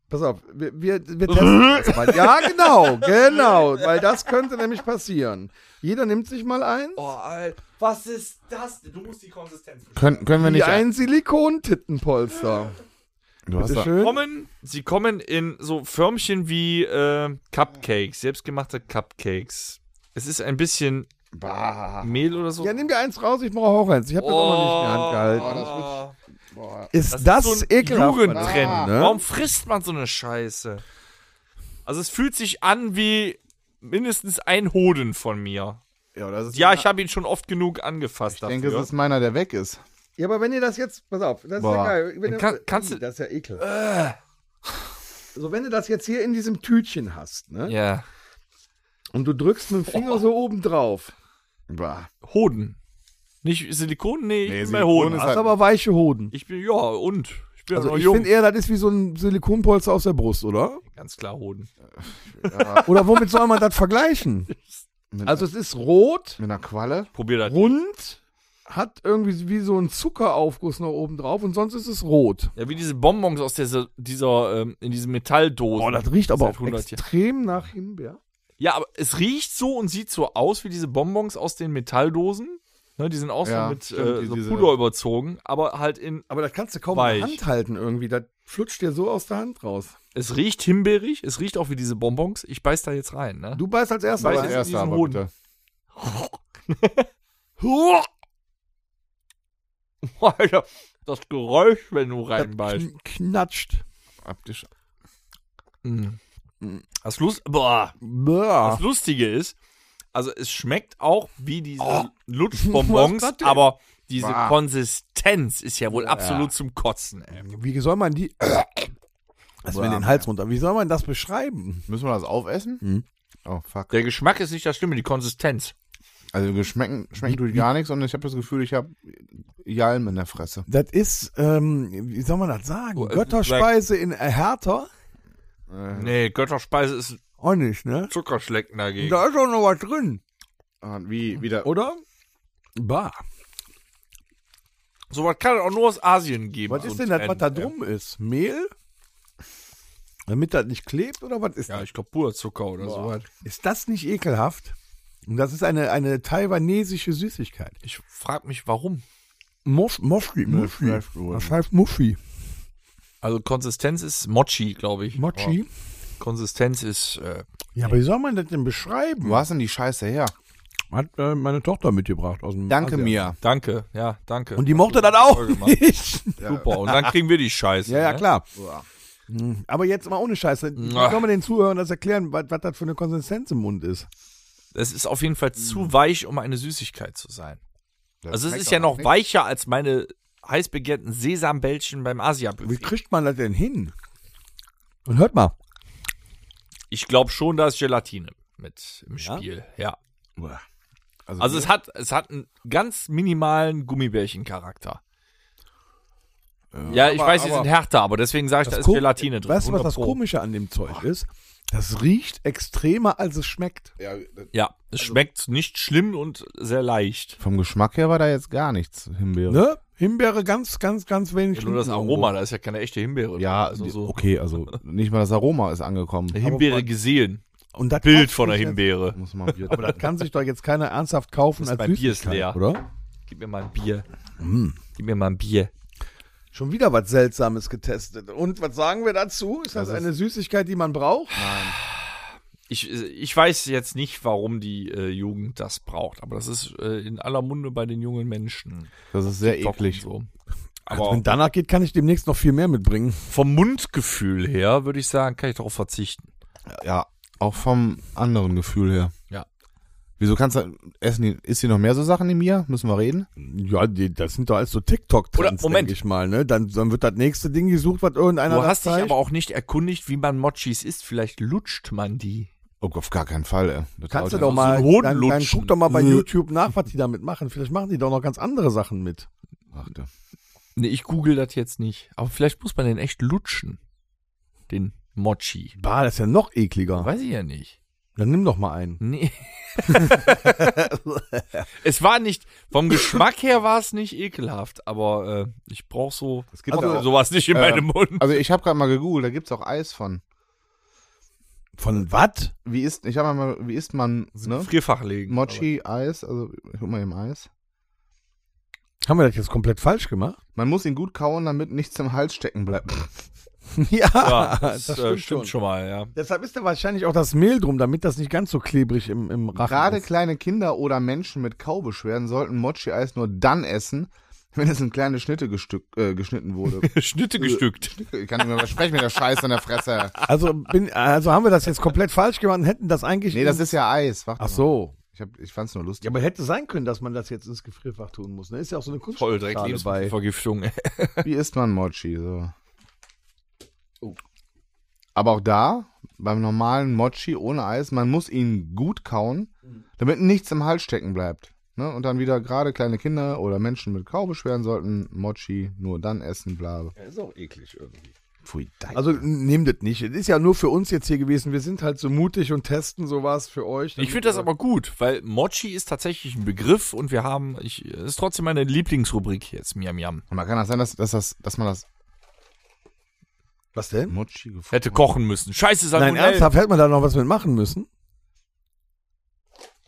[SPEAKER 2] pass auf, wir, wir, wir testen das mal. Ja, genau, genau, weil das könnte nämlich passieren. Jeder nimmt sich mal ein.
[SPEAKER 3] Oh, Alter, was ist das? Du musst die Konsistenz
[SPEAKER 4] Können, können wir
[SPEAKER 2] Wie
[SPEAKER 4] nicht.
[SPEAKER 2] ein Silikontittenpolster.
[SPEAKER 4] du hast doch-
[SPEAKER 2] Bitteschön.
[SPEAKER 3] kommen, sie kommen in so Förmchen wie äh, Cupcakes, selbstgemachte Cupcakes. Es ist ein bisschen
[SPEAKER 4] Bah.
[SPEAKER 3] Mehl oder so.
[SPEAKER 2] Ja, nimm dir eins raus, ich brauche auch eins. Ich habe das auch noch nicht in der Hand gehalten.
[SPEAKER 3] Oh,
[SPEAKER 2] Ist das, das
[SPEAKER 3] so ein
[SPEAKER 2] ekelhaft?
[SPEAKER 3] Jugendtrend.
[SPEAKER 2] Ah,
[SPEAKER 3] Warum
[SPEAKER 2] ne?
[SPEAKER 3] frisst man so eine Scheiße? Also es fühlt sich an wie mindestens ein Hoden von mir.
[SPEAKER 4] Ja, das ist
[SPEAKER 3] Ja, ich habe ihn schon oft genug angefasst
[SPEAKER 4] ich denke,
[SPEAKER 3] dafür.
[SPEAKER 4] es ist meiner, der weg ist.
[SPEAKER 2] Ja, aber wenn ihr das jetzt, pass auf, das
[SPEAKER 4] Boah.
[SPEAKER 2] ist ja geil. Wenn
[SPEAKER 3] Dann
[SPEAKER 2] ihr,
[SPEAKER 3] kann- kannst du-
[SPEAKER 2] das ist ja ekelhaft. So, wenn du das jetzt hier in diesem Tütchen hast, ne?
[SPEAKER 3] ja.
[SPEAKER 2] Und du drückst mit dem Finger so oben drauf.
[SPEAKER 4] Bah.
[SPEAKER 3] Hoden. Nicht Silikon? Nee, ich
[SPEAKER 4] Nee,
[SPEAKER 3] bin bei
[SPEAKER 4] Silikon
[SPEAKER 3] Hoden.
[SPEAKER 4] ist
[SPEAKER 2] Hast aber weiche Hoden.
[SPEAKER 3] Ich bin, ja, und? Ich bin ja
[SPEAKER 2] halt Also
[SPEAKER 3] noch
[SPEAKER 2] ich
[SPEAKER 3] jung.
[SPEAKER 2] finde eher, das ist wie so ein Silikonpolster aus der Brust, oder?
[SPEAKER 3] Ganz klar Hoden.
[SPEAKER 2] Oder womit soll man das vergleichen?
[SPEAKER 4] Mit,
[SPEAKER 2] Also es ist rot,
[SPEAKER 4] mit einer Qualle?
[SPEAKER 3] Probier das.
[SPEAKER 2] rund, hat irgendwie wie so einen Zuckeraufguss noch oben drauf und sonst ist es rot.
[SPEAKER 3] Ja, wie diese Bonbons aus dieser, dieser ähm, in diesen halt Metalldosen.
[SPEAKER 2] Boah, Oh, das riecht aber
[SPEAKER 3] Seit
[SPEAKER 2] auch
[SPEAKER 3] 100 Jahren.
[SPEAKER 2] extrem nach Himbeer.
[SPEAKER 3] Ja, aber es riecht so und sieht so aus wie diese Bonbons aus den Metalldosen. Ne, die sind auch
[SPEAKER 4] Ja,
[SPEAKER 3] so mit
[SPEAKER 4] stimmt,
[SPEAKER 3] äh,
[SPEAKER 4] die-
[SPEAKER 3] so
[SPEAKER 4] diese-
[SPEAKER 3] Puder überzogen, aber halt in.
[SPEAKER 2] Aber das kannst du kaum
[SPEAKER 3] Weich.
[SPEAKER 2] in der Hand halten irgendwie. Das flutscht dir so aus der Hand raus.
[SPEAKER 3] Es riecht himbeerig, es riecht auch wie diese Bonbons. Ich beiß da jetzt rein, ne?
[SPEAKER 2] Du beißt als erster
[SPEAKER 3] Beiß
[SPEAKER 2] rein.
[SPEAKER 3] jetzt-
[SPEAKER 4] Erster,
[SPEAKER 3] diesen
[SPEAKER 4] aber
[SPEAKER 3] Hoden.
[SPEAKER 4] bitte.
[SPEAKER 3] Alter, das Geräusch, wenn du
[SPEAKER 2] Das
[SPEAKER 3] reinbeißt.
[SPEAKER 2] kn- knatscht.
[SPEAKER 4] Optisch.
[SPEAKER 3] Mhm. Das Lust. Boah.
[SPEAKER 2] Bäh.
[SPEAKER 3] Das Lustige ist, also es schmeckt auch wie diese
[SPEAKER 2] Oh. Was
[SPEAKER 3] Lutschbonbons,
[SPEAKER 2] war das denn?
[SPEAKER 3] aber diese
[SPEAKER 4] Bah.
[SPEAKER 3] Konsistenz ist ja wohl absolut zum Kotzen, ey.
[SPEAKER 2] Wie soll man die... Das mir den Hals runter. Wie soll man das beschreiben?
[SPEAKER 4] Müssen wir das aufessen?
[SPEAKER 2] Mhm.
[SPEAKER 4] Oh, fuck.
[SPEAKER 3] Der Geschmack ist nicht das Schlimme, die Konsistenz.
[SPEAKER 4] Also geschmecken, schmecken tut gar nichts und ich habe das Gefühl, ich habe Jalm in der Fresse.
[SPEAKER 2] Das ist, ähm, wie soll man das sagen?
[SPEAKER 3] Oh, äh,
[SPEAKER 2] Götterspeise in Hertha?
[SPEAKER 3] Nee, Götterspeise ist
[SPEAKER 2] Auch nicht, ne?
[SPEAKER 3] Zuckerschlecken dagegen.
[SPEAKER 2] Da ist auch noch was drin,
[SPEAKER 4] Und Ah, wie, wieder.
[SPEAKER 2] oder? Bah.
[SPEAKER 3] So was kann es auch nur aus Asien geben.
[SPEAKER 2] Was
[SPEAKER 3] so
[SPEAKER 2] ist denn
[SPEAKER 3] ein
[SPEAKER 2] das, was
[SPEAKER 3] Trend,
[SPEAKER 2] da
[SPEAKER 3] ey.
[SPEAKER 2] drum ist? Mehl? Damit das nicht klebt, oder was ist
[SPEAKER 3] Ja,
[SPEAKER 2] das?
[SPEAKER 3] ich glaube purer Zucker oder so was.
[SPEAKER 2] Ist das nicht ekelhaft? Und das ist eine, eine taiwanesische Süßigkeit.
[SPEAKER 3] Ich frage mich, warum.
[SPEAKER 2] Mosch, Moschi, Muschi. Das heißt Muschi.
[SPEAKER 3] Also Konsistenz ist Mochi, glaube ich.
[SPEAKER 2] Mochi?
[SPEAKER 3] Aber Konsistenz ist äh,
[SPEAKER 2] Ja, aber wie soll man das denn beschreiben?
[SPEAKER 4] Wo hast denn die Scheiße her?
[SPEAKER 2] Hat äh, meine Tochter mitgebracht aus dem
[SPEAKER 4] Danke
[SPEAKER 2] Asien.
[SPEAKER 4] mir.
[SPEAKER 3] Danke, Ah, ja, danke.
[SPEAKER 2] Und die mochte das auch
[SPEAKER 3] Toll gemacht.
[SPEAKER 2] nicht.
[SPEAKER 3] Super. Und dann kriegen wir die Scheiße.
[SPEAKER 2] Ja, ja,
[SPEAKER 3] ne?
[SPEAKER 2] klar. Mhm. Aber jetzt mal ohne Scheiße. Wie
[SPEAKER 3] Ah.
[SPEAKER 2] soll man den Zuhörern das erklären, was, was das für eine Konsistenz im Mund ist?
[SPEAKER 3] Es ist auf jeden Fall
[SPEAKER 2] Mhm.
[SPEAKER 3] zu weich, um eine Süßigkeit zu sein.
[SPEAKER 4] Das
[SPEAKER 3] also es
[SPEAKER 4] schmeckt
[SPEAKER 3] ist ja
[SPEAKER 4] doch
[SPEAKER 3] noch
[SPEAKER 4] nix.
[SPEAKER 3] weicher als meine heiß begehrten Sesambällchen beim
[SPEAKER 2] Wie
[SPEAKER 3] Asia-Buffet.
[SPEAKER 2] kriegt man das denn hin? Und hört mal.
[SPEAKER 3] Ich glaube schon, da ist Gelatine mit im Spiel. Ja. Also es hat, es hat einen ganz minimalen Gummibärchen-Charakter. Ja, ich
[SPEAKER 2] Aber-
[SPEAKER 3] weiß, die
[SPEAKER 2] aber-
[SPEAKER 3] sind härter, aber deswegen sage ich, da ist
[SPEAKER 2] Kom-
[SPEAKER 3] Gelatine drin.
[SPEAKER 2] Weißt du, was
[SPEAKER 3] 100
[SPEAKER 2] das
[SPEAKER 3] Pro.
[SPEAKER 2] Komische an dem Zeug ist? Das riecht extremer, als es schmeckt.
[SPEAKER 4] ja,
[SPEAKER 3] Ja, es schmeckt nicht schlimm und sehr leicht.
[SPEAKER 4] vom Geschmack her war da jetzt gar nichts Himbeere.
[SPEAKER 2] Ne? Himbeere ganz, ganz, ganz wenig.
[SPEAKER 3] Ja, nur das
[SPEAKER 2] Schinken
[SPEAKER 3] Aroma, da ist ja keine echte Himbeere.
[SPEAKER 4] Ja,
[SPEAKER 3] also so
[SPEAKER 4] okay, also nicht mal das Aroma ist angekommen.
[SPEAKER 3] eine Himbeere
[SPEAKER 2] irgendwo.
[SPEAKER 3] gesehen.
[SPEAKER 2] Und das kann
[SPEAKER 3] Bild von der
[SPEAKER 2] sich jetzt-
[SPEAKER 3] Himbeere.
[SPEAKER 4] Muss man wieder-
[SPEAKER 2] Aber das kann sich doch jetzt keiner ernsthaft kaufen
[SPEAKER 3] Das
[SPEAKER 2] als
[SPEAKER 3] bei Bier ist
[SPEAKER 2] Süßigkeit,
[SPEAKER 3] leer.
[SPEAKER 2] oder?
[SPEAKER 3] Gib mir mal ein Bier. Gib mir mal ein Bier.
[SPEAKER 2] Schon wieder was Seltsames getestet. Und was sagen wir dazu? Ist das,
[SPEAKER 4] Das ist-
[SPEAKER 2] eine Süßigkeit, die man braucht?
[SPEAKER 3] Ah, Ich, ich weiß jetzt nicht, warum die äh, Jugend das braucht, aber das ist äh, in aller Munde bei den jungen Menschen.
[SPEAKER 4] Das ist sehr
[SPEAKER 3] Doch,
[SPEAKER 4] eklig.
[SPEAKER 3] So.
[SPEAKER 2] Also
[SPEAKER 3] Aber
[SPEAKER 2] wenn danach geht, kann ich demnächst noch viel mehr mitbringen.
[SPEAKER 3] vom Mundgefühl her würde ich sagen, kann ich darauf verzichten.
[SPEAKER 4] Ja, auch vom anderen Gefühl her.
[SPEAKER 3] Ja.
[SPEAKER 4] Wieso kannst du essen? Die, ist hier noch mehr so Sachen in mir? Müssen wir reden?
[SPEAKER 2] Ja, die, das sind doch alles so TikTok-Trends,
[SPEAKER 3] Oder- Moment.
[SPEAKER 2] denke ich mal. Ne? Dann, dann wird das nächste Ding gesucht, was irgendeiner
[SPEAKER 3] Du
[SPEAKER 2] das
[SPEAKER 3] hast dich
[SPEAKER 2] zeigt.
[SPEAKER 3] aber auch nicht erkundigt, wie man Mochis isst. Vielleicht lutscht man die.
[SPEAKER 4] Oh, auf gar keinen Fall. Ey. Das
[SPEAKER 2] Kannst du
[SPEAKER 4] dauert
[SPEAKER 2] doch mal,
[SPEAKER 3] so einen
[SPEAKER 2] dann,
[SPEAKER 3] Hoden
[SPEAKER 2] dann
[SPEAKER 3] lutschen.
[SPEAKER 2] guck doch mal bei
[SPEAKER 3] Äh.
[SPEAKER 2] YouTube nach, was die damit machen. Vielleicht machen die doch noch ganz andere Sachen mit.
[SPEAKER 4] ja- Ach, du.
[SPEAKER 3] Nee, ich google das jetzt nicht. Aber vielleicht muss man den echt lutschen. Den Mochi.
[SPEAKER 2] Bah, das ist ja noch ekliger.
[SPEAKER 3] Weiß ich ja nicht.
[SPEAKER 2] Dann nimm doch mal einen.
[SPEAKER 3] Nee. es war nicht, vom Geschmack her war es nicht ekelhaft, aber äh, ich brauche so
[SPEAKER 4] Es gibt
[SPEAKER 2] Also-
[SPEAKER 4] ja auch,
[SPEAKER 3] sowas nicht in
[SPEAKER 4] äh,
[SPEAKER 3] meinem Mund.
[SPEAKER 4] also ich habe gerade mal gegoogelt, da gibt's auch Eis von.
[SPEAKER 2] Von was?
[SPEAKER 4] Wie isst, ich habe mal, wie isst man, ne?
[SPEAKER 3] Gefrierfach legen.
[SPEAKER 4] Mochi, Eis, also ich guck mal eben Eis.
[SPEAKER 2] Haben wir das jetzt komplett falsch gemacht?
[SPEAKER 4] Man muss ihn gut kauen, damit nichts im Hals stecken bleibt.
[SPEAKER 2] ja,
[SPEAKER 3] Ja, das, äh, stimmt, schon. mal, ja.
[SPEAKER 2] Deshalb ist da wahrscheinlich auch das Mehl drum, damit das nicht ganz so klebrig im, im Rachen
[SPEAKER 4] Gerade
[SPEAKER 2] ist.
[SPEAKER 4] kleine Kinder oder Menschen mit Kaubeschwerden sollten Mochi-Eis nur dann essen, wenn es in kleine Schnitte gestück, äh, geschnitten wurde.
[SPEAKER 3] Schnitte gestückt.
[SPEAKER 4] Ich kann nicht mehr versprechen mit der Scheiße in der Fresse.
[SPEAKER 2] Also, bin, also haben wir das jetzt komplett falsch gemacht und hätten das eigentlich...
[SPEAKER 4] Nee, das ist ja Eis. Warte
[SPEAKER 2] Ach
[SPEAKER 4] Mal.
[SPEAKER 2] so.
[SPEAKER 4] Ich, hab, ich fand's nur lustig.
[SPEAKER 2] Ja, aber hätte sein können, dass man das jetzt ins Gefrierfach tun muss. Ne? Ist ja auch so eine
[SPEAKER 3] Voll direkt
[SPEAKER 2] Kunstschale bei.
[SPEAKER 3] Lebensmittelvergiftung.
[SPEAKER 4] Wie isst man Mochi? So.
[SPEAKER 2] Oh.
[SPEAKER 4] Aber auch da, beim normalen Mochi ohne Eis, man muss ihn gut kauen,
[SPEAKER 2] Mhm.
[SPEAKER 4] damit nichts im Hals stecken bleibt. Ne? Und dann wieder gerade kleine Kinder oder Menschen mit Kaubeschwerden sollten Mochi nur dann essen, bla. Ja, ist auch eklig irgendwie. Pfui, dein.
[SPEAKER 2] Also n- nehmt das nicht. Es ist ja nur für uns jetzt hier gewesen. Wir sind halt so mutig und testen sowas für euch.
[SPEAKER 3] Ich finde das aber gut, weil Mochi ist tatsächlich ein Begriff und wir haben, ich, ist trotzdem meine Lieblingsrubrik jetzt, Miam Miam.
[SPEAKER 4] Und man kann das sein, dass, dass, das, dass man das
[SPEAKER 2] Was denn?
[SPEAKER 4] Mochi gefunden
[SPEAKER 3] Hätte kochen müssen. Scheiße,
[SPEAKER 2] Nein,
[SPEAKER 3] Salmonellen.
[SPEAKER 2] ernsthaft hätte man da noch was mit machen müssen.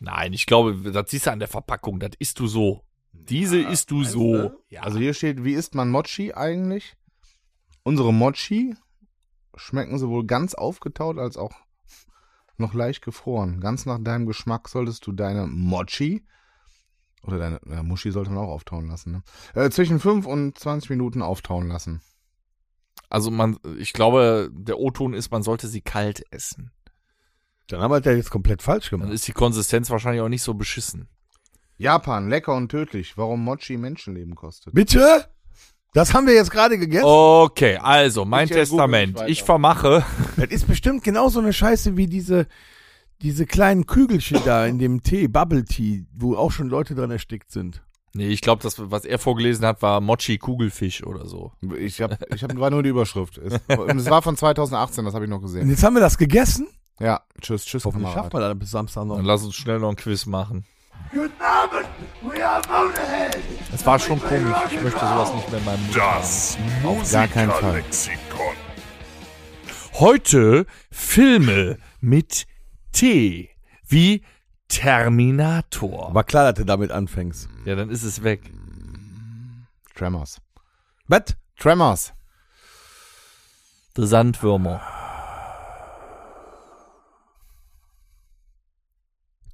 [SPEAKER 3] Nein, ich glaube, das siehst du an der Verpackung, das isst du so. Diese isst du so. Ja.
[SPEAKER 4] Also hier steht, wie isst man Mochi eigentlich? Unsere Mochi schmecken sowohl ganz aufgetaut als auch noch leicht gefroren. Ganz nach deinem Geschmack solltest du deine Mochi oder deine ja, Muschi sollte man auch auftauen lassen. Ne? Äh, zwischen 5 und 20 Minuten auftauen lassen.
[SPEAKER 3] Also man, ich glaube, der O-Ton ist, man sollte sie kalt essen.
[SPEAKER 2] Dann haben wir das ja jetzt komplett falsch
[SPEAKER 3] Dann
[SPEAKER 2] gemacht.
[SPEAKER 3] ist die Konsistenz wahrscheinlich auch nicht so beschissen.
[SPEAKER 4] Japan, lecker und tödlich. Warum Mochi Menschenleben kostet.
[SPEAKER 2] Bitte? Das haben wir jetzt gerade gegessen.
[SPEAKER 3] Okay, also mein
[SPEAKER 4] Ich, äh,
[SPEAKER 3] Testament.
[SPEAKER 4] google nicht
[SPEAKER 3] Ich
[SPEAKER 4] weiter.
[SPEAKER 3] vermache.
[SPEAKER 2] Das ist bestimmt genauso eine Scheiße wie diese, diese kleinen Kügelchen da in dem Tee, Bubble Tea, wo auch schon Leute dran erstickt sind.
[SPEAKER 3] Nee, ich glaube, das, was er vorgelesen hat, war Mochi Kugelfisch oder so.
[SPEAKER 4] Ich hab, ich hab, war nur die Überschrift. Es, es war von 2018, das habe ich noch
[SPEAKER 2] Und
[SPEAKER 4] gesehen.
[SPEAKER 2] jetzt haben wir das gegessen.
[SPEAKER 4] Ja, tschüss, tschüss,
[SPEAKER 2] Hoffentlich
[SPEAKER 4] Kamerad.
[SPEAKER 2] schafft man das bis Samstag noch.
[SPEAKER 3] Ah, Dann lass uns schnell noch ein Quiz machen.
[SPEAKER 1] We are Motorhead.
[SPEAKER 3] Das war schon komisch. Ich möchte sowas nicht mehr in meinem Mund.
[SPEAKER 1] Das
[SPEAKER 4] gar keinen Fall.
[SPEAKER 1] Musikerlexikon.
[SPEAKER 3] Heute Filme mit T. Wie Terminator.
[SPEAKER 2] War klar, dass du damit anfängst.
[SPEAKER 3] Ja, dann ist es weg.
[SPEAKER 4] Tremors.
[SPEAKER 2] Was?
[SPEAKER 4] Tremors.
[SPEAKER 3] Der Sandwürmer.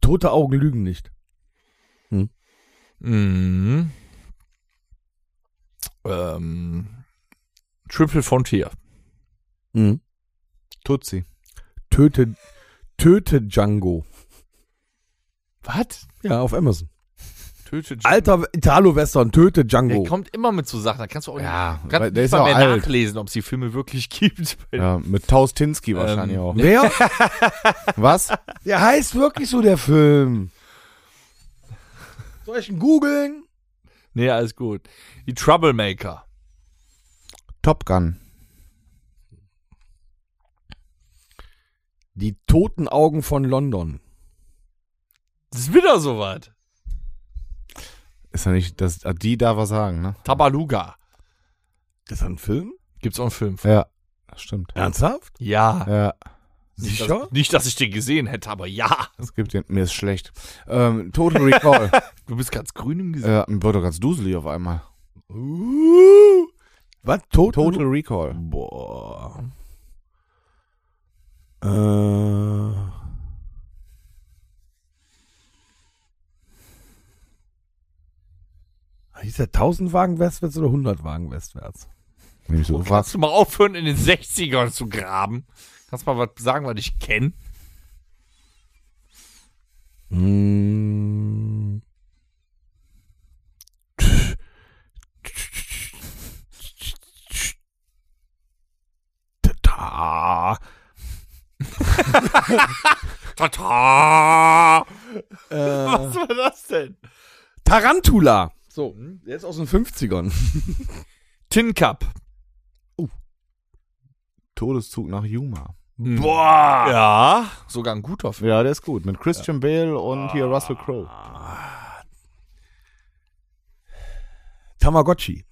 [SPEAKER 2] Tote Augen lügen nicht.
[SPEAKER 3] Mhm. Ähm, Triple Frontier.
[SPEAKER 2] Mhm.
[SPEAKER 4] Tutsi.
[SPEAKER 2] Töte, töte Django.
[SPEAKER 3] Was?
[SPEAKER 2] Ja, auf Amazon.
[SPEAKER 3] Töte Jim.
[SPEAKER 2] Alter Italo-Western, töte
[SPEAKER 3] Der
[SPEAKER 2] Django.
[SPEAKER 3] kommt immer mit so Sachen. Da kannst du auch
[SPEAKER 4] Ja,
[SPEAKER 3] nicht,
[SPEAKER 4] weil
[SPEAKER 3] kannst
[SPEAKER 4] der
[SPEAKER 3] nicht
[SPEAKER 4] ist
[SPEAKER 3] mal
[SPEAKER 4] auch
[SPEAKER 3] mehr
[SPEAKER 4] alt.
[SPEAKER 3] nachlesen, ob es die Filme wirklich gibt.
[SPEAKER 4] Ja, mit Taustinski wahrscheinlich
[SPEAKER 3] Ähm,
[SPEAKER 4] auch.
[SPEAKER 2] Wer?
[SPEAKER 4] Was?
[SPEAKER 2] Der heißt wirklich so, der Film. Soll ich ihn googeln?
[SPEAKER 3] Nee, alles gut. Die Troublemaker.
[SPEAKER 4] Top Gun.
[SPEAKER 2] Die toten Augen von London.
[SPEAKER 3] Das ist wieder soweit.
[SPEAKER 4] Ist ja nicht, das, die darf was sagen, ne?
[SPEAKER 3] Tabaluga.
[SPEAKER 2] Ist das ein Film?
[SPEAKER 3] Gibt's auch einen Film. von.
[SPEAKER 4] Ja, das stimmt.
[SPEAKER 2] Ernsthaft?
[SPEAKER 3] Ja.
[SPEAKER 4] Ja,
[SPEAKER 3] Nicht,
[SPEAKER 2] Sicher?
[SPEAKER 3] Dass, nicht, dass ich den gesehen hätte, aber ja.
[SPEAKER 4] es gibt den, mir ist schlecht. Ähm, Total Recall.
[SPEAKER 3] Du bist ganz grün im Gesicht.
[SPEAKER 4] ja, mir wurde ganz duselig auf einmal.
[SPEAKER 2] Uh, was? Toten?
[SPEAKER 4] Total Recall.
[SPEAKER 2] Boah. Äh, hieß der 1000 Wagen westwärts oder 100 Wagen westwärts?
[SPEAKER 4] Wenn ich so
[SPEAKER 3] Kannst
[SPEAKER 4] gefragt.
[SPEAKER 3] du mal aufhören, in den 60ern zu graben? Kannst mal was sagen, was ich kenne?
[SPEAKER 2] Mm. Tata.
[SPEAKER 3] Tata!
[SPEAKER 2] Äh,
[SPEAKER 3] Was war das denn?
[SPEAKER 2] Tarantula. So, der ist aus den 50ern.
[SPEAKER 3] Tin Cup.
[SPEAKER 4] Todeszug nach Yuma.
[SPEAKER 3] Boah! Ja. Sogar ein guter Film.
[SPEAKER 4] Ja, der ist gut. Mit Christian Bale und hier Russell Crowe.
[SPEAKER 2] Tamagotchi.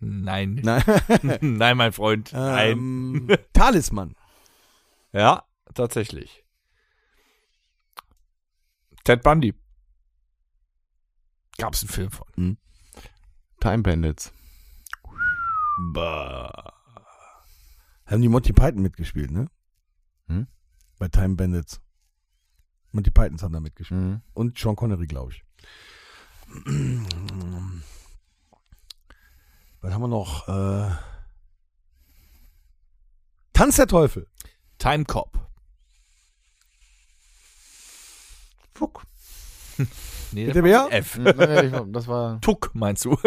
[SPEAKER 3] Nein.
[SPEAKER 2] Nein.
[SPEAKER 3] Nein, mein Freund. Nein.
[SPEAKER 2] Ähm, Talisman.
[SPEAKER 3] Ja, tatsächlich. Ted Bundy. Gab's einen Film von.
[SPEAKER 4] Time Bandits.
[SPEAKER 2] Bah. Haben die Monty Python mitgespielt, ne?
[SPEAKER 4] Hm?
[SPEAKER 2] Bei Time Bandits. Monty Pythons haben da mitgespielt.
[SPEAKER 4] Mhm.
[SPEAKER 2] Und Sean Connery, glaube ich. Was haben wir noch? Äh, Tanz der Teufel.
[SPEAKER 3] Time Cop.
[SPEAKER 2] Fuck.
[SPEAKER 3] Nee,
[SPEAKER 2] Bitte wer?
[SPEAKER 3] F.
[SPEAKER 4] Nee, nee, ich- das war.
[SPEAKER 3] Tuck, meinst du?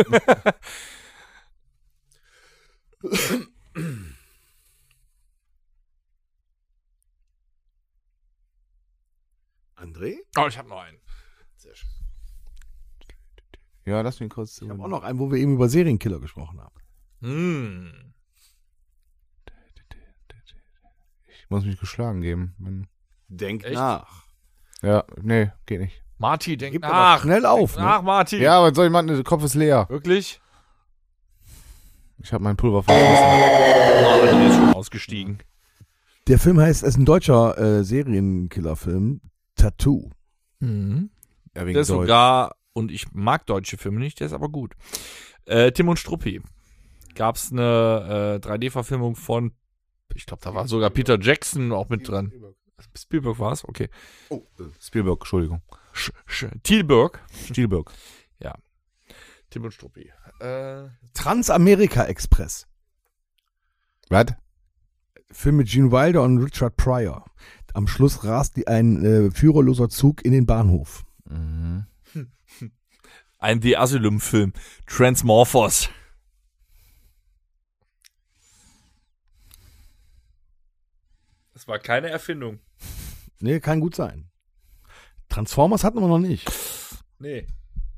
[SPEAKER 2] André?
[SPEAKER 3] Oh, ich habe noch einen.
[SPEAKER 4] Ja, lass mich kurz. ähm,
[SPEAKER 2] Ich habe auch noch einen, wo wir eben über Serienkiller gesprochen haben.
[SPEAKER 3] Hm.
[SPEAKER 4] Ich muss mich geschlagen geben. Wenn-
[SPEAKER 2] Denk
[SPEAKER 3] Echt?
[SPEAKER 2] nach.
[SPEAKER 4] Ja, nee, geht nicht.
[SPEAKER 3] Marty, denk
[SPEAKER 2] Gib mir doch
[SPEAKER 3] nach.
[SPEAKER 2] schnell auf. Ne?
[SPEAKER 3] Nach, Marty.
[SPEAKER 4] Ja, was soll ich machen? Der Kopf ist leer.
[SPEAKER 3] Wirklich?
[SPEAKER 4] Ich habe mein Pulver vergessen.
[SPEAKER 3] Oh, die ist schon ausgestiegen.
[SPEAKER 2] Der Film heißt, ist ein deutscher äh, Serienkiller-Film, Tattoo.
[SPEAKER 3] Mhm.
[SPEAKER 4] Ja,
[SPEAKER 3] Der ist sogar, und ich mag deutsche Filme nicht, der ist aber gut. Äh, Tim und Struppi. Gab's eine äh, 3D-Verfilmung von, ich glaube, da war sogar Peter Jackson auch mit dran. Spielberg war's? Okay.
[SPEAKER 4] Oh, Spielberg, Entschuldigung.
[SPEAKER 3] Sch Sch Thielberg.
[SPEAKER 4] Spielberg.
[SPEAKER 3] Tim und Struppi. Äh,
[SPEAKER 2] Transamerika-Express.
[SPEAKER 4] Was?
[SPEAKER 2] Film mit Gene Wilder und Richard Pryor. Am Schluss rast die ein äh, führerloser Zug in den Bahnhof.
[SPEAKER 4] Mhm.
[SPEAKER 3] ein The Asylum-Film. Transmorphos. Das war keine Erfindung.
[SPEAKER 2] Nee, kann gut sein. Transformers hatten wir noch nicht.
[SPEAKER 3] Nee.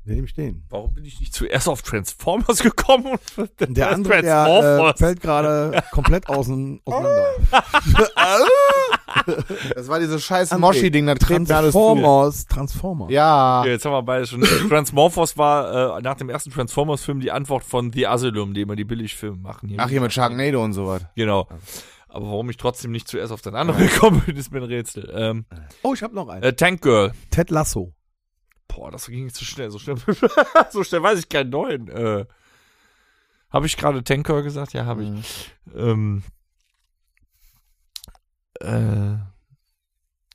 [SPEAKER 2] Den nehme ich den.
[SPEAKER 3] Warum bin ich nicht zuerst auf Transformers gekommen? Und
[SPEAKER 2] Der andere, der äh, fällt gerade komplett außen, auseinander.
[SPEAKER 3] Oh,
[SPEAKER 4] Das war dieses scheiß
[SPEAKER 2] André,
[SPEAKER 4] Moshi-Ding, da treten wir alles zu.
[SPEAKER 2] Transformers, Transformers.
[SPEAKER 4] Ja.
[SPEAKER 3] okay, jetzt haben wir beide schon. Transmorphos war äh, nach dem ersten Transformers-Film die Antwort von The Asylum, die immer die Billigfilme machen. Hier.
[SPEAKER 4] Ach, hier mit Sharknado und sowas.
[SPEAKER 3] Genau. Aber warum ich trotzdem nicht zuerst auf den anderen gekommen bin, ist mir ein Rätsel. Ähm,
[SPEAKER 2] Oh, ich habe noch einen.
[SPEAKER 3] äh, Tank Girl.
[SPEAKER 2] Ted Lasso.
[SPEAKER 3] Boah, das ging jetzt zu schnell. So schnell, so schnell weiß ich keinen neuen. Äh, habe ich gerade Tank Girl gesagt? Ja, habe ich. Ähm,
[SPEAKER 4] Mhm.
[SPEAKER 3] äh,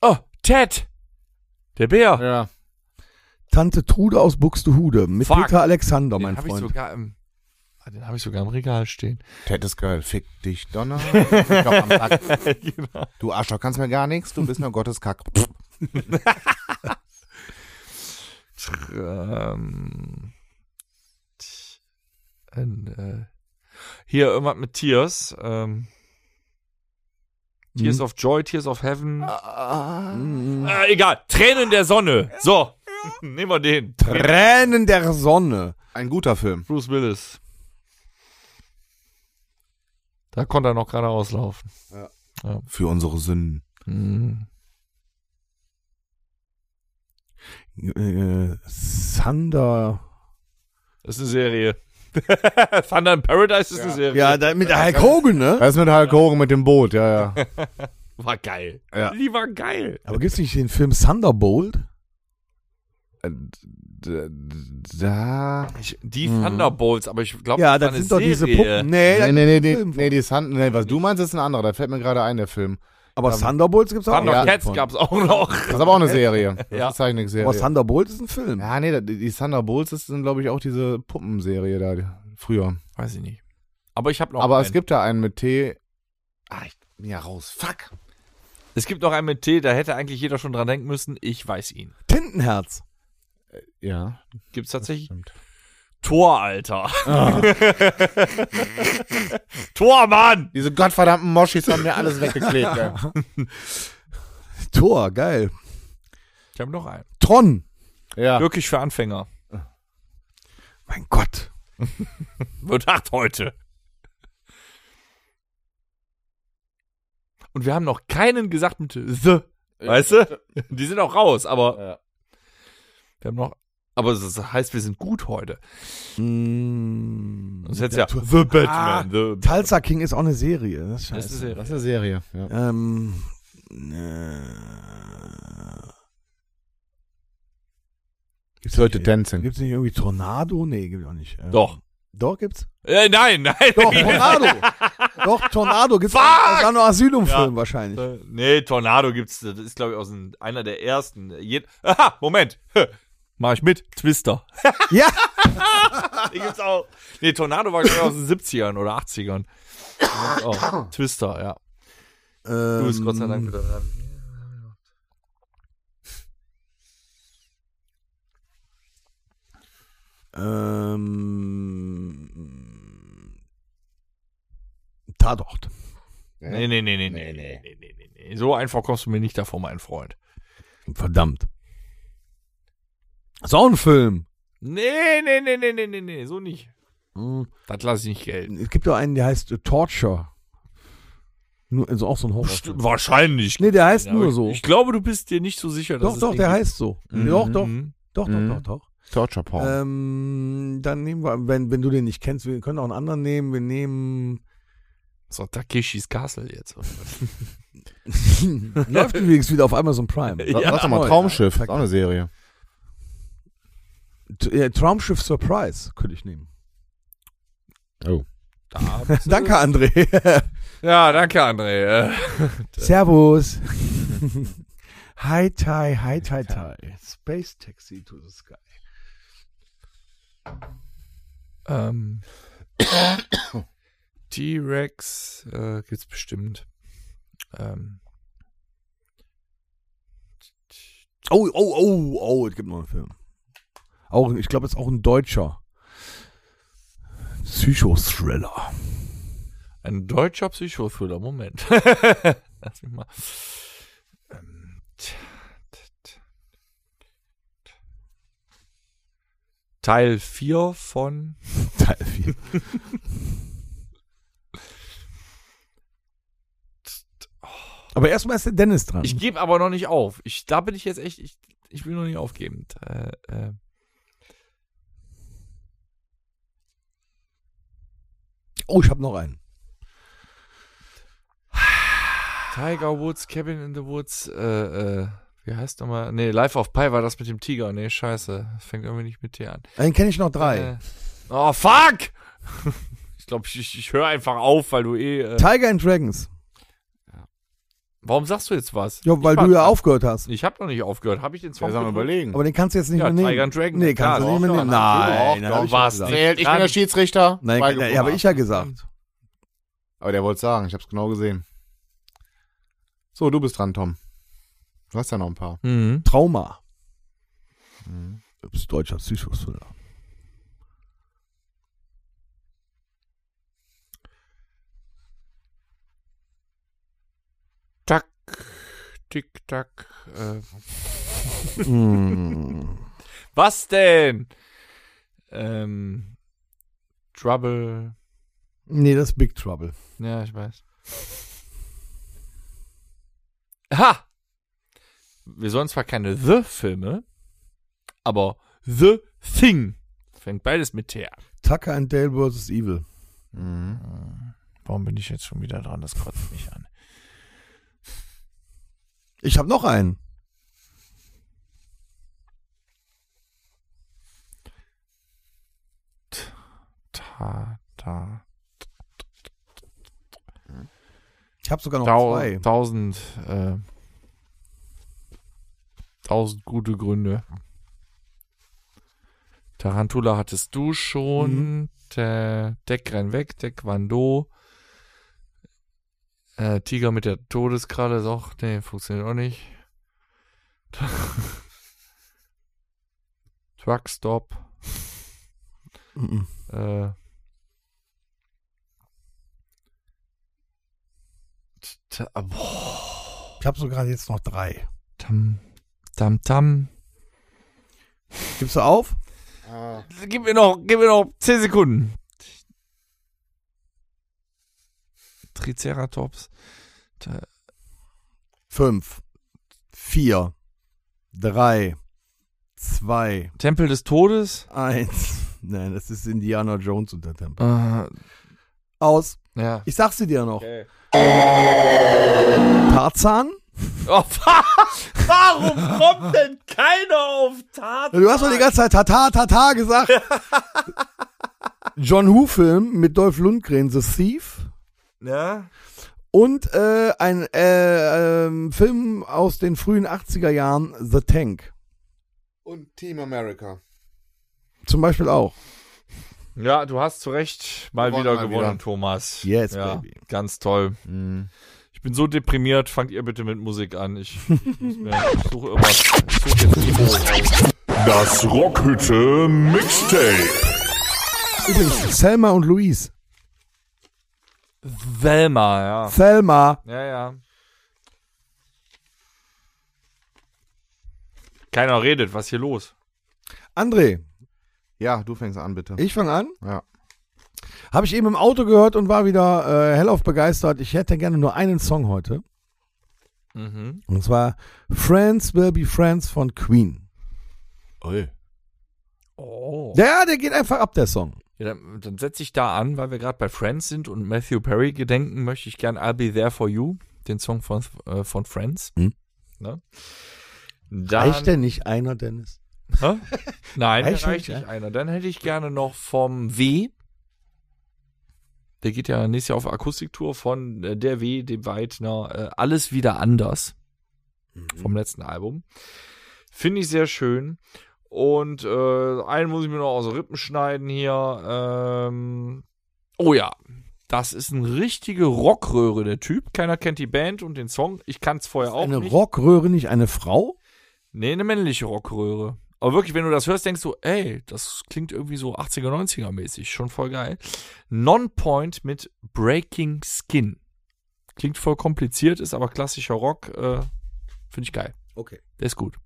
[SPEAKER 3] oh, Ted! Der Bär!
[SPEAKER 4] Ja.
[SPEAKER 2] Tante Trude aus Buxtehude mit
[SPEAKER 3] Fuck.
[SPEAKER 2] Peter Alexander, mein
[SPEAKER 3] den habe ich,
[SPEAKER 2] Freund.
[SPEAKER 3] sogar im- ah, den hab ich sogar im Regal stehen.
[SPEAKER 4] Ted ist geil. Fick dich, Donner. Fick doch am Sack. Du Arschloch, kannst mir gar nichts. Du bist nur Gottes Kack. Pff.
[SPEAKER 3] Ähm, t- ein, äh, hier irgendwas mit Tears. Ähm,
[SPEAKER 2] Hm.
[SPEAKER 3] Tears of Joy, Tears of Heaven. Ah,
[SPEAKER 2] Mhm.
[SPEAKER 3] Äh, egal, Tränen der Sonne. So. Nehmen wir den.
[SPEAKER 2] Tränen der Sonne.
[SPEAKER 4] Ein guter Film.
[SPEAKER 3] Bruce Willis. Da konnte er noch gerade auslaufen.
[SPEAKER 4] Für unsere Sünden.
[SPEAKER 2] Äh, Thunder.
[SPEAKER 3] Das ist eine Serie. Thunder in Paradise ist eine Serie.
[SPEAKER 2] Ja, da, mit
[SPEAKER 3] äh,
[SPEAKER 2] Hulk Hogan, ne?
[SPEAKER 4] Das ist mit Hulk Hogan mit dem Boot, ja, ja.
[SPEAKER 3] War geil.
[SPEAKER 4] Ja.
[SPEAKER 3] Die war geil.
[SPEAKER 2] Aber gibt's nicht den Film Thunderbolt?
[SPEAKER 4] D- d- Da.
[SPEAKER 3] Ich, die Thunderbolts, aber ich glaube,
[SPEAKER 2] Ja, das
[SPEAKER 3] das war eine
[SPEAKER 2] sind doch diese
[SPEAKER 3] Serie.
[SPEAKER 2] Puppen. Nee,
[SPEAKER 4] Nee,
[SPEAKER 2] da-
[SPEAKER 4] nee, nee, nee,
[SPEAKER 2] Film.
[SPEAKER 4] nee, die ist Hand, nee, was du meinst, ist ein anderer. Da fällt mir gerade ein, der Film.
[SPEAKER 2] aber Thunderbolts gibt's auch.
[SPEAKER 3] Thunder
[SPEAKER 4] Ja.
[SPEAKER 3] Cats Ähm, gab's auch noch.
[SPEAKER 4] Das ist aber auch eine Serie. Das
[SPEAKER 3] Ja.
[SPEAKER 4] ist eine
[SPEAKER 2] Aber
[SPEAKER 4] Serie.
[SPEAKER 2] Thunderbolt ist ein Film.
[SPEAKER 4] Ja, nee, die die Thunderbolts das sind, glaube ich, auch diese Puppenserie da die- früher.
[SPEAKER 3] Weiß ich nicht. Aber ich habe noch
[SPEAKER 4] Aber
[SPEAKER 3] einen.
[SPEAKER 4] es gibt da einen mit T. Ah, ich bin ja raus. Fuck.
[SPEAKER 3] es gibt noch einen mit T, da hätte eigentlich jeder schon dran denken müssen. Ich weiß ihn.
[SPEAKER 2] Tintenherz.
[SPEAKER 4] Ja,
[SPEAKER 3] Gibt's tatsächlich?
[SPEAKER 4] stimmt. Ah.
[SPEAKER 3] Tor, Alter. Tor, Mann!
[SPEAKER 4] Diese gottverdammten Moschis haben mir alles weggeklebt. ey.
[SPEAKER 2] Tor, geil.
[SPEAKER 3] Ich habe noch einen.
[SPEAKER 2] Tron.
[SPEAKER 4] Ja.
[SPEAKER 3] Wirklich für Anfänger.
[SPEAKER 2] Mein Gott.
[SPEAKER 3] Wird hart heute. Und wir haben noch keinen gesagt mit The. Weißt du? Die sind auch raus, aber
[SPEAKER 4] Ja.
[SPEAKER 3] wir haben noch. Aber das heißt, wir sind gut heute.
[SPEAKER 2] Mm,
[SPEAKER 3] Sonst hätt's ja
[SPEAKER 2] Tor-
[SPEAKER 3] The Batman. The
[SPEAKER 2] Talsa King ist auch eine Serie. Das ist
[SPEAKER 3] Das
[SPEAKER 2] scheiße.
[SPEAKER 3] ist ja-
[SPEAKER 4] Das ist eine Serie. Ja.
[SPEAKER 2] Ähm, äh, gibt's
[SPEAKER 4] Dirty
[SPEAKER 2] nicht-
[SPEAKER 4] Dancing.
[SPEAKER 2] Gibt's nicht irgendwie Tornado? Nee, gibt's auch nicht. Ähm,
[SPEAKER 3] Doch.
[SPEAKER 2] Doch, gibt's?
[SPEAKER 3] Äh, nein, nein.
[SPEAKER 2] Doch, Tornado. Doch, Tornado. Gibt's das war nur Asylum-Film
[SPEAKER 3] Ja.
[SPEAKER 2] wahrscheinlich.
[SPEAKER 3] Äh, Nee, Tornado gibt's. Das ist, glaube ich, aus den- einer der ersten. Je Aha, Moment. Mach ich mit. Twister.
[SPEAKER 2] Ja.
[SPEAKER 3] Die gibt's auch. Nee, Tornado war, glaube ich, aus den 70ern oder 80ern. Die gibt's auch. Twister, ja. Du bist Gott sei Dank wieder dran.
[SPEAKER 2] Ähm, Tatort.
[SPEAKER 3] Nee, nee, Ähm, nee, nee, nee, nee, nee, nee, nee, nee. So einfach kommst du mir nicht davor, mein Freund.
[SPEAKER 2] Verdammt. So ein Film.
[SPEAKER 3] Nee, nee, nee, nee, nee, nee, nee, so nicht.
[SPEAKER 2] Hm,
[SPEAKER 3] Das lasse ich nicht gelten.
[SPEAKER 2] Es gibt doch einen, der heißt äh, Torture. Nur, also auch so ein Horrorfilm.
[SPEAKER 3] wahrscheinlich.
[SPEAKER 2] Nee, der heißt
[SPEAKER 3] Ja, aber
[SPEAKER 2] nur
[SPEAKER 3] ich-
[SPEAKER 2] so.
[SPEAKER 3] Ich glaube, du bist dir nicht so sicher, dass
[SPEAKER 2] Doch,
[SPEAKER 3] es
[SPEAKER 2] doch,
[SPEAKER 3] den
[SPEAKER 2] der
[SPEAKER 3] gibt.
[SPEAKER 2] heißt so.
[SPEAKER 4] Mhm.
[SPEAKER 2] Doch, doch,
[SPEAKER 3] Mhm.
[SPEAKER 2] doch,
[SPEAKER 4] Mhm.
[SPEAKER 2] doch, doch, doch.
[SPEAKER 4] Torture Porn.
[SPEAKER 2] Äh, Ähm, dann nehmen wir, wenn, wenn du den nicht kennst, wir können auch einen anderen nehmen. Wir nehmen.
[SPEAKER 3] So, Takeshis Castle jetzt.
[SPEAKER 2] Läuft übrigens wieder auf Amazon Prime.
[SPEAKER 4] Sag,
[SPEAKER 3] ja,
[SPEAKER 4] sag doch mal,
[SPEAKER 2] neu.
[SPEAKER 4] Traumschiff. Ist auch eine Serie.
[SPEAKER 2] T- äh, Traumschiff Surprise könnte ich nehmen.
[SPEAKER 4] Oh.
[SPEAKER 3] Da
[SPEAKER 2] Danke, André.
[SPEAKER 3] Ja, danke, André. Äh,
[SPEAKER 2] Servus. hi, Tai, hi, Tai, Tai. Space Taxi to the Sky.
[SPEAKER 3] Ähm, T-Rex äh, gibt's bestimmt. Ähm,
[SPEAKER 2] Oh, oh, oh, oh, es gibt noch einen Film. Auch, ich glaube, es ist auch ein deutscher. Psychothriller.
[SPEAKER 3] ein deutscher Psychothriller. Moment. Lass mich mal. Ähm, t- t- t- t- Teil 4 von
[SPEAKER 2] Teil 4. Aber erstmal ist der Dennis dran.
[SPEAKER 3] Ich gebe aber noch nicht auf. Ich, da bin ich jetzt echt, ich, ich will noch nicht aufgeben. Äh, äh.
[SPEAKER 2] oh, ich habe noch einen.
[SPEAKER 3] Tiger Woods, Cabin in the Woods, äh, äh, wie heißt nochmal? Nee, Life of Pi war das mit dem Tiger. Nee, scheiße. Das fängt irgendwie nicht mit T an.
[SPEAKER 2] Dann kenne ich noch drei.
[SPEAKER 3] Äh, oh, fuck! Ich glaube, ich, ich, ich höre einfach auf, weil du eh. Äh,
[SPEAKER 2] Tiger and Dragons.
[SPEAKER 3] warum sagst du jetzt was?
[SPEAKER 2] Ja, weil
[SPEAKER 3] ich
[SPEAKER 2] du ja
[SPEAKER 3] auf.
[SPEAKER 2] aufgehört hast.
[SPEAKER 3] Ich habe noch nicht aufgehört. Habe ich den
[SPEAKER 4] Wir
[SPEAKER 3] Song?
[SPEAKER 4] sollen mal
[SPEAKER 3] gedrückt?
[SPEAKER 4] überlegen.
[SPEAKER 2] Aber den kannst du jetzt nicht
[SPEAKER 3] Ja,
[SPEAKER 2] mehr nehmen.
[SPEAKER 3] Tiger and Dragon.
[SPEAKER 2] Nee,
[SPEAKER 3] Klar,
[SPEAKER 2] kannst du nicht
[SPEAKER 3] doch,
[SPEAKER 2] mehr
[SPEAKER 3] doch,
[SPEAKER 2] nehmen.
[SPEAKER 3] natürlich.
[SPEAKER 2] Nein,
[SPEAKER 3] Doch,
[SPEAKER 2] hab
[SPEAKER 3] doch,
[SPEAKER 2] ich
[SPEAKER 3] war's
[SPEAKER 2] nicht. gesagt.
[SPEAKER 3] nicht.
[SPEAKER 4] Zählt, ich bin der Schiedsrichter.
[SPEAKER 2] Nein,
[SPEAKER 4] Zwei
[SPEAKER 2] ja, habe
[SPEAKER 4] Geboren.
[SPEAKER 2] ich ja gesagt.
[SPEAKER 3] Mhm.
[SPEAKER 4] Aber der wollte sagen, ich hab's genau gesehen. So, du bist dran, Tom. Du hast ja noch ein paar.
[SPEAKER 3] Mhm.
[SPEAKER 2] Trauma. Das ist deutscher Psychothriller.
[SPEAKER 3] Tack, tick, tack. Äh,
[SPEAKER 2] Mm.
[SPEAKER 3] Was denn? Ähm, Trouble.
[SPEAKER 2] Nee, das ist Big Trouble.
[SPEAKER 3] Ja, ich weiß. Ha! Wir sollen zwar keine The-Filme, aber The Thing. Fängt beides mit T an.
[SPEAKER 2] Tucker and Dale vs. Evil.
[SPEAKER 4] Mhm.
[SPEAKER 3] Warum bin ich jetzt schon wieder dran? Das kotzt mich an.
[SPEAKER 2] Ich habe noch einen.
[SPEAKER 3] Ta, ta.
[SPEAKER 2] Ich habe sogar noch
[SPEAKER 3] Tau,
[SPEAKER 2] zwei.
[SPEAKER 3] tausend, äh, tausend gute Gründe. Tarantula hattest du schon. Der Deck renn weg, Deck Wando. Äh, Tiger mit der Todeskralle ist auch, nee, funktioniert auch nicht. Truck Stop.
[SPEAKER 2] Mhm.
[SPEAKER 3] Äh. Ta- Boah.
[SPEAKER 2] Ich habe sogar jetzt noch drei.
[SPEAKER 3] Tam, tam, tam.
[SPEAKER 2] Gibst du auf?
[SPEAKER 4] Ah,
[SPEAKER 3] Gib mir noch, gib mir noch 10 Sekunden. Triceratops. Ta-
[SPEAKER 2] Fünf, vier, drei, zwei,
[SPEAKER 3] Tempel des Todes.
[SPEAKER 2] eins. Nein, das ist Indiana Jones und der Tempel.
[SPEAKER 3] Äh,
[SPEAKER 2] Aus.
[SPEAKER 3] ja.
[SPEAKER 2] Ich sag's dir noch. Tarzan?
[SPEAKER 3] Oh, warum kommt denn keiner auf Tat?
[SPEAKER 2] Du hast doch die ganze Zeit Tata, Tata gesagt. John Who-Film mit Dolph Lundgren, The Thief.
[SPEAKER 3] Ja.
[SPEAKER 2] Und äh, ein äh, ähm, Film aus den frühen 80er Jahren, The Tank.
[SPEAKER 4] Und Team America.
[SPEAKER 2] Zum Beispiel auch.
[SPEAKER 3] ja, du hast zu Recht mal
[SPEAKER 4] Gewonnen,
[SPEAKER 3] wieder
[SPEAKER 4] mal
[SPEAKER 3] gewonnen,
[SPEAKER 4] wieder.
[SPEAKER 3] Thomas.
[SPEAKER 2] Yes,
[SPEAKER 3] ja,
[SPEAKER 2] baby.
[SPEAKER 3] Ganz toll.
[SPEAKER 4] Mhm.
[SPEAKER 3] Ich bin so deprimiert, fangt ihr bitte mit Musik an. Ich, ich, muss mir, ich suche irgendwas. Ich suche jetzt irgendwo.
[SPEAKER 1] Das Rockhütte Mixtape.
[SPEAKER 2] Übrigens, Selma und Louise.
[SPEAKER 3] Velma, ja.
[SPEAKER 2] Selma.
[SPEAKER 3] Ja, ja. Keiner redet, was hier los?
[SPEAKER 2] André,
[SPEAKER 4] Ja, du fängst an, bitte.
[SPEAKER 2] ich fange an.
[SPEAKER 4] Ja.
[SPEAKER 2] Habe ich eben im Auto gehört und war wieder äh, hellauf begeistert. Ich hätte gerne nur einen Song heute.
[SPEAKER 3] Mhm.
[SPEAKER 2] Und zwar Friends Will Be Friends von Queen.
[SPEAKER 3] Oh.
[SPEAKER 2] Ja, der geht einfach ab, der Song.
[SPEAKER 3] Ja, dann dann setze ich da an, weil wir gerade bei Friends sind und Matthew Perry gedenken, möchte ich gern I'll Be There For You, den Song von, äh, von Friends.
[SPEAKER 2] Hm.
[SPEAKER 3] Ne? Dann,
[SPEAKER 2] Reicht denn nicht einer, Dennis?
[SPEAKER 3] Hä? Nein,
[SPEAKER 2] Reicht
[SPEAKER 3] reicht, reicht
[SPEAKER 2] nicht,
[SPEAKER 3] nicht einer. Dann hätte ich gerne noch vom W. Der geht ja nächstes Jahr auf Akustiktour von äh, der W, dem Weidner, äh, alles wieder anders.
[SPEAKER 2] Mhm.
[SPEAKER 3] Vom letzten Album. Finde ich sehr schön. Und äh, einen muss ich mir noch aus den Rippen schneiden hier. Ähm, oh ja, das ist eine richtige Rockröhre, der Typ. Keiner kennt die Band und den Song. Ich kann es vorher auch
[SPEAKER 2] eine
[SPEAKER 3] nicht.
[SPEAKER 2] Rockröhre, nicht eine Frau?
[SPEAKER 3] Nee, eine männliche Rockröhre. Aber wirklich, wenn du das hörst, denkst du, ey, das klingt irgendwie so 80er, 90er mäßig. Schon voll geil. Non-Point mit Breaking Skin. Klingt voll kompliziert, ist aber klassischer Rock. Äh, Finde ich geil.
[SPEAKER 2] Okay,
[SPEAKER 3] Der ist gut.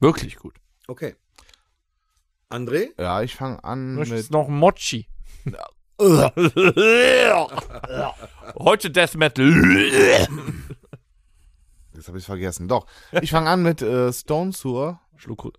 [SPEAKER 3] Wirklich gut.
[SPEAKER 2] okay. André?
[SPEAKER 4] Ja, ich fange an
[SPEAKER 3] Möchtest
[SPEAKER 4] mit.
[SPEAKER 3] noch Mochi? Heute Death Metal.
[SPEAKER 4] Jetzt habe ich vergessen. Doch. Ich fange an mit äh, Stone Sour.
[SPEAKER 3] Schluck.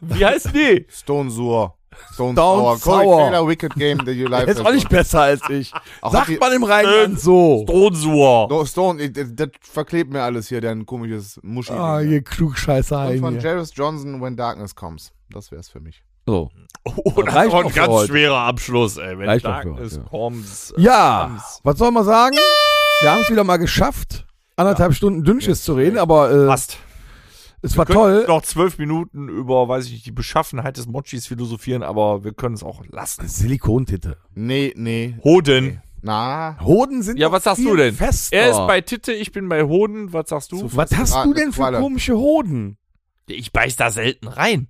[SPEAKER 3] Wie heißt die?
[SPEAKER 4] Stone Sour. Stone,
[SPEAKER 2] Stone
[SPEAKER 4] Corey
[SPEAKER 2] Sour.
[SPEAKER 4] Taylor, Wicked Game, that you like.
[SPEAKER 2] ist auch nicht besser als ich.
[SPEAKER 4] Auch
[SPEAKER 2] Sagt
[SPEAKER 4] die-
[SPEAKER 2] man im
[SPEAKER 3] Äh,
[SPEAKER 2] Rheinland so.
[SPEAKER 3] Thronsur.
[SPEAKER 4] No, Stone, ich- das, das verklebt mir alles hier, dein komisches Muschi.
[SPEAKER 2] Ah, ihr Klugscheißer
[SPEAKER 4] Und
[SPEAKER 2] ein
[SPEAKER 4] von
[SPEAKER 2] hier.
[SPEAKER 4] Jarvis Johnson, When Darkness Comes. Das wär's für mich.
[SPEAKER 2] So.
[SPEAKER 3] Oh, das
[SPEAKER 2] Reicht
[SPEAKER 3] war
[SPEAKER 2] doch
[SPEAKER 3] ein
[SPEAKER 2] für
[SPEAKER 3] ganz
[SPEAKER 2] heute.
[SPEAKER 3] schwerer Abschluss, ey. Wenn
[SPEAKER 2] Reicht doch für
[SPEAKER 3] Darkness
[SPEAKER 2] heute, ja.
[SPEAKER 3] kommt.
[SPEAKER 2] Ja,
[SPEAKER 3] Abends.
[SPEAKER 2] was soll man sagen? Wir haben es wieder mal geschafft, anderthalb Stunden Dünnschiss zu reden, aber äh,
[SPEAKER 3] Passt.
[SPEAKER 2] es war
[SPEAKER 3] Wir
[SPEAKER 2] toll.
[SPEAKER 3] können noch zwölf Minuten über, weiß ich nicht, die Beschaffenheit des Mochis philosophieren, aber wir können es auch lassen.
[SPEAKER 2] Silikontitte.
[SPEAKER 4] Nee, nee.
[SPEAKER 3] Hoden.
[SPEAKER 4] Na.
[SPEAKER 2] Hoden sind
[SPEAKER 3] Ja,
[SPEAKER 2] noch
[SPEAKER 3] was sagst
[SPEAKER 2] viel
[SPEAKER 3] du denn?
[SPEAKER 2] Fester.
[SPEAKER 3] Er ist bei Titte, ich bin bei Hoden. Was sagst du?
[SPEAKER 2] Was hast du denn für
[SPEAKER 4] Qualle.
[SPEAKER 2] komische Hoden?
[SPEAKER 3] Ich beiß da selten rein.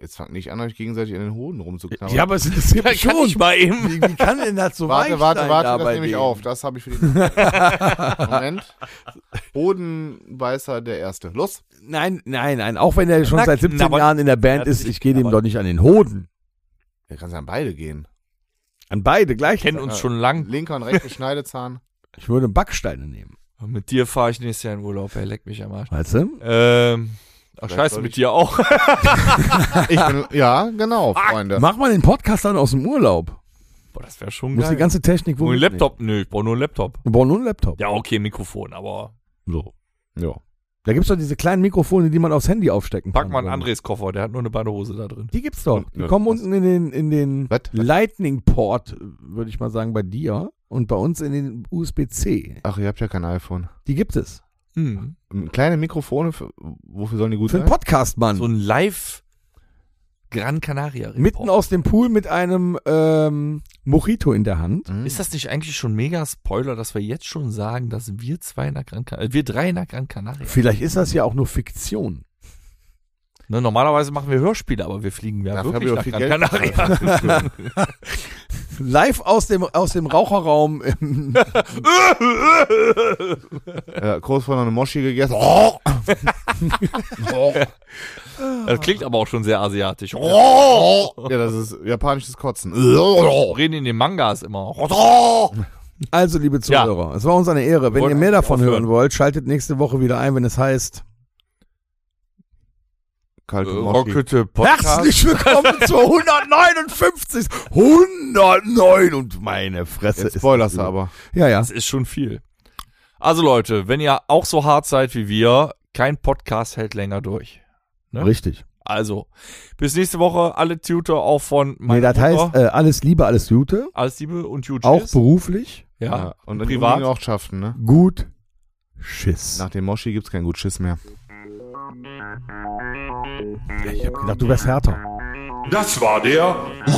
[SPEAKER 4] Jetzt fangt nicht an, euch gegenseitig in den Hoden rumzuknabbern.
[SPEAKER 2] Ja, aber es interessiert mich
[SPEAKER 3] Kann
[SPEAKER 2] schon.
[SPEAKER 3] ich mal eben.
[SPEAKER 2] Wie, wie kann denn das so
[SPEAKER 4] warte,
[SPEAKER 2] weit
[SPEAKER 4] warte,
[SPEAKER 2] sein
[SPEAKER 4] warte,
[SPEAKER 2] da
[SPEAKER 4] das
[SPEAKER 2] bei
[SPEAKER 4] nehme ich
[SPEAKER 2] denen?
[SPEAKER 4] auf. Das habe ich für den Moment. Hodenbeißer der Erste. Los.
[SPEAKER 2] Nein, nein, nein. Auch wenn er schon
[SPEAKER 3] Na,
[SPEAKER 2] seit 17
[SPEAKER 3] knabbern.
[SPEAKER 2] Jahren in der Band ist, ich gehe dem doch nicht an den Hoden.
[SPEAKER 4] Da kannst du an beide gehen.
[SPEAKER 2] An beide gleich.
[SPEAKER 3] Kennen uns schon lang.
[SPEAKER 4] Linker und rechter Schneidezahn.
[SPEAKER 2] Ich würde Backsteine nehmen.
[SPEAKER 3] Mit dir fahre ich nächstes Jahr in Urlaub. Er leckt mich am Arsch.
[SPEAKER 2] Weißt du?
[SPEAKER 3] Ähm. Ach,
[SPEAKER 4] Vielleicht
[SPEAKER 3] scheiße,
[SPEAKER 4] soll ich-
[SPEAKER 3] mit dir auch.
[SPEAKER 4] Ich bin, ja, genau, Freunde.
[SPEAKER 2] Mach mal den Podcast dann aus dem Urlaub.
[SPEAKER 3] Boah, das wäre schon
[SPEAKER 2] Du musst die
[SPEAKER 3] geil.
[SPEAKER 2] ganze Technik
[SPEAKER 3] Nur
[SPEAKER 2] wohl
[SPEAKER 3] ein
[SPEAKER 2] mitnehmen.
[SPEAKER 3] Laptop? Nö, ich brauche nur einen Laptop.
[SPEAKER 2] Wir brauchen nur einen Laptop.
[SPEAKER 3] Ja, okay, Mikrofon, aber
[SPEAKER 2] So.
[SPEAKER 4] Ja.
[SPEAKER 2] Da gibt's doch diese kleinen Mikrofone, die man aufs Handy aufstecken
[SPEAKER 3] pack
[SPEAKER 2] kann.
[SPEAKER 3] mal einen äh, Andres Koffer, der hat nur eine Badehose da drin.
[SPEAKER 2] Die gibt's doch. Die
[SPEAKER 4] Ja,
[SPEAKER 2] kommen
[SPEAKER 4] was?
[SPEAKER 2] unten in den, in den
[SPEAKER 4] Was?
[SPEAKER 2] Lightning Port, würde ich mal sagen, bei dir. Und bei uns in den USB-C.
[SPEAKER 4] Ach, ihr habt ja kein iPhone.
[SPEAKER 2] Die gibt es.
[SPEAKER 3] Hm.
[SPEAKER 4] Kleine Mikrofone, für, wofür sollen die gut
[SPEAKER 2] Für einen
[SPEAKER 4] sein?
[SPEAKER 2] Podcast, Mann.
[SPEAKER 3] Hm. So ein Live Gran Canaria.
[SPEAKER 2] Mitten aus dem Pool mit einem ähm, Mojito in der Hand.
[SPEAKER 4] Hm?
[SPEAKER 3] Ist das nicht eigentlich schon mega Spoiler, dass wir jetzt schon sagen, dass wir zwei nach Gran Canaria, äh, wir drei nach Gran Canaria.
[SPEAKER 2] Vielleicht ist das ja auch nur Fiktion.
[SPEAKER 3] Ne, normalerweise machen wir Hörspiele, aber wir fliegen ja
[SPEAKER 4] Dafür
[SPEAKER 3] wirklich nach
[SPEAKER 4] hab ich auch
[SPEAKER 3] Gran
[SPEAKER 4] viel
[SPEAKER 3] Canaria.
[SPEAKER 2] Live aus dem, aus dem Raucherraum. ähm,
[SPEAKER 4] Äh, kurz vorher noch eine Moshi gegessen. Oh! oh.
[SPEAKER 3] Das klingt aber auch schon sehr asiatisch.
[SPEAKER 4] Ja, das ist japanisches Kotzen. Oh.
[SPEAKER 3] Reden in den Mangas immer.
[SPEAKER 2] also, liebe
[SPEAKER 3] Ja.
[SPEAKER 2] Zuhörer, es war uns eine Ehre. Wenn
[SPEAKER 3] Wollen
[SPEAKER 2] ihr mehr
[SPEAKER 3] wir
[SPEAKER 2] davon
[SPEAKER 3] aufhören?
[SPEAKER 2] hören wollt, schaltet nächste Woche wieder ein, wenn es heißt Äh,
[SPEAKER 4] Kalte Moshi.
[SPEAKER 3] Äh, Rockete Podcast.
[SPEAKER 2] Herzlich willkommen zur 159. 109 und meine Fresse.
[SPEAKER 4] Jetzt
[SPEAKER 2] ist-
[SPEAKER 4] spoilerst du aber.
[SPEAKER 2] Ja, ja.
[SPEAKER 3] Das ist schon viel. Also Leute, wenn ihr auch so hart seid wie wir, kein Podcast hält länger durch. Ne?
[SPEAKER 2] Richtig.
[SPEAKER 3] Also, bis nächste Woche. Alle Tutor auch von
[SPEAKER 2] Nee, das heißt, äh, alles Liebe, alles Gute.
[SPEAKER 3] alles Liebe und Huge.
[SPEAKER 2] Auch beruflich.
[SPEAKER 3] ja. und
[SPEAKER 4] Und die
[SPEAKER 3] privat.
[SPEAKER 4] Uni auch schaffen, ne?
[SPEAKER 2] Gut. Schiss.
[SPEAKER 4] Nach dem Moshi gibt's keinen gut Schiss mehr.
[SPEAKER 2] Ja, ich hab gedacht, du wärst härter.
[SPEAKER 1] Das war der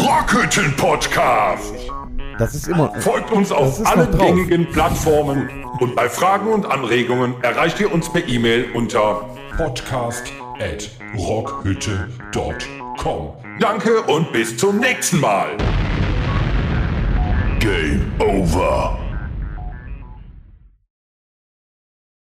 [SPEAKER 1] Rockhütten Podcast.
[SPEAKER 2] Das ist immer.
[SPEAKER 1] Folgt uns auf
[SPEAKER 2] ist
[SPEAKER 1] allen
[SPEAKER 2] noch drauf.
[SPEAKER 1] gängigen Plattformen und bei Fragen und Anregungen erreicht ihr uns per E-Mail unter podcast@rockhütte.com. Danke und bis zum nächsten Mal. Game over.